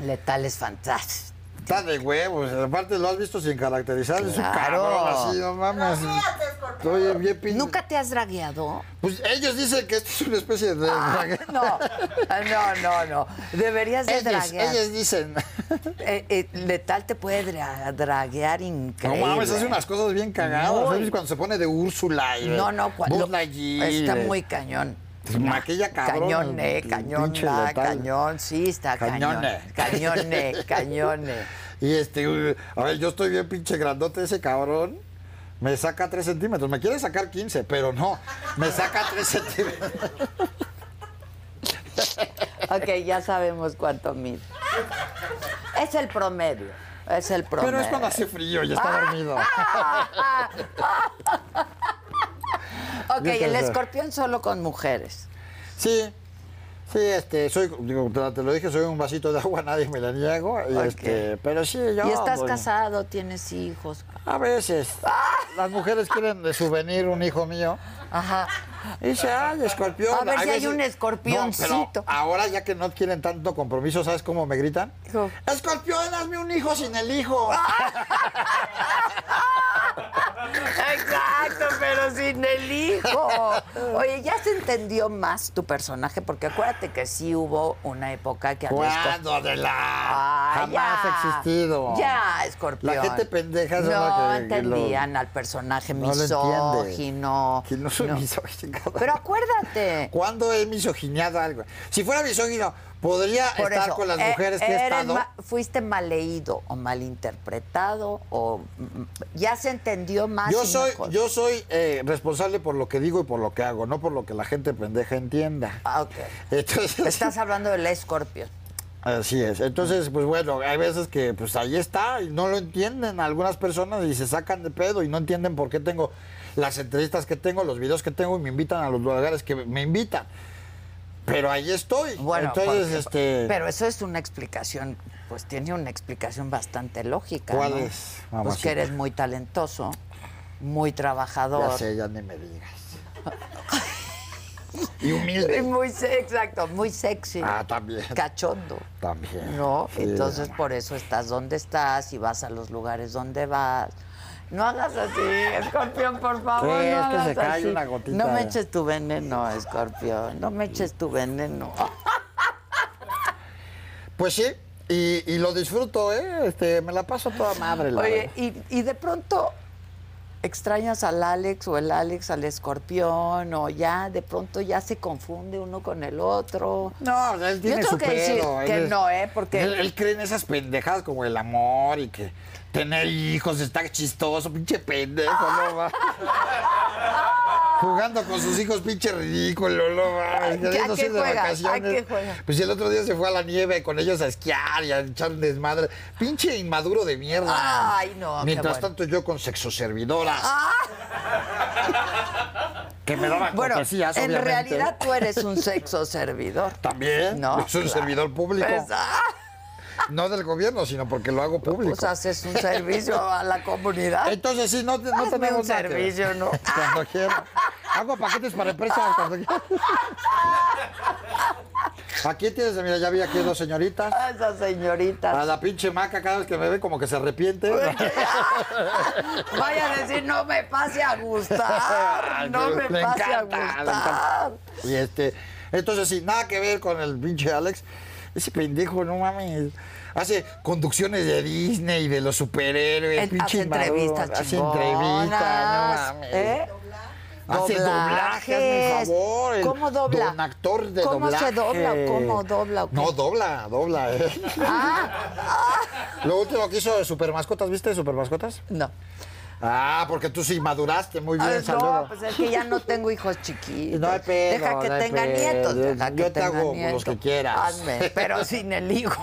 Speaker 1: Letal es fantástico.
Speaker 2: Está de huevos, aparte lo has visto sin caracterizar, es un
Speaker 1: Claro.
Speaker 2: cabrón así, no mames. Oye, bien pin-
Speaker 1: ¿Nunca te has dragueado?
Speaker 2: Pues ellos dicen que esto es una especie de...
Speaker 1: Ah, No, no, no, no. Deberías de
Speaker 2: Ellos,
Speaker 1: draguear.
Speaker 2: ellos dicen...
Speaker 1: Eh, eh, letal te puede dra- draguear
Speaker 2: No
Speaker 1: increíble.
Speaker 2: mames, hace unas cosas bien cagadas.
Speaker 1: Muy.
Speaker 2: ¿Sabes cuando se pone de Úrsula y de
Speaker 1: No, no, cua-
Speaker 2: Buzz
Speaker 1: lo-
Speaker 2: Lightyear? pues,
Speaker 1: está muy cañón.
Speaker 2: Se maquilla cabrón,
Speaker 1: Cañón, eh,
Speaker 2: el
Speaker 1: cañón,
Speaker 2: pinche
Speaker 1: ah,
Speaker 2: letal. E.
Speaker 1: cañón, sí, está cañón.
Speaker 2: Cañone.
Speaker 1: Cañón, eh, cañón. eh.
Speaker 2: Y este, uy, a ver, yo estoy bien pinche grandote ese cabrón. Me saca 3 centímetros. Me quiere sacar 15, pero no. Me saca 3 centímetros.
Speaker 1: Ok, ya sabemos cuánto mide. Es el promedio, es el promedio.
Speaker 2: Pero es cuando hace frío y está dormido.
Speaker 1: Ah, ah, ah. Ok, el escorpión solo con mujeres.
Speaker 2: Sí. Sí, este, soy, digo, te te lo dije, soy un vasito de agua, nadie me la niego. y,
Speaker 1: Ok.
Speaker 2: este, pero sí, yo.
Speaker 1: y estás
Speaker 2: pues,
Speaker 1: casado, tienes hijos.
Speaker 2: A veces. Las mujeres quieren de souvenir un hijo mío.
Speaker 1: Ajá.
Speaker 2: Y dice, ay, escorpión.
Speaker 1: A ver si hay un
Speaker 2: No,
Speaker 1: escorpioncito.
Speaker 2: pero ahora ya que no quieren tanto compromiso, ¿sabes cómo me gritan?
Speaker 1: ¿Cómo?
Speaker 2: Escorpión, hazme un hijo sin el hijo.
Speaker 1: Ah. Exacto, pero sin el hijo. Oye, ya se entendió más tu personaje, porque acuérdate que sí hubo una época que al escorpión-
Speaker 2: ¿Cuándo de la?
Speaker 1: Ah,
Speaker 2: Jamás
Speaker 1: ya.
Speaker 2: ha existido.
Speaker 1: Ya, escorpión.
Speaker 2: La gente pendeja es
Speaker 1: No
Speaker 2: la que- que lo-
Speaker 1: entendían al personaje
Speaker 2: No lo
Speaker 1: misógino.
Speaker 2: entiende. Que no soy
Speaker 1: No.
Speaker 2: misógino.
Speaker 1: Pero acuérdate.
Speaker 2: ¿Cuándo he misogineado algo? Si fuera misógino, podría
Speaker 1: Por
Speaker 2: estar
Speaker 1: eso,
Speaker 2: con las
Speaker 1: e-
Speaker 2: mujeres que he
Speaker 1: eres
Speaker 2: estado.
Speaker 1: ma- fuiste mal leído o malinterpretado o mm, ya se entendió más.
Speaker 2: Yo
Speaker 1: una
Speaker 2: soy,
Speaker 1: cosa.
Speaker 2: yo soy eh, responsable por lo que digo y por lo que hago, no por lo que la gente pendeja entienda.
Speaker 1: Ah, ok.
Speaker 2: Entonces,
Speaker 1: Estás hablando del escorpión.
Speaker 2: así es. Entonces, pues bueno, hay veces que pues ahí está y no lo entienden algunas personas y se sacan de pedo y no entienden por qué tengo las entrevistas que tengo, los videos que tengo y me invitan a los lugares que me invitan. Pero ahí estoy.
Speaker 1: Bueno,
Speaker 2: Entonces,
Speaker 1: porque-
Speaker 2: este,
Speaker 1: pero eso es una explicación, pues tiene una explicación bastante lógica.
Speaker 2: ¿Cuál
Speaker 1: ¿no?
Speaker 2: es,
Speaker 1: Pues
Speaker 2: mamacita?
Speaker 1: que eres muy talentoso, muy trabajador.
Speaker 2: ya sé, ya ni me digas. y
Speaker 1: Y
Speaker 2: humilde.
Speaker 1: muy se- exacto, muy sexy.
Speaker 2: Ah, también.
Speaker 1: Cachondo.
Speaker 2: También.
Speaker 1: No,
Speaker 2: Sí,
Speaker 1: entonces
Speaker 2: mamá.
Speaker 1: por eso estás donde estás y vas a los lugares donde vas. No hagas así, escorpión, por favor.
Speaker 2: Sí,
Speaker 1: no
Speaker 2: es que se
Speaker 1: hagas
Speaker 2: cae
Speaker 1: así.
Speaker 2: una gotita.
Speaker 1: No me eches tu veneno, escorpión. No me eches tu veneno.
Speaker 2: Pues sí, y, y lo disfruto, ¿eh? Este, me la paso toda madre. La
Speaker 1: Oye,
Speaker 2: verdad.
Speaker 1: y, y de pronto extrañas al Alex o el Alex al escorpión o ya de pronto ya se confunde uno con el otro.
Speaker 2: no, él tiene
Speaker 1: tengo
Speaker 2: su
Speaker 1: que decir
Speaker 2: pedo, él
Speaker 1: que
Speaker 2: es-
Speaker 1: no, ¿eh? Porque-
Speaker 2: Él, él cree en esas pendejadas como el amor y que tener hijos está chistoso, pinche pendejo, no va. Jugando con sus hijos, pinche ridículo, no va.
Speaker 1: ¿A qué
Speaker 2: Yéndose de
Speaker 1: juega? ¿A
Speaker 2: vacaciones.
Speaker 1: qué juega?
Speaker 2: Pues el otro día se fue a la nieve con ellos a esquiar y a echar un desmadre. Pinche inmaduro de mierda.
Speaker 1: Ay, no, qué
Speaker 2: Mientras
Speaker 1: bueno. Ah,
Speaker 2: tanto, yo con sexoservidoras. Que me daban
Speaker 1: Bueno,
Speaker 2: cortesías,
Speaker 1: en
Speaker 2: obviamente.
Speaker 1: realidad tú eres un sexo servidor.
Speaker 2: También.
Speaker 1: No,
Speaker 2: es un
Speaker 1: claro.
Speaker 2: servidor público.
Speaker 1: Pues, ah,
Speaker 2: No del gobierno, sino porque lo hago público.
Speaker 1: pues haces un servicio a la comunidad.
Speaker 2: Entonces, sí, no, te- no
Speaker 1: Hazme
Speaker 2: tenemos
Speaker 1: ah, un
Speaker 2: nada que ver.
Speaker 1: servicio, ¿no?
Speaker 2: Cuando quiera. Hago paquetes para empresas cuando quiera. Aquí tienes, mira, ya vi aquí dos señoritas.
Speaker 1: A esas
Speaker 2: A
Speaker 1: señoritas.
Speaker 2: la pinche maca cada vez que me ve como que se arrepiente.
Speaker 1: Vaya a decir, no me pase a gustar. No me
Speaker 2: Le
Speaker 1: pase
Speaker 2: encanta, le
Speaker 1: a
Speaker 2: encanta.
Speaker 1: gustar.
Speaker 2: Y este, entonces sí, nada que ver con el pinche Alex. Ese pendejo, no mames. Hace conducciones de Disney y de los superhéroes.
Speaker 1: Él
Speaker 2: pinche
Speaker 1: hace
Speaker 2: inmaduro,
Speaker 1: entrevistas
Speaker 2: Hace entrevistas,
Speaker 1: chingonas,
Speaker 2: no mames.
Speaker 1: ¿eh?
Speaker 2: Hace doblaje, hazme
Speaker 1: Doblajes.
Speaker 2: el favor. el
Speaker 1: ¿Cómo dobla?
Speaker 2: Don actor de
Speaker 1: ¿Cómo
Speaker 2: doblaje.
Speaker 1: se dobla o cómo dobla o qué? Ah.
Speaker 2: No, dobla, dobla. ¿eh? Lo último que hizo de Supermascotas, ¿viste de Supermascotas?
Speaker 1: No.
Speaker 2: Ah, porque tú sí maduraste muy bien,
Speaker 1: Ah,
Speaker 2: saludo.
Speaker 1: no, pues es que ya no tengo hijos chiquitos.
Speaker 2: No hay pedo,
Speaker 1: Deja que
Speaker 2: no hay
Speaker 1: tengan
Speaker 2: pedo.
Speaker 1: nietos. Deja
Speaker 2: Yo
Speaker 1: que
Speaker 2: te
Speaker 1: tengan
Speaker 2: hago
Speaker 1: nietos.
Speaker 2: los que quieras.
Speaker 1: Hazme, pero sin el hijo.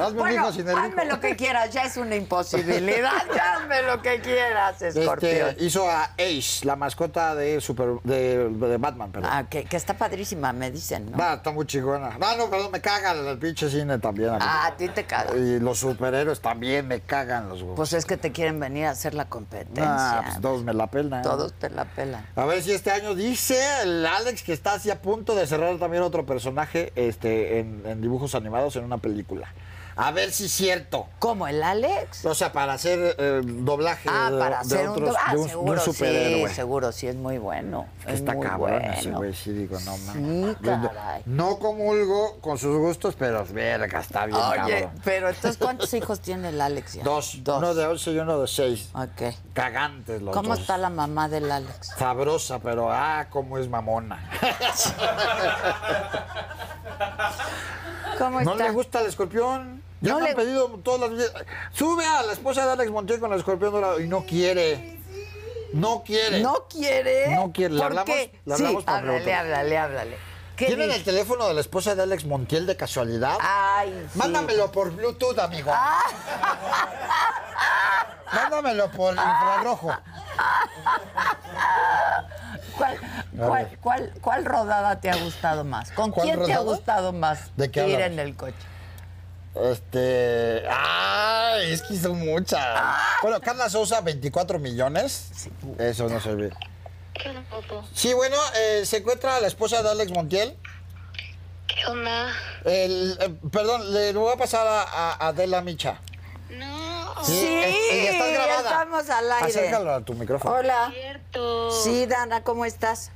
Speaker 2: Hazme un
Speaker 1: bueno,
Speaker 2: hijo sin el hijo.
Speaker 1: hazme lo que quieras, ya es una imposibilidad. Ya hazme lo que quieras,
Speaker 2: Este,
Speaker 1: escorpión.
Speaker 2: hizo a Ace, la mascota de Super de, de Batman, perdón.
Speaker 1: Ah, que, que está padrísima, me dicen, ¿no?
Speaker 2: Va, está muy chingona. No, no, perdón, me caga el pinche cine también. a mí.
Speaker 1: Ah, a ti te cagas.
Speaker 2: Y los superhéroes también me cagan los güeyes.
Speaker 1: Pues es que te quieren venir a hacer la competencia.
Speaker 2: Ah, pues todos me la pelan.
Speaker 1: Todos te la pelan.
Speaker 2: A ver si este año dice el Alex que está así a punto de cerrar también otro personaje este, en, en dibujos animados en una película. A ver si es cierto.
Speaker 1: ¿Cómo, el Alex?
Speaker 2: O sea, para hacer eh, doblaje
Speaker 1: Ah,
Speaker 2: de,
Speaker 1: para
Speaker 2: de
Speaker 1: hacer un...
Speaker 2: otros-
Speaker 1: do- Ah,
Speaker 2: de un, de un
Speaker 1: seguro,
Speaker 2: superhéroe.
Speaker 1: sí, seguro, sí, es muy bueno.
Speaker 2: Que
Speaker 1: es
Speaker 2: está
Speaker 1: muy
Speaker 2: cabrón
Speaker 1: bueno.
Speaker 2: ese güey, sí digo, no
Speaker 1: Sí,
Speaker 2: mames.
Speaker 1: caray.
Speaker 2: No comulgo con sus gustos, pero verga, está bien
Speaker 1: Oye,
Speaker 2: cabrón.
Speaker 1: pero entonces, ¿cuántos hijos tiene el Alex ya?
Speaker 2: Dos,
Speaker 1: Dos.
Speaker 2: uno de 11 y uno de 6.
Speaker 1: Ok.
Speaker 2: Cagantes los
Speaker 1: ¿Cómo
Speaker 2: dos.
Speaker 1: está la mamá del Alex?
Speaker 2: Sabrosa, pero ah, cómo es mamona.
Speaker 1: ¿Cómo
Speaker 2: ¿No
Speaker 1: está?
Speaker 2: le gusta el escorpión? Ya
Speaker 1: No
Speaker 2: me
Speaker 1: le-
Speaker 2: han pedido todas las veces. Sube a la esposa de Alex Montiel con el escorpión dorado y no quiere. No quiere.
Speaker 1: ¿No quiere?
Speaker 2: No quiere. ¿Le
Speaker 1: ¿Por
Speaker 2: hablamos?
Speaker 1: qué?
Speaker 2: ¿Le hablamos
Speaker 1: sí,
Speaker 2: para
Speaker 1: háblale,
Speaker 2: preguntar?
Speaker 1: háblale, háblale. ¿Qué
Speaker 2: ¿Tienen
Speaker 1: dice?
Speaker 2: el teléfono de la esposa de Alex Montiel de casualidad?
Speaker 1: Ah, Ay, sí.
Speaker 2: Mándamelo por Bluetooth, amigo.
Speaker 1: Ah.
Speaker 2: Mándamelo por infrarrojo.
Speaker 1: ¿Cuál, cuál, cuál, cuál rodada te ha gustado más? ¿Con
Speaker 2: ¿Cuál
Speaker 1: quién te ha
Speaker 2: rodada?
Speaker 1: gustado más
Speaker 2: ¿De qué
Speaker 1: ir
Speaker 2: hablamos?
Speaker 1: en el coche?
Speaker 2: Este. ¡Ay! Es que son muchas. Bueno, Carla Sousa, 24 millones. Eso no se ve.
Speaker 6: ¿Qué onda, Popo?
Speaker 2: Sí, bueno, eh, se encuentra la esposa de Alex Montiel.
Speaker 6: ¿Qué onda?
Speaker 2: El, eh, perdón, le voy a pasar a, a Adela Micha.
Speaker 6: No,
Speaker 2: Sí, es- ella está
Speaker 1: ya
Speaker 2: grabada.
Speaker 1: estamos al aire.
Speaker 2: Acércalo a tu micrófono.
Speaker 1: Hola.
Speaker 6: es cierto.
Speaker 1: Sí, Dana, ¿cómo estás?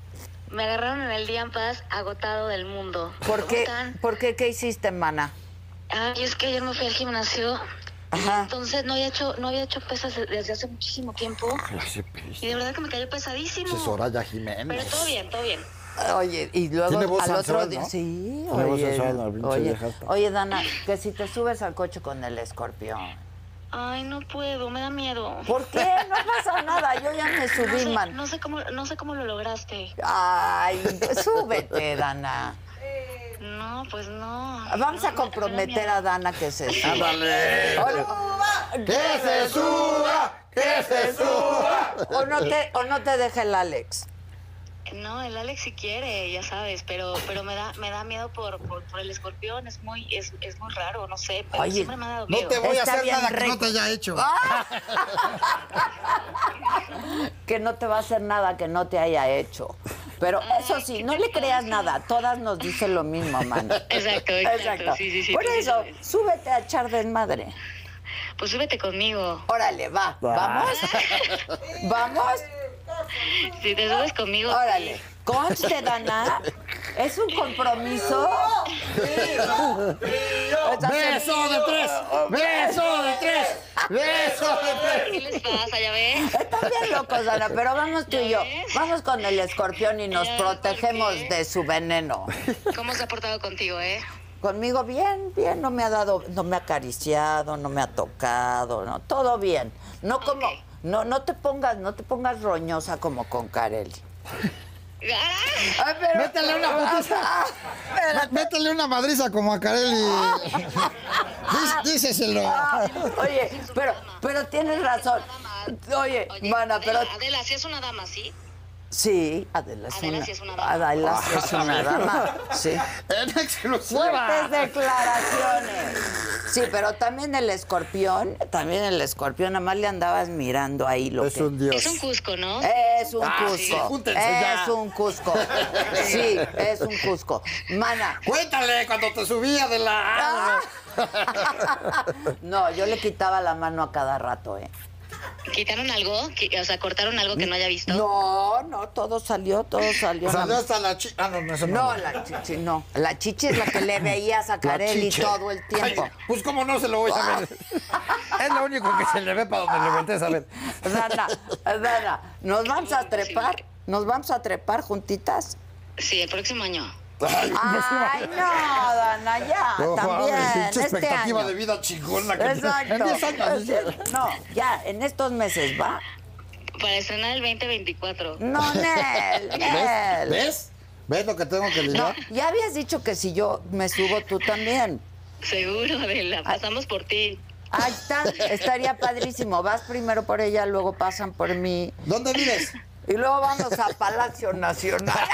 Speaker 6: Me agarraron en el día en paz, agotado del mundo.
Speaker 1: ¿Por qué,
Speaker 6: Agotado.
Speaker 1: ¿por qué, qué hiciste, mana?
Speaker 6: Ay, es que ayer me fui al gimnasio.
Speaker 1: Ah. Ajá.
Speaker 6: Entonces no había hecho, no había hecho pesas desde hace muchísimo tiempo. Y de verdad que me cayó pesadísimo.
Speaker 2: Es Soraya
Speaker 6: Pero
Speaker 2: Jiménez.
Speaker 6: todo bien, todo bien.
Speaker 1: Oye, y luego
Speaker 2: Tiene voz
Speaker 1: al otro
Speaker 2: sensual,
Speaker 1: día.
Speaker 2: ¿no?
Speaker 1: Sí,
Speaker 2: Tiene voz
Speaker 1: oye.
Speaker 2: sensual, la pinche
Speaker 1: oye,
Speaker 2: vieja esta.
Speaker 1: oye, Dana, que si te subes al coche con el escorpión.
Speaker 6: Ay, no puedo, me da miedo.
Speaker 1: ¿Por qué? No pasa nada, yo ya me
Speaker 6: No
Speaker 1: subí,
Speaker 6: sé,
Speaker 1: man.
Speaker 6: no sé cómo, no sé cómo lo lograste.
Speaker 1: Ay, pues súbete, Dana.
Speaker 6: No, pues no.
Speaker 1: Vamos
Speaker 6: No,
Speaker 1: a
Speaker 6: me- me
Speaker 1: comprometer
Speaker 6: da
Speaker 1: a Dana que se suba.
Speaker 2: Ándale.
Speaker 1: Hola.
Speaker 2: Ah, ¡Que se suba! ¡Que se suba!
Speaker 1: O no te, o no te deja el Alex.
Speaker 6: miedo. No, el Alex si quiere, ya sabes, pero, pero me da, me da miedo por, por, por el escorpión, es muy, es, es muy raro, no sé, pero
Speaker 1: Oye,
Speaker 6: siempre me ha dado
Speaker 2: No
Speaker 6: miedo.
Speaker 2: te voy a
Speaker 1: Está
Speaker 2: hacer
Speaker 1: bien
Speaker 2: nada que
Speaker 1: rico.
Speaker 2: no te haya hecho.
Speaker 1: Que no te va a hacer nada que no te haya hecho. Pero eso sí, no le creas nada. Todas nos dicen lo mismo, mano.
Speaker 6: Exacto, exacto, sí, sí, sí,
Speaker 1: Por
Speaker 6: tú sí
Speaker 1: eso,
Speaker 6: sabes.
Speaker 1: súbete a echar desmadre.
Speaker 6: Pues súbete conmigo.
Speaker 1: Órale, va. ¿Vamos? ¿Vamos?
Speaker 6: Si te subes conmigo.
Speaker 1: Órale. Conste, Dana. Es un compromiso. O sea, se-
Speaker 2: ¡Beso de tres! ¡Beso de tres! ¡Beso de tres!
Speaker 6: ¿Qué les pasa? ¿Ya ves?
Speaker 1: Están bien locos, Ana, pero vamos tú y yo.
Speaker 6: ¿Eh?
Speaker 1: Vamos con el escorpión y nos
Speaker 6: Ya,
Speaker 1: protegemos
Speaker 6: ¿por qué?
Speaker 1: de su veneno.
Speaker 6: ¿Cómo se ha portado contigo, eh?
Speaker 1: Conmigo bien, bien, no me ha dado, no me ha acariciado, no me ha tocado, no, todo bien. No como,
Speaker 6: Ok.
Speaker 1: no, no te pongas, no te pongas roñosa como con Carelli.
Speaker 6: Ah,
Speaker 1: Ay, pero-
Speaker 2: Métele una putiza. Métele una madriza como a Carelli. Dí- Díceselo.
Speaker 1: Ah, oye, pero, pero tienes razón. Oye,
Speaker 6: oye,
Speaker 1: mana, pero
Speaker 6: Adela, Adela, si es una dama, ¿sí?
Speaker 1: sí, Adela es
Speaker 6: Adela
Speaker 1: una,
Speaker 6: sí es una dama.
Speaker 1: Adela sí Ah, es una dama, sí.
Speaker 2: En exclusiva.
Speaker 1: Fuertes declaraciones. Sí, pero también el escorpión, también el escorpión, nada más le andabas mirando ahí lo
Speaker 2: Es
Speaker 1: que...
Speaker 2: un dios.
Speaker 6: Es un Cusco, ¿no?
Speaker 1: Es un
Speaker 2: Ah,
Speaker 1: Cusco.
Speaker 2: sí, júntense ya.
Speaker 1: Es un Cusco. Sí, es un Cusco. Mana.
Speaker 2: Cuéntale cuando te subía de
Speaker 1: Ah.
Speaker 2: la.
Speaker 1: No, yo le quitaba la mano a cada rato, ¿eh?
Speaker 6: ¿Quitaron algo? Qui- O sea, ¿cortaron algo que no haya visto?
Speaker 1: No, no, todo salió, todo salió.
Speaker 2: Salió
Speaker 1: nada más.
Speaker 2: hasta la chica. Ah, no, no, eso
Speaker 1: No,
Speaker 2: no.
Speaker 1: la chichi no. La chichi es la que le veías a
Speaker 2: La
Speaker 1: Carelli
Speaker 2: chiche.
Speaker 1: todo el tiempo.
Speaker 2: Ay, pues cómo no se lo voy a ver. Es lo único que se le ve para donde le voltees a ver.
Speaker 1: Dana, Dana, nos vamos a trepar, nos vamos a trepar juntitas.
Speaker 6: Sí, el próximo año.
Speaker 1: Ay, no, Dana, ya,
Speaker 2: No,
Speaker 1: Ah, también.
Speaker 2: mames, pinche
Speaker 1: Este
Speaker 2: expectativa
Speaker 1: año.
Speaker 2: de vida chingona. que-
Speaker 1: Exacto.
Speaker 2: En 10 años.
Speaker 1: Así- No, ya, en estos meses, ¿va?
Speaker 6: Para estrenar el 2024.
Speaker 1: No, Nel,
Speaker 2: ¿Ves?
Speaker 1: Nel.
Speaker 2: ¿Ves? ¿Ves lo que tengo que
Speaker 1: No,
Speaker 2: lidiar?
Speaker 1: ya habías dicho que si yo me subo, tú también.
Speaker 6: Seguro, Adela.
Speaker 1: Ah.
Speaker 6: Pasamos por ti.
Speaker 1: Ahí está, estaría padrísimo. Vas primero por ella, luego pasan por mí.
Speaker 2: ¿Dónde vives?
Speaker 1: Y luego vamos a Palacio Nacional.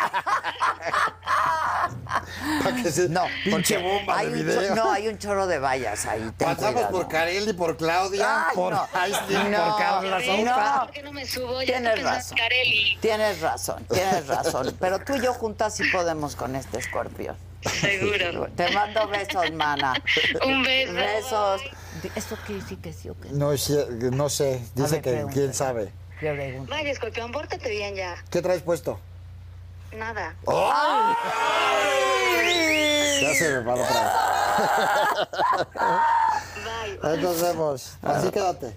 Speaker 2: Para que se...
Speaker 1: No,
Speaker 2: pinche
Speaker 1: porque
Speaker 2: bomba
Speaker 1: hay
Speaker 2: de
Speaker 1: un
Speaker 2: video.
Speaker 1: cho- No, hay un chorro de vallas ahí. ten
Speaker 2: Pasamos
Speaker 1: cuidado.
Speaker 2: por Carelli, por Claudia,
Speaker 1: Ay,
Speaker 2: por
Speaker 1: no.
Speaker 2: Einstein,
Speaker 1: No,
Speaker 2: por Carla
Speaker 1: no.
Speaker 2: Sosa.
Speaker 6: ¿Por qué no me subo? Ya
Speaker 1: Tienes
Speaker 6: estoy pensando en
Speaker 1: razón.
Speaker 6: Carelli.
Speaker 1: Tienes razón, tienes razón. Pero tú y yo juntas sí podemos con este escorpión.
Speaker 6: Seguro.
Speaker 1: Te mando besos, mana.
Speaker 6: Un beso.
Speaker 1: Besos. ¿Esto qué dice que sí o qué?
Speaker 2: No, sé- no sé, dice
Speaker 1: ver,
Speaker 2: que
Speaker 1: pregunta.
Speaker 2: quién sabe.
Speaker 1: Yo pregunto.
Speaker 6: Vaya, escorpión, pórtate bien ya.
Speaker 2: ¿Qué traes puesto?
Speaker 6: Nada.
Speaker 1: Oh.
Speaker 2: Ya se me paró otra vez.
Speaker 6: Bye.
Speaker 2: Ahí nos vemos. Así quédate.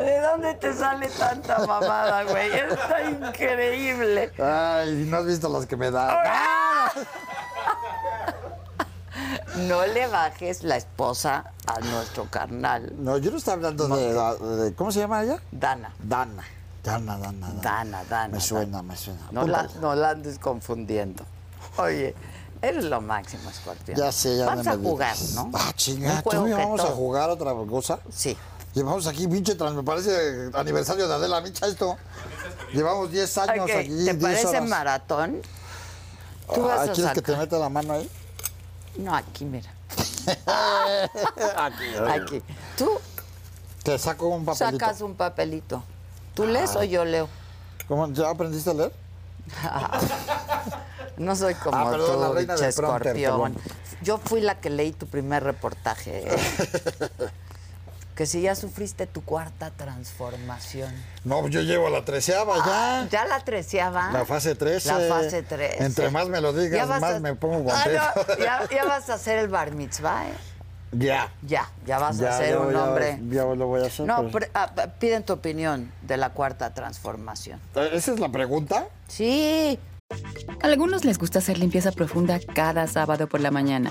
Speaker 1: ¿De dónde te sale tanta mamada, güey? Está increíble.
Speaker 2: Ay, no has visto las que me dan.
Speaker 1: No le bajes la esposa a nuestro carnal,
Speaker 2: No, yo no estaba hablando de, de- ¿Cómo se llama ella?
Speaker 1: Dana.
Speaker 2: Dana. Dana, Dana, Dana.
Speaker 1: Dana, Dana.
Speaker 2: Me suena, me suena.
Speaker 1: No la,
Speaker 2: Apúntale.
Speaker 1: no la andes confundiendo. Oye, eres lo máximo, escorpión.
Speaker 2: Ya sé, ya
Speaker 1: Vamos
Speaker 2: no
Speaker 1: a
Speaker 2: me
Speaker 1: jugar,
Speaker 2: digas.
Speaker 1: ¿no?
Speaker 2: Ah,
Speaker 1: Un
Speaker 2: chinga,
Speaker 1: juego
Speaker 2: ¿tú y yo
Speaker 1: que
Speaker 2: vamos a
Speaker 1: todo-
Speaker 2: jugar otra cosa?
Speaker 1: Sí.
Speaker 2: Llevamos aquí, pinche, trans- me parece aniversario de Adela Micha esto. Llevamos 10 años
Speaker 1: Ok,
Speaker 2: aquí.
Speaker 1: ¿Te
Speaker 2: 10
Speaker 1: parece
Speaker 2: horas.
Speaker 1: maratón? Tú
Speaker 2: Ah,
Speaker 1: vas a
Speaker 2: ¿Quieres que te
Speaker 1: sacar.
Speaker 2: meta la mano ahí?
Speaker 1: No, aquí, mira. aquí. Tú
Speaker 2: Te saco un papelito. Ah.
Speaker 1: sacas un papelito. ¿Tú lees o yo leo?
Speaker 2: ¿Cómo? ¿Ya aprendiste a leer?
Speaker 1: No soy como
Speaker 2: Ah, perdón,
Speaker 1: tú,
Speaker 2: la reina
Speaker 1: biche
Speaker 2: del prompter,
Speaker 1: escorpión.
Speaker 2: perdón.
Speaker 1: Yo fui la que leí tu primer reportaje. ¿eh? que si ya sufriste tu cuarta transformación. Ah,
Speaker 2: No, yo llevo la treceava ya.
Speaker 1: ¿Ya la treceaba?
Speaker 2: La fase 13.
Speaker 1: La fase 13.
Speaker 2: Entre más me lo digas,
Speaker 1: Ya vas
Speaker 2: más
Speaker 1: a-
Speaker 2: me pongo
Speaker 1: Ah, no,
Speaker 2: contento.
Speaker 1: ya, ya vas a hacer el bar mitzvah, ¿eh?
Speaker 2: Ya.
Speaker 1: Ya, ya vas a
Speaker 2: Ya,
Speaker 1: ser
Speaker 2: ya,
Speaker 1: un
Speaker 2: ya,
Speaker 1: hombre.
Speaker 2: ya lo voy a hacer,
Speaker 1: No,
Speaker 2: pero-
Speaker 1: pre- ah, p- piden tu opinión de la cuarta transformación.
Speaker 2: ¿E-, ¿Esa es la pregunta?
Speaker 1: Sí,
Speaker 4: Algunos les gusta hacer limpieza profunda cada sábado por la mañana.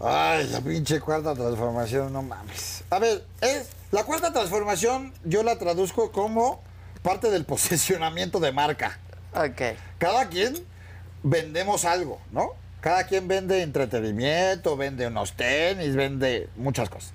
Speaker 2: Ay, la pinche cuarta transformación, no mames. A ver, es, la cuarta transformación yo la traduzco como parte del posesionamiento de marca.
Speaker 1: ok.
Speaker 2: Cada quien vendemos algo, ¿no? Cada quien vende entretenimiento, vende unos tenis, vende muchas cosas.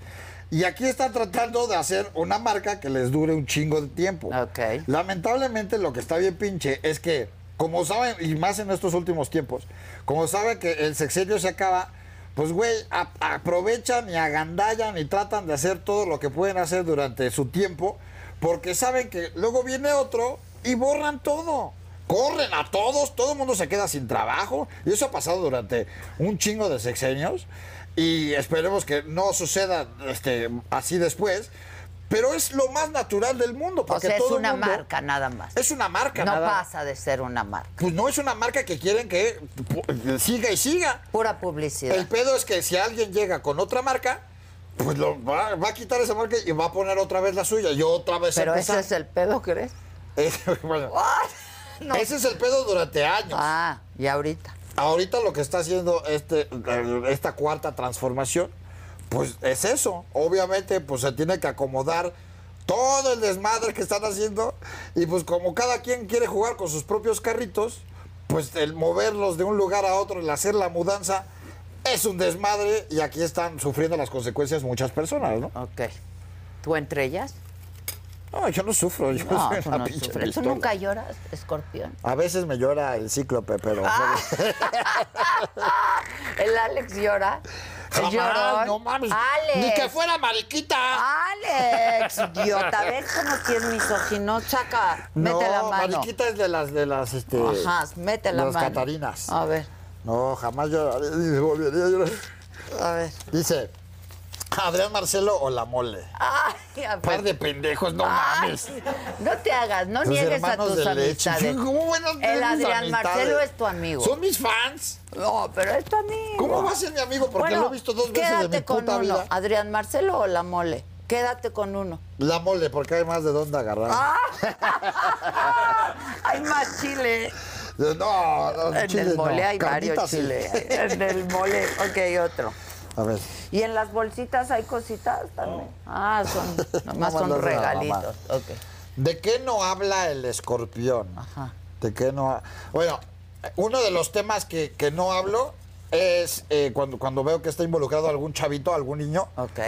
Speaker 2: Y aquí están tratando de hacer una marca que les dure un chingo de tiempo.
Speaker 1: Ok.
Speaker 2: Lamentablemente lo que está bien pinche es que, como saben, y más en estos últimos tiempos, como saben que el sexenio se acaba, pues güey, a- aprovechan y agandallan y tratan de hacer todo lo que pueden hacer durante su tiempo, porque saben que luego viene otro y borran todo. Corren a todos, todo el mundo se queda sin trabajo. Y eso ha pasado durante un chingo de sexenios. Y esperemos que no suceda este, así después. Pero es lo más natural del mundo.
Speaker 1: O
Speaker 2: Porque
Speaker 1: sea, es
Speaker 2: todo el
Speaker 1: una
Speaker 2: mundo-
Speaker 1: marca nada más.
Speaker 2: Es una marca.
Speaker 1: no
Speaker 2: nada-
Speaker 1: pasa de ser una marca.
Speaker 2: Pues no es una marca que quieren que pu- siga y siga.
Speaker 1: Pura publicidad.
Speaker 2: El pedo es que si alguien llega con otra marca, pues lo va, va a quitar esa marca y va a poner otra vez la suya. Y otra vez
Speaker 1: Pero
Speaker 2: empezar.
Speaker 1: ese es el pedo, ¿crees?
Speaker 2: Ese- bueno,
Speaker 1: No.
Speaker 2: ese es el pedo durante años.
Speaker 1: Ah, y ahorita.
Speaker 2: Ahorita lo que está haciendo este, esta cuarta transformación, pues es eso. Obviamente, pues se tiene que acomodar todo el desmadre que están haciendo. Y pues como cada quien quiere jugar con sus propios carritos, pues el moverlos de un lugar a otro, el hacer la mudanza, es un desmadre. Y aquí están sufriendo las consecuencias muchas personas, ¿no?
Speaker 1: Ok. ¿Tú entre ellas?
Speaker 2: No, yo no sufro, yo
Speaker 1: No,
Speaker 2: soy
Speaker 1: tú
Speaker 2: una
Speaker 1: no
Speaker 2: pinche
Speaker 1: sufres. ¿Tú
Speaker 2: pistola.
Speaker 1: nunca lloras, escorpión?
Speaker 2: A veces me llora el cíclope, pero...
Speaker 1: Ah, El Alex llora. El
Speaker 2: Jamás,
Speaker 1: llorón.
Speaker 2: no mames.
Speaker 1: Alex.
Speaker 2: Ni que fuera mariquita.
Speaker 1: ¡Alex! Idiota, ¿ves cómo si es misógino? Chaca, mete la mano.
Speaker 2: Mariquita es de las de las este.
Speaker 1: Ajá, mete la
Speaker 2: de las
Speaker 1: mano.
Speaker 2: Catarinas.
Speaker 1: A ver,
Speaker 2: No, jamás lloraré ni volvería a llorar.
Speaker 1: a ver.
Speaker 2: Dice Adrián Marcelo o la mole.
Speaker 1: Ay, a ver.
Speaker 2: Par de pendejos, no mames.
Speaker 1: Pues, No te hagas, no
Speaker 2: Tus
Speaker 1: niegues a
Speaker 2: hermanos
Speaker 1: tus
Speaker 2: de leche.
Speaker 1: amistades.
Speaker 2: ¿Cómo van a tener
Speaker 1: El
Speaker 2: mis
Speaker 1: Adrián
Speaker 2: amistades?
Speaker 1: Marcelo es tu amigo.
Speaker 2: Son mis fans.
Speaker 1: No, pero es tu amigo.
Speaker 2: ¿Cómo va a ser mi amigo? Porque
Speaker 1: Bueno,
Speaker 2: lo he visto dos veces
Speaker 1: quédate
Speaker 2: de mi
Speaker 1: con
Speaker 2: puta
Speaker 1: uno.
Speaker 2: vida.
Speaker 1: Adrián Marcelo o la mole. Quédate con uno.
Speaker 2: La mole, porque hay más de dónde agarrar.
Speaker 1: Ah. Hay más chile.
Speaker 2: No, no,
Speaker 1: En
Speaker 2: chile
Speaker 1: el mole
Speaker 2: no.
Speaker 1: hay varios
Speaker 2: Carnitas sí.
Speaker 1: chiles. En el mole, ok, otro.
Speaker 2: A ver.
Speaker 1: Y en las bolsitas hay cositas también. Ah, son, nomás
Speaker 2: No
Speaker 1: son
Speaker 2: mandas nada,
Speaker 1: regalitos. Ok.
Speaker 2: ¿De qué no habla el escorpión?
Speaker 1: Ajá.
Speaker 2: ¿De qué no? ha- Bueno, uno de los temas que, que no hablo es eh, cuando, cuando veo que está involucrado algún chavito, algún niño.
Speaker 1: Ok.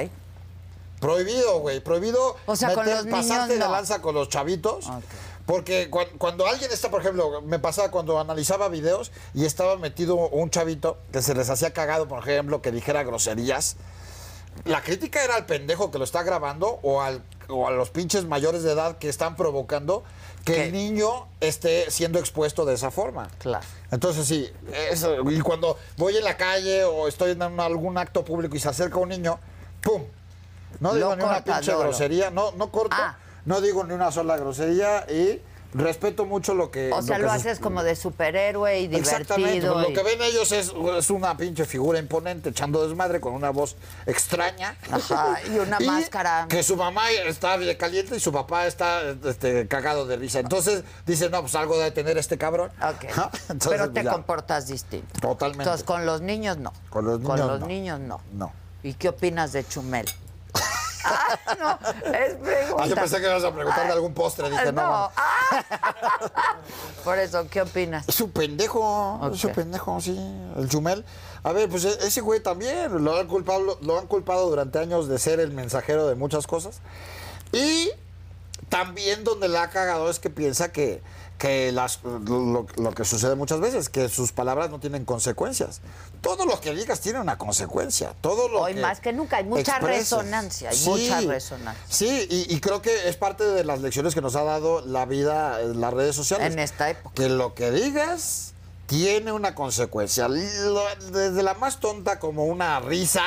Speaker 2: Prohibido, güey, prohibido
Speaker 1: O sea, con los niños,
Speaker 2: pasarte
Speaker 1: no.
Speaker 2: de lanza con los chavitos.
Speaker 1: Ok.
Speaker 2: Porque cuan- cuando, alguien está, por ejemplo, me pasaba cuando analizaba videos y estaba metido un chavito que se les hacía cagado, por ejemplo, que dijera groserías. La crítica era al pendejo que lo está grabando o, al, o a los pinches mayores de edad que están provocando que el niño esté siendo expuesto de esa forma.
Speaker 1: Claro.
Speaker 2: Entonces sí, eso, y cuando voy en la calle o estoy en un- algún acto público y se acerca un niño, ¡pum! No digo
Speaker 1: Lo
Speaker 2: ni una
Speaker 1: cortas,
Speaker 2: pinche
Speaker 1: no, no.
Speaker 2: grosería, no, no corto,
Speaker 1: Ah.
Speaker 2: no digo ni una sola grosería y respeto mucho lo que...
Speaker 1: O sea,
Speaker 2: que
Speaker 1: lo
Speaker 2: se- mm.
Speaker 1: haces como de superhéroe y
Speaker 2: Exactamente,
Speaker 1: divertido.
Speaker 2: pues,
Speaker 1: y-
Speaker 2: lo que ven ellos es, es una pinche figura imponente, echando desmadre con una voz extraña.
Speaker 1: Ajá, y una máscara.
Speaker 2: Que su mamá está bien caliente y su papá está este, cagado de risa. Entonces dicen, no, pues algo debe tener este cabrón.
Speaker 1: Ok.
Speaker 2: Ajá, entonces,
Speaker 1: Pero
Speaker 2: pues,
Speaker 1: te
Speaker 2: ya.
Speaker 1: comportas distinto.
Speaker 2: Totalmente.
Speaker 1: Entonces, con los niños no.
Speaker 2: Con los niños no.
Speaker 1: niños, no.
Speaker 2: No.
Speaker 1: ¿Y qué opinas de Chumel? ah, no, es pregunta.
Speaker 2: Ah, yo pensé que me ibas a preguntar de algún postre. Dije,
Speaker 1: Ah,
Speaker 2: no,
Speaker 1: no.
Speaker 2: no.
Speaker 1: Ah. Por eso, ¿qué opinas?
Speaker 2: Es un pendejo, es un
Speaker 1: Ok.
Speaker 2: pendejo, sí, el Chumel. A ver, pues e- ese güey también lo han, culpado, lo han culpado durante años de ser el mensajero de muchas cosas. Y también donde la ha cagado es que piensa que, que las, lo, lo que sucede muchas veces, que sus palabras no tienen consecuencias. Todo lo que digas tiene una consecuencia. Todo lo
Speaker 1: Hoy más que nunca, hay mucha resonancia, hay mucha resonancia.
Speaker 2: Sí, y, y creo que es parte de las lecciones que nos ha dado la vida, en las redes sociales.
Speaker 1: En esta época.
Speaker 2: Que lo que digas tiene una consecuencia. Lo- Desde la más tonta como una risa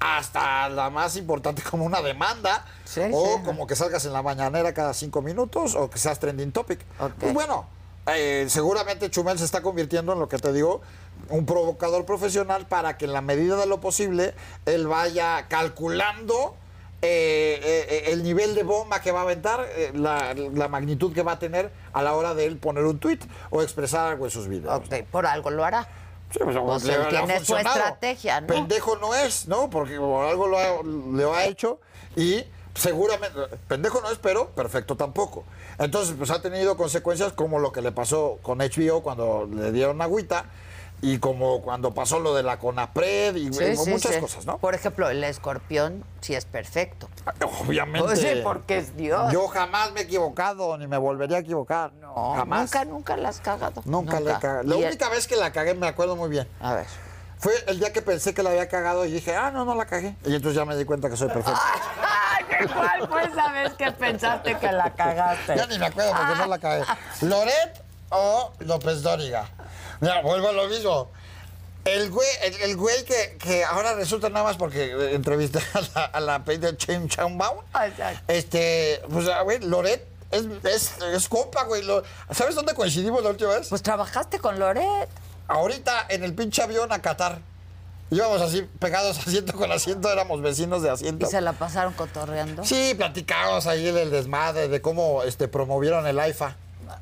Speaker 2: hasta la más importante como una demanda.
Speaker 1: Sí,
Speaker 2: o
Speaker 1: sí.
Speaker 2: como que salgas en la mañanera cada cinco minutos o que seas trending topic.
Speaker 1: Ok.
Speaker 2: Pues bueno, eh, seguramente Chumel se está convirtiendo en lo que te digo, un provocador profesional para que en la medida de lo posible él vaya calculando eh, eh, eh, el nivel de bomba que va a aventar, eh, la, la magnitud que va a tener a la hora de él poner un tweet o expresar algo en sus videos.
Speaker 1: Ok, por algo lo hará.
Speaker 2: Sí, pues,
Speaker 1: Pues
Speaker 2: le-
Speaker 1: él
Speaker 2: le ha
Speaker 1: tiene su
Speaker 2: funcionado.
Speaker 1: estrategia, ¿no?
Speaker 2: Pendejo no es, ¿no? Porque por algo lo ha, lo ha hecho y seguramente, pendejo no es, pero perfecto tampoco. Entonces, pues ha tenido consecuencias como lo que le pasó con HBO cuando le dieron agüita y como cuando pasó lo de la Conapred y
Speaker 1: Sí,
Speaker 2: y
Speaker 1: sí,
Speaker 2: muchas
Speaker 1: sí.
Speaker 2: cosas, ¿no?
Speaker 1: Por ejemplo, el escorpión sí es perfecto.
Speaker 2: Obviamente.
Speaker 1: Pues sí, porque es Dios.
Speaker 2: Yo jamás me he equivocado ni me volvería a equivocar.
Speaker 1: No,
Speaker 2: jamás.
Speaker 1: Nunca, nunca la has cagado.
Speaker 2: Nunca le he cagado. La
Speaker 1: Y el-
Speaker 2: única vez que la cagué, me acuerdo muy bien.
Speaker 1: A ver.
Speaker 2: Fue el día que pensé que la había cagado y dije, ah, no, no la cagué. Y entonces ya me di cuenta que soy perfecto.
Speaker 1: Ay, ¿qué ¿Cuál fue esa vez que pensaste que la cagaste?
Speaker 2: Ya ni me acuerdo porque no la cagué. ¿Loret o López Dóriga? Mira, vuelvo a lo mismo. El güey, el, el güey que, que ahora resulta nada más porque eh, entrevisté a la, a la Paige de Chain Chaumbaum.
Speaker 1: Exacto.
Speaker 2: Este, pues, ah, güey, Loret es, es, es compa, güey. Lo- ¿Sabes dónde coincidimos la última vez?
Speaker 1: Pues trabajaste con Loret.
Speaker 2: ahorita en el pinche avión a Qatar. Íbamos así, pegados asiento con asiento, éramos vecinos de asiento.
Speaker 1: Y se la pasaron cotorreando.
Speaker 2: Sí, platicamos ahí del desmadre, de cómo este, promovieron el AIFA.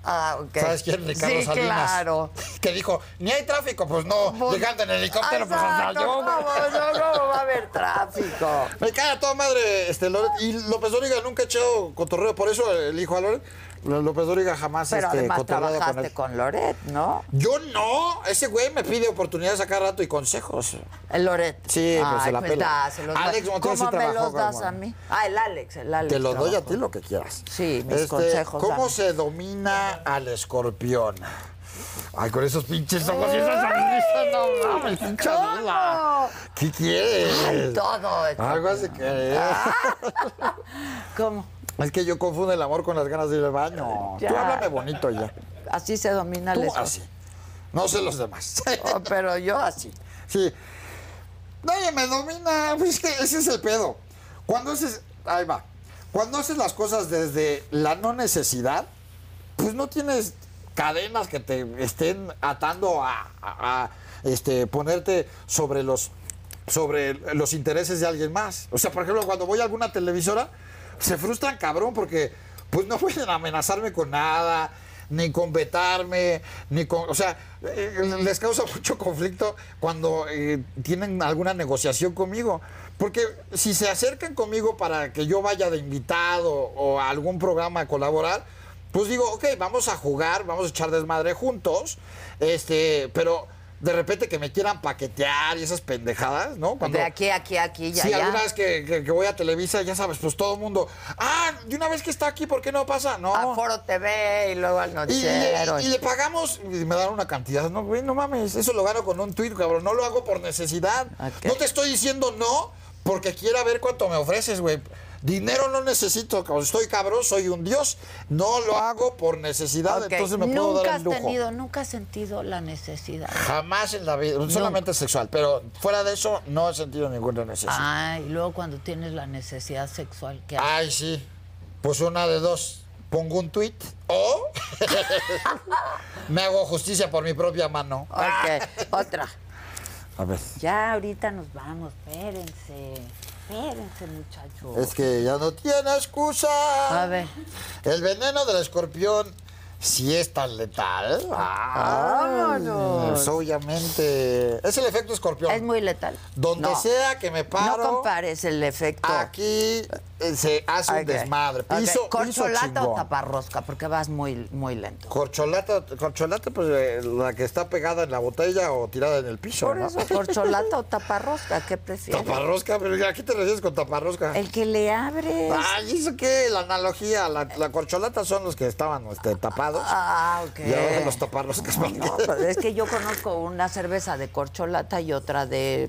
Speaker 1: Ah, ok.
Speaker 2: ¿Sabes quién? Ricardo
Speaker 1: sí,
Speaker 2: Salinas.
Speaker 1: Claro.
Speaker 2: Que dijo, ni hay tráfico, pues no,
Speaker 1: Pues-
Speaker 2: llegando en helicóptero, pues hasta
Speaker 1: Exacto,
Speaker 2: yo. Pues,
Speaker 1: ¿cómo? No, ¿Cómo va a haber tráfico?
Speaker 2: Me cae a toda madre, este, Loret. Y López Dóriga nunca ha echado cotorreo, por eso el hijo a Loret. López Dóriga jamás
Speaker 1: Pero
Speaker 2: este,
Speaker 1: además
Speaker 2: cotorreado con
Speaker 1: trabajaste
Speaker 2: él.
Speaker 1: con Loret, ¿no?
Speaker 2: Yo no, ese güey me pide oportunidades a cada rato y consejos.
Speaker 1: El Loret.
Speaker 2: Sí, pues,
Speaker 1: Ay,
Speaker 2: se la pela.
Speaker 1: dáselos.
Speaker 2: Alex Montiel sí
Speaker 1: ¿Cómo me
Speaker 2: trabajó
Speaker 1: los das
Speaker 2: como-
Speaker 1: a mí? Ah, el Alex, el Alex.
Speaker 2: Te lo doy a
Speaker 1: trabajó.
Speaker 2: ti lo que quieras. Este,
Speaker 1: Sí, mis consejos,
Speaker 2: ¿Cómo
Speaker 1: dame.
Speaker 2: se domina al escorpión? Ay, con esos pinches ojos y esa sonrisa, no mames, pinche
Speaker 1: ¿Cómo?
Speaker 2: ¿Qué quieres?
Speaker 1: Ay, todo. eh, esto.
Speaker 2: Algo así que.
Speaker 1: ¿Cómo?
Speaker 2: Es que yo confundo el amor con las ganas de ir al baño.
Speaker 1: Ya.
Speaker 2: Tú háblame bonito ya.
Speaker 1: Así se domina el
Speaker 2: Tú
Speaker 1: escorpión.
Speaker 2: así. No sé los demás.
Speaker 1: Oh, pero yo así.
Speaker 2: Sí. Nadie me domina. pues, es que ese es el pedo. Cuando haces. Ahí va. Cuando haces las cosas desde la no necesidad, pues no tienes cadenas que te estén atando a, a- a, este, ponerte sobre los sobre los intereses de alguien más. O sea, por ejemplo, cuando voy a alguna televisora, se frustran cabrón porque pues no pueden amenazarme con nada, ni con vetarme, ni con... O sea, eh, les causa mucho conflicto cuando eh, tienen alguna negociación conmigo. Porque si se acercan conmigo para que yo vaya de invitado o a algún programa a colaborar, pues digo, ok, vamos a jugar, vamos a echar desmadre juntos, este, pero de repente que me quieran paquetear y esas pendejadas, ¿no? Cuando-
Speaker 1: De aquí, aquí, aquí, ya,
Speaker 2: sí,
Speaker 1: ya.
Speaker 2: alguna vez que, que- que voy a Televisa, ya sabes, pues todo el mundo, ah, de una vez que está aquí, ¿por qué no pasa? No.
Speaker 1: A Foro TV y luego al
Speaker 2: Y, y-
Speaker 1: Noticiero.
Speaker 2: y le pagamos y me dan una cantidad. No, güey, no mames, eso lo gano con un tuit, cabrón. No lo hago por necesidad.
Speaker 1: Ok.
Speaker 2: No te estoy diciendo no porque quiera ver cuánto me ofreces, güey. Dinero no necesito, cabrón. estoy cabrón, soy un dios, no lo hago por necesidad,
Speaker 1: Ok,
Speaker 2: entonces me puedo
Speaker 1: nunca
Speaker 2: dar el
Speaker 1: has
Speaker 2: lujo.
Speaker 1: tenido, nunca has sentido la necesidad.
Speaker 2: Jamás en la vida, solamente sexual, pero fuera de eso no he sentido ninguna necesidad.
Speaker 1: Ay, y luego cuando tienes la necesidad sexual, ¿qué haces?
Speaker 2: Ay, sí. Pues una de dos. Pongo un tweet o me hago justicia por mi propia mano.
Speaker 1: Ok, otra.
Speaker 2: A ver.
Speaker 1: Ya ahorita nos vamos, espérense. Espérense, muchachos.
Speaker 2: Es que ya no tiene excusa.
Speaker 1: A ver.
Speaker 2: El veneno del escorpión sí es tan letal.
Speaker 1: Vámonos.
Speaker 2: Pues, obviamente. Es el efecto escorpión.
Speaker 1: Es muy letal.
Speaker 2: Donde
Speaker 1: No.
Speaker 2: sea que me paro.
Speaker 1: No compares el efecto.
Speaker 2: Aquí eh, se hace
Speaker 1: Ok.
Speaker 2: un desmadre.
Speaker 1: Ok,
Speaker 2: Piso, piso
Speaker 1: ¿Corcholata o
Speaker 2: chingón.
Speaker 1: taparrosca? Porque vas muy, muy lento.
Speaker 2: Corcholata, corcholata, pues eh, la que está pegada en la botella o tirada en el piso,
Speaker 1: Por
Speaker 2: ¿no?
Speaker 1: eso, corcholata o taparrosca, ¿qué prefieres?
Speaker 2: Taparrosca, pero ¿a qué te refieres con taparrosca?
Speaker 1: El que le abres.
Speaker 2: Ay, ¿eso qué? La analogía, la, la corcholata son los que estaban este, tapados.
Speaker 1: Ah, ok.
Speaker 2: Y ahora los taparroscas.
Speaker 1: No, pero es que yo conozco una cerveza de corcholata y otra de,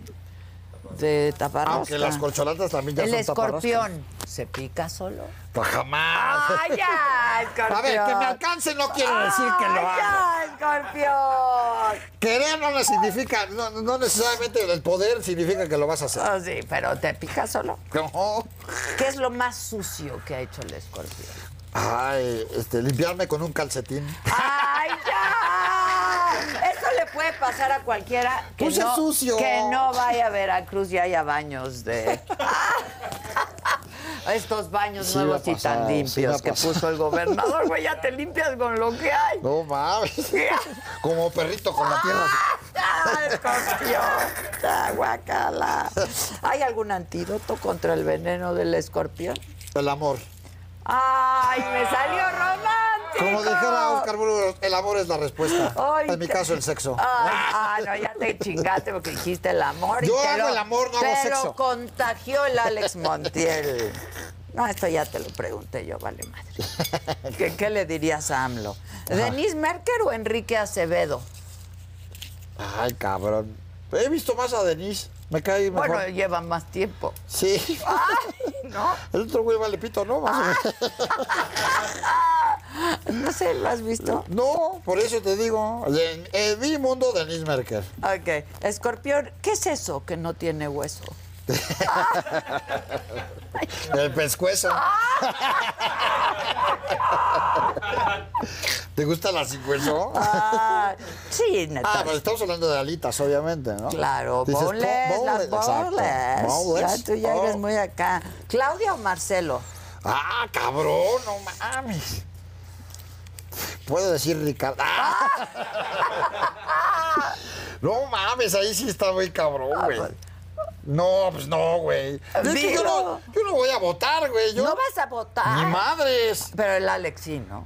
Speaker 1: de taparrosca.
Speaker 2: Aunque las corcholatas también ya
Speaker 1: El
Speaker 2: son
Speaker 1: escorpión se pica solo.
Speaker 2: taparroscas. Pues jamás.
Speaker 1: ¡Ay, ya, escorpión!
Speaker 2: A ver, que me alcance no quiere decir que lo
Speaker 1: ¡Ay,
Speaker 2: haga.
Speaker 1: Ah, ya, escorpión!
Speaker 2: Querer no le significa, no, no necesariamente el poder significa que lo vas a hacer.
Speaker 1: Oh, sí, pero te pica solo.
Speaker 2: No.
Speaker 1: ¿Qué es lo más sucio que ha hecho el escorpión?
Speaker 2: Ay, este, limpiarme con un calcetín.
Speaker 1: ¡Ay, ya! Eso le puede pasar a cualquiera que,
Speaker 2: Pues es
Speaker 1: no,
Speaker 2: sucio.
Speaker 1: que no vaya a Veracruz y haya baños de... Estos baños
Speaker 2: Sí
Speaker 1: nuevos
Speaker 2: me
Speaker 1: y
Speaker 2: ha
Speaker 1: tan
Speaker 2: pasado, sí me
Speaker 1: limpios
Speaker 2: ha
Speaker 1: que
Speaker 2: pasado.
Speaker 1: puso el gobernador, güey, ya te limpias con lo que hay.
Speaker 2: No mames. Como perrito con la tierra.
Speaker 1: ¡Ah, escorpión! ¡Ah, guacala! ¿Hay algún antídoto contra el veneno del escorpión?
Speaker 2: El amor.
Speaker 1: ¡Ay, me salió romántico!
Speaker 2: Como dijera Oscar Burgos, el amor es la respuesta.
Speaker 1: Ay,
Speaker 2: en mi
Speaker 1: te-
Speaker 2: caso, el sexo.
Speaker 1: Ay, ah, no, ya te chingaste porque dijiste el amor. y
Speaker 2: Yo
Speaker 1: te
Speaker 2: hago
Speaker 1: lo-
Speaker 2: el amor, no hago
Speaker 1: te lo
Speaker 2: sexo.
Speaker 1: contagió el Alex Montiel. No, esto ya te lo pregunté yo, vale madre. ¿Qué, qué le dirías a AMLO? ¿Denise Merker o Enrique Acevedo?
Speaker 2: Ay, cabrón. He visto más a Denise. Me cae mejor.
Speaker 1: Bueno, lleva más tiempo.
Speaker 2: sí.
Speaker 1: ¿No?
Speaker 2: El otro güey vale pito, ¿no? Más o
Speaker 1: Ah.
Speaker 2: menos.
Speaker 1: No sé, ¿lo has visto?
Speaker 2: No, por eso te digo. En, en mi mundo, Denise Merker.
Speaker 1: Ok. Escorpión, ¿qué es eso que no tiene hueso?
Speaker 2: El pescuezo.
Speaker 1: Ah.
Speaker 2: ¿Te gusta la cincuenzo?
Speaker 1: Ah, sí,
Speaker 2: Ah,
Speaker 1: neta.
Speaker 2: pero estamos hablando de alitas, obviamente, ¿no?
Speaker 1: Claro,
Speaker 2: Dices,
Speaker 1: bowlers, las
Speaker 2: bowlers, exacto.
Speaker 1: bowlers.
Speaker 2: Bowlers.
Speaker 1: Ya tú ya eres
Speaker 2: Oh.
Speaker 1: muy acá. ¿Claudia o Marcelo?
Speaker 2: Ah, cabrón, no mames. Puedo decir Ricardo. ¡Ah! No mames, ahí sí está muy cabrón,
Speaker 1: Ah,
Speaker 2: güey.
Speaker 1: pues.
Speaker 2: No, pues no, güey. Es que Yo no, yo no voy a votar, güey. Yo,
Speaker 1: No vas a votar.
Speaker 2: Ni madres.
Speaker 1: Pero el Alex sí, ¿no?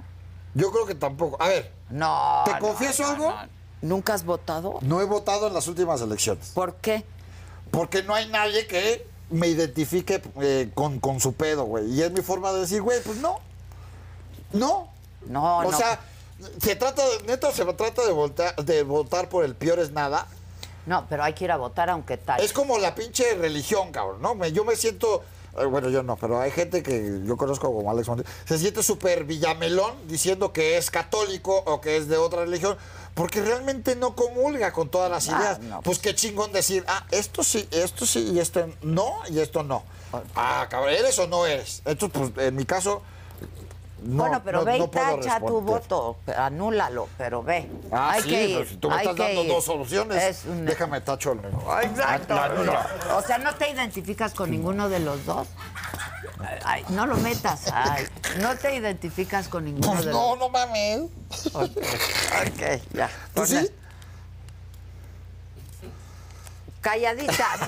Speaker 2: Yo creo que tampoco. A ver,
Speaker 1: No.
Speaker 2: ¿te
Speaker 1: Ah, no,
Speaker 2: confieso
Speaker 1: no,
Speaker 2: algo?
Speaker 1: no. ¿Nunca has votado?
Speaker 2: No he votado en las últimas elecciones.
Speaker 1: ¿Por qué?
Speaker 2: Porque no hay nadie que me identifique eh, con, con su pedo, güey. Y es mi forma de decir, güey, pues no. No.
Speaker 1: No,
Speaker 2: o
Speaker 1: no.
Speaker 2: sea, se trata de, neta, se trata de votar, de votar por el peor es nada.
Speaker 1: No, pero hay que ir a votar aunque tal.
Speaker 2: Es como la pinche religión, cabrón, ¿no? Me- yo me siento. eh, Bueno, yo no, pero hay gente que yo conozco como Alex Monti, se siente súper villamelón diciendo que es católico o que es de otra religión, porque realmente no comulga con todas las
Speaker 1: Ah,
Speaker 2: ideas.
Speaker 1: no.
Speaker 2: Pues qué chingón decir, ah, esto sí, esto sí, y esto no, y esto no. Ah, cabrón, ¿eres o no eres? Esto, pues, en mi caso, no.
Speaker 1: bueno, pero
Speaker 2: no-
Speaker 1: ve
Speaker 2: no
Speaker 1: y
Speaker 2: puedo
Speaker 1: tacha tu
Speaker 2: responder.
Speaker 1: voto, pero anúlalo, pero ve.
Speaker 2: Ah,
Speaker 1: hay
Speaker 2: sí,
Speaker 1: que
Speaker 2: pero
Speaker 1: ir.
Speaker 2: si tú me
Speaker 1: hay
Speaker 2: estás
Speaker 1: que
Speaker 2: dando
Speaker 1: ir.
Speaker 2: dos opciones,
Speaker 1: Es un-
Speaker 2: déjame tacho el-
Speaker 1: Exacto. Pues
Speaker 2: Ah, no, no.
Speaker 1: O sea, ¿no te identificas con ninguno de los dos? Ay, no lo metas. Ay, no te identificas con ninguno
Speaker 2: Pues
Speaker 1: de
Speaker 2: no,
Speaker 1: los
Speaker 2: no mames.
Speaker 1: dos. Ok, ok, ya.
Speaker 2: ¿Tú sí?
Speaker 1: Calladitas.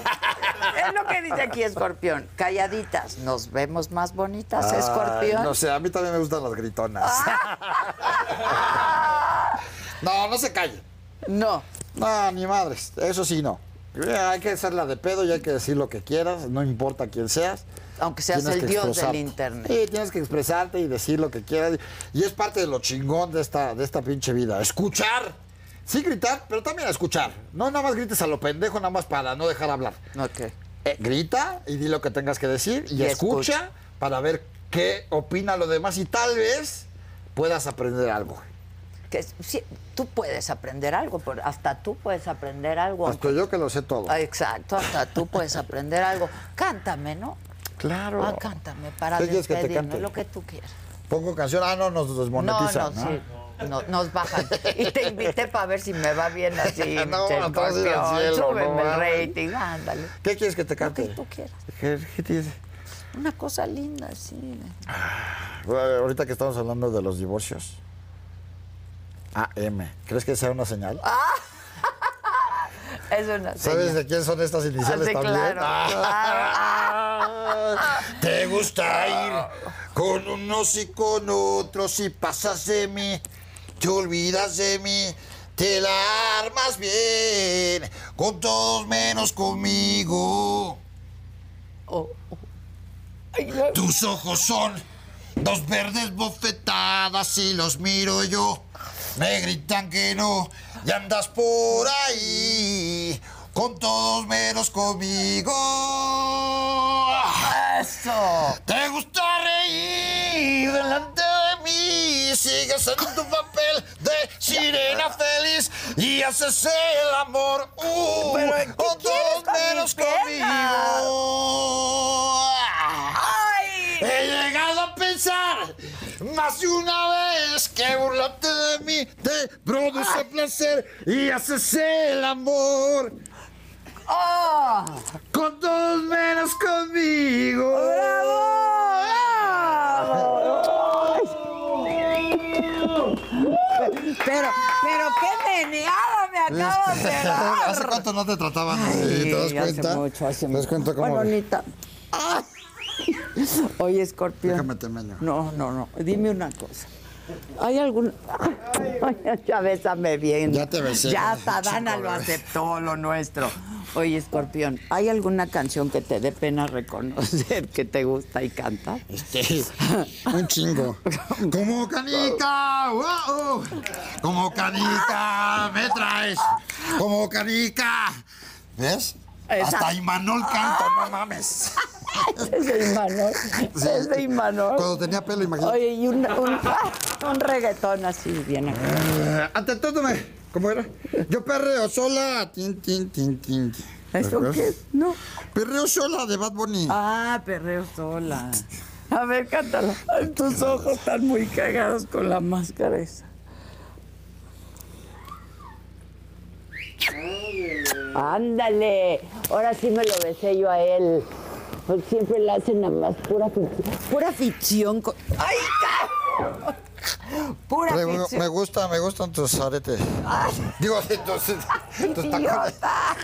Speaker 1: es lo que dice aquí Escorpión. Calladitas. Nos vemos más
Speaker 2: Ah,
Speaker 1: bonitas, Escorpión.
Speaker 2: Ay, No sé, a mí también me gustan las gritonas. Ah. no, no se calle.
Speaker 1: No.
Speaker 2: No, ni madres. Eso sí, no. Eh, Hay que hacerla de pedo y hay que decir lo que quieras, no importa quién seas.
Speaker 1: Aunque seas
Speaker 2: Tienes
Speaker 1: el
Speaker 2: que
Speaker 1: dios del
Speaker 2: expresarte.
Speaker 1: internet.
Speaker 2: Sí, tienes que expresarte y decir lo que quieras. Y es parte de lo chingón de esta, de esta pinche vida. Escuchar. Sí, gritar, pero también escuchar. No nada más grites a lo pendejo, nada más para no dejar hablar.
Speaker 1: Ok.
Speaker 2: eh, grita y di lo que tengas que decir y,
Speaker 1: Y
Speaker 2: escucha,
Speaker 1: escucha.
Speaker 2: para ver qué opina lo demás y tal vez puedas aprender algo.
Speaker 1: Que sí, tú puedes aprender algo, por- hasta tú puedes aprender algo.
Speaker 2: Hasta yo que lo sé todo.
Speaker 1: Ah, Exacto, hasta tú puedes aprender algo. Cántame, ¿no?
Speaker 2: claro.
Speaker 1: Ah, cántame para
Speaker 2: ¿Qué quieres que te
Speaker 1: despedirnos,
Speaker 2: cante?
Speaker 1: lo que tú quieras.
Speaker 2: Pongo canción. Ah, no, nos
Speaker 1: No,
Speaker 2: desmonetizan.
Speaker 1: no, sí. no, nos bajan. Y te invité para ver si me va bien así.
Speaker 2: No,
Speaker 1: che,
Speaker 2: atrás del
Speaker 1: escorpión.
Speaker 2: cielo, no
Speaker 1: Súbeme
Speaker 2: mames.
Speaker 1: el rating, ándale.
Speaker 2: ¿Qué quieres que te
Speaker 1: Lo que
Speaker 2: cante?
Speaker 1: tú quieras.
Speaker 2: ¿Qué, qué tienes?
Speaker 1: Una cosa linda, sí.
Speaker 2: Bueno, Ahorita que estamos hablando de los divorcios. AM. ¿Crees que sea una señal?
Speaker 1: Es una
Speaker 2: ¿Sabes
Speaker 1: Ah, señal.
Speaker 2: de quién son estas
Speaker 1: Ah,
Speaker 2: iniciales
Speaker 1: sí,
Speaker 2: también?
Speaker 1: claro,
Speaker 2: Ah. ¿Te gusta ir con unos y con otros y pasas de mí? ¿Te olvidas de mí? Te la armas bien, con todos menos conmigo.
Speaker 1: Oh, oh. Ay, no.
Speaker 2: Tus ojos son dos verdes bofetadas y los miro yo. Me gritan que no y andas por ahí con todos menos conmigo.
Speaker 1: Eso.
Speaker 2: Te gusta reír delante de mí. Sigues en tu papel de sirena feliz y haces el amor. Uh,
Speaker 1: Pero, ¿qué
Speaker 2: con
Speaker 1: quieres
Speaker 2: todos
Speaker 1: con mi
Speaker 2: menos
Speaker 1: pena?
Speaker 2: conmigo.
Speaker 1: Ay.
Speaker 2: He llegado a pensar más de una vez que burlarte de mí te
Speaker 1: Ah.
Speaker 2: produce placer y haces el amor
Speaker 1: Oh.
Speaker 2: con todos menos conmigo.
Speaker 1: Pero, pero qué meneada me acabas de dar.
Speaker 2: ¿Hace cuánto no te trataban así? ¿Te das
Speaker 1: Sí, hace
Speaker 2: cuenta?
Speaker 1: mucho, hace
Speaker 2: ¿Te
Speaker 1: mucho.
Speaker 2: das cuenta cómo?
Speaker 1: Bueno, ni tan- ¡Ah! Oye, escorpión.
Speaker 2: Déjame te meño.
Speaker 1: No, no, no. Dime una cosa. ¿Hay algún...? Ay, ya bésame bien.
Speaker 2: Ya te besé.
Speaker 1: Ya
Speaker 2: Chico,
Speaker 1: Tadana lo
Speaker 2: bebé.
Speaker 1: aceptó, lo nuestro. Oye, escorpión, ¿hay alguna canción que te dé pena reconocer que te gusta y canta?
Speaker 2: Este, un chingo. Como canica, wow, como canica me traes, como canica. ¿Ves?
Speaker 1: Esa-
Speaker 2: Hasta Imanol canta, no mames.
Speaker 1: Es de Imanol. Es de Imanol.
Speaker 2: Cuando tenía pelo, imagínate.
Speaker 1: Oye, y un, un, un reggaetón así bien acá.
Speaker 2: Eh, Ante todo, me- ¿cómo era? Yo perreo sola. Tin, tin, tin, tin. tin.
Speaker 1: ¿Eso qué es? No.
Speaker 2: Perreo sola de Bad Bunny.
Speaker 1: Ah, perreo sola. A ver, cántalo. Ay, Tus ojos están muy cagados con la máscara esa.
Speaker 5: Ándale, ahora sí me lo besé yo a él. Pues siempre le hacen nada más pura ficción.
Speaker 1: Pura ficción. con- ¡Ay, ca- Pura
Speaker 2: Traigo-
Speaker 1: ficción.
Speaker 2: me gusta, me gustan tus aretes. Digo, entonces, tus tacones.
Speaker 1: ¡Idiota!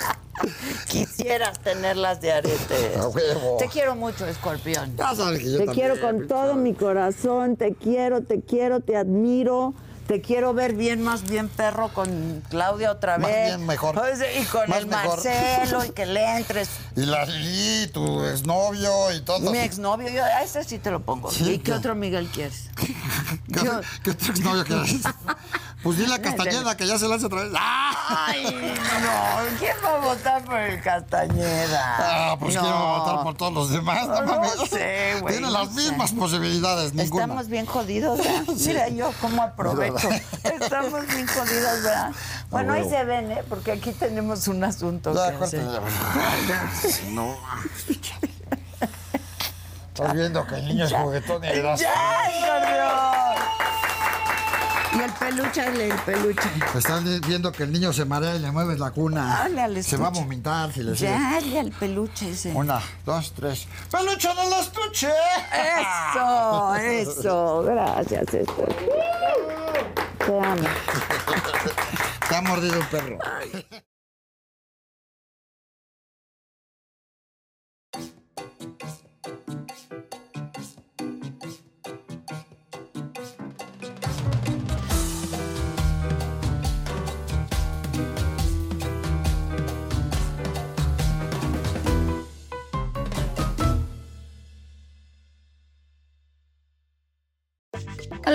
Speaker 1: Quisieras tenerlas de aretes.
Speaker 2: A huevo.
Speaker 1: Te quiero mucho, escorpión.
Speaker 2: Ya sabes que yo
Speaker 5: Te
Speaker 2: también. ¿eh?
Speaker 5: quiero con todo mi corazón, te quiero, te quiero, te admiro.
Speaker 1: Te quiero ver bien, más bien perro con Claudia otra
Speaker 2: Más
Speaker 1: vez.
Speaker 2: bien mejor.
Speaker 1: Pues, Y con
Speaker 2: Más
Speaker 1: el
Speaker 2: mejor.
Speaker 1: Marcelo y que le entres.
Speaker 2: Y la Lili, tu exnovio y todo.
Speaker 1: Mi exnovio, yo a ese sí te lo pongo.
Speaker 2: Sí,
Speaker 1: ¿Y qué
Speaker 2: ya.
Speaker 1: otro Miguel quieres?
Speaker 2: ¿Qué,
Speaker 1: yo-
Speaker 2: qué otro exnovio que es? Pues dile a Castañeda que ya se lanza otra vez. ¡Ah!
Speaker 1: Ay, no, ¿quién va a votar por el Castañeda?
Speaker 2: Ah, pues quiero votar por todos los demás. No,
Speaker 1: No
Speaker 2: mames.
Speaker 1: sé, güey,
Speaker 2: Tiene
Speaker 1: no
Speaker 2: las
Speaker 1: sé.
Speaker 2: mismas posibilidades, ninguna.
Speaker 1: Estamos bien jodidos, ¿verdad? Mira yo cómo aprovecho. Estamos bien jodidos, ¿verdad? Bueno, ahí se ven, ¿eh? Porque aquí tenemos un asunto
Speaker 2: Ya,
Speaker 1: que hacer.
Speaker 2: córtale. No. Estás viendo que el niño es juguetón y le das.
Speaker 1: ¡Ya, escorpión! Y el peluche, el, el peluche.
Speaker 2: Están viendo que el niño se marea y le mueves la cuna.
Speaker 1: Dale al
Speaker 2: se va a
Speaker 1: estuche.
Speaker 2: vomitar si le sigues.
Speaker 1: Ya, dale al peluche ese.
Speaker 2: Una, dos, tres. ¡Peluche en el estuche!
Speaker 1: Eso, eso.
Speaker 5: Gracias, Esther. Te amo.
Speaker 2: Te ha mordido un perro.
Speaker 4: A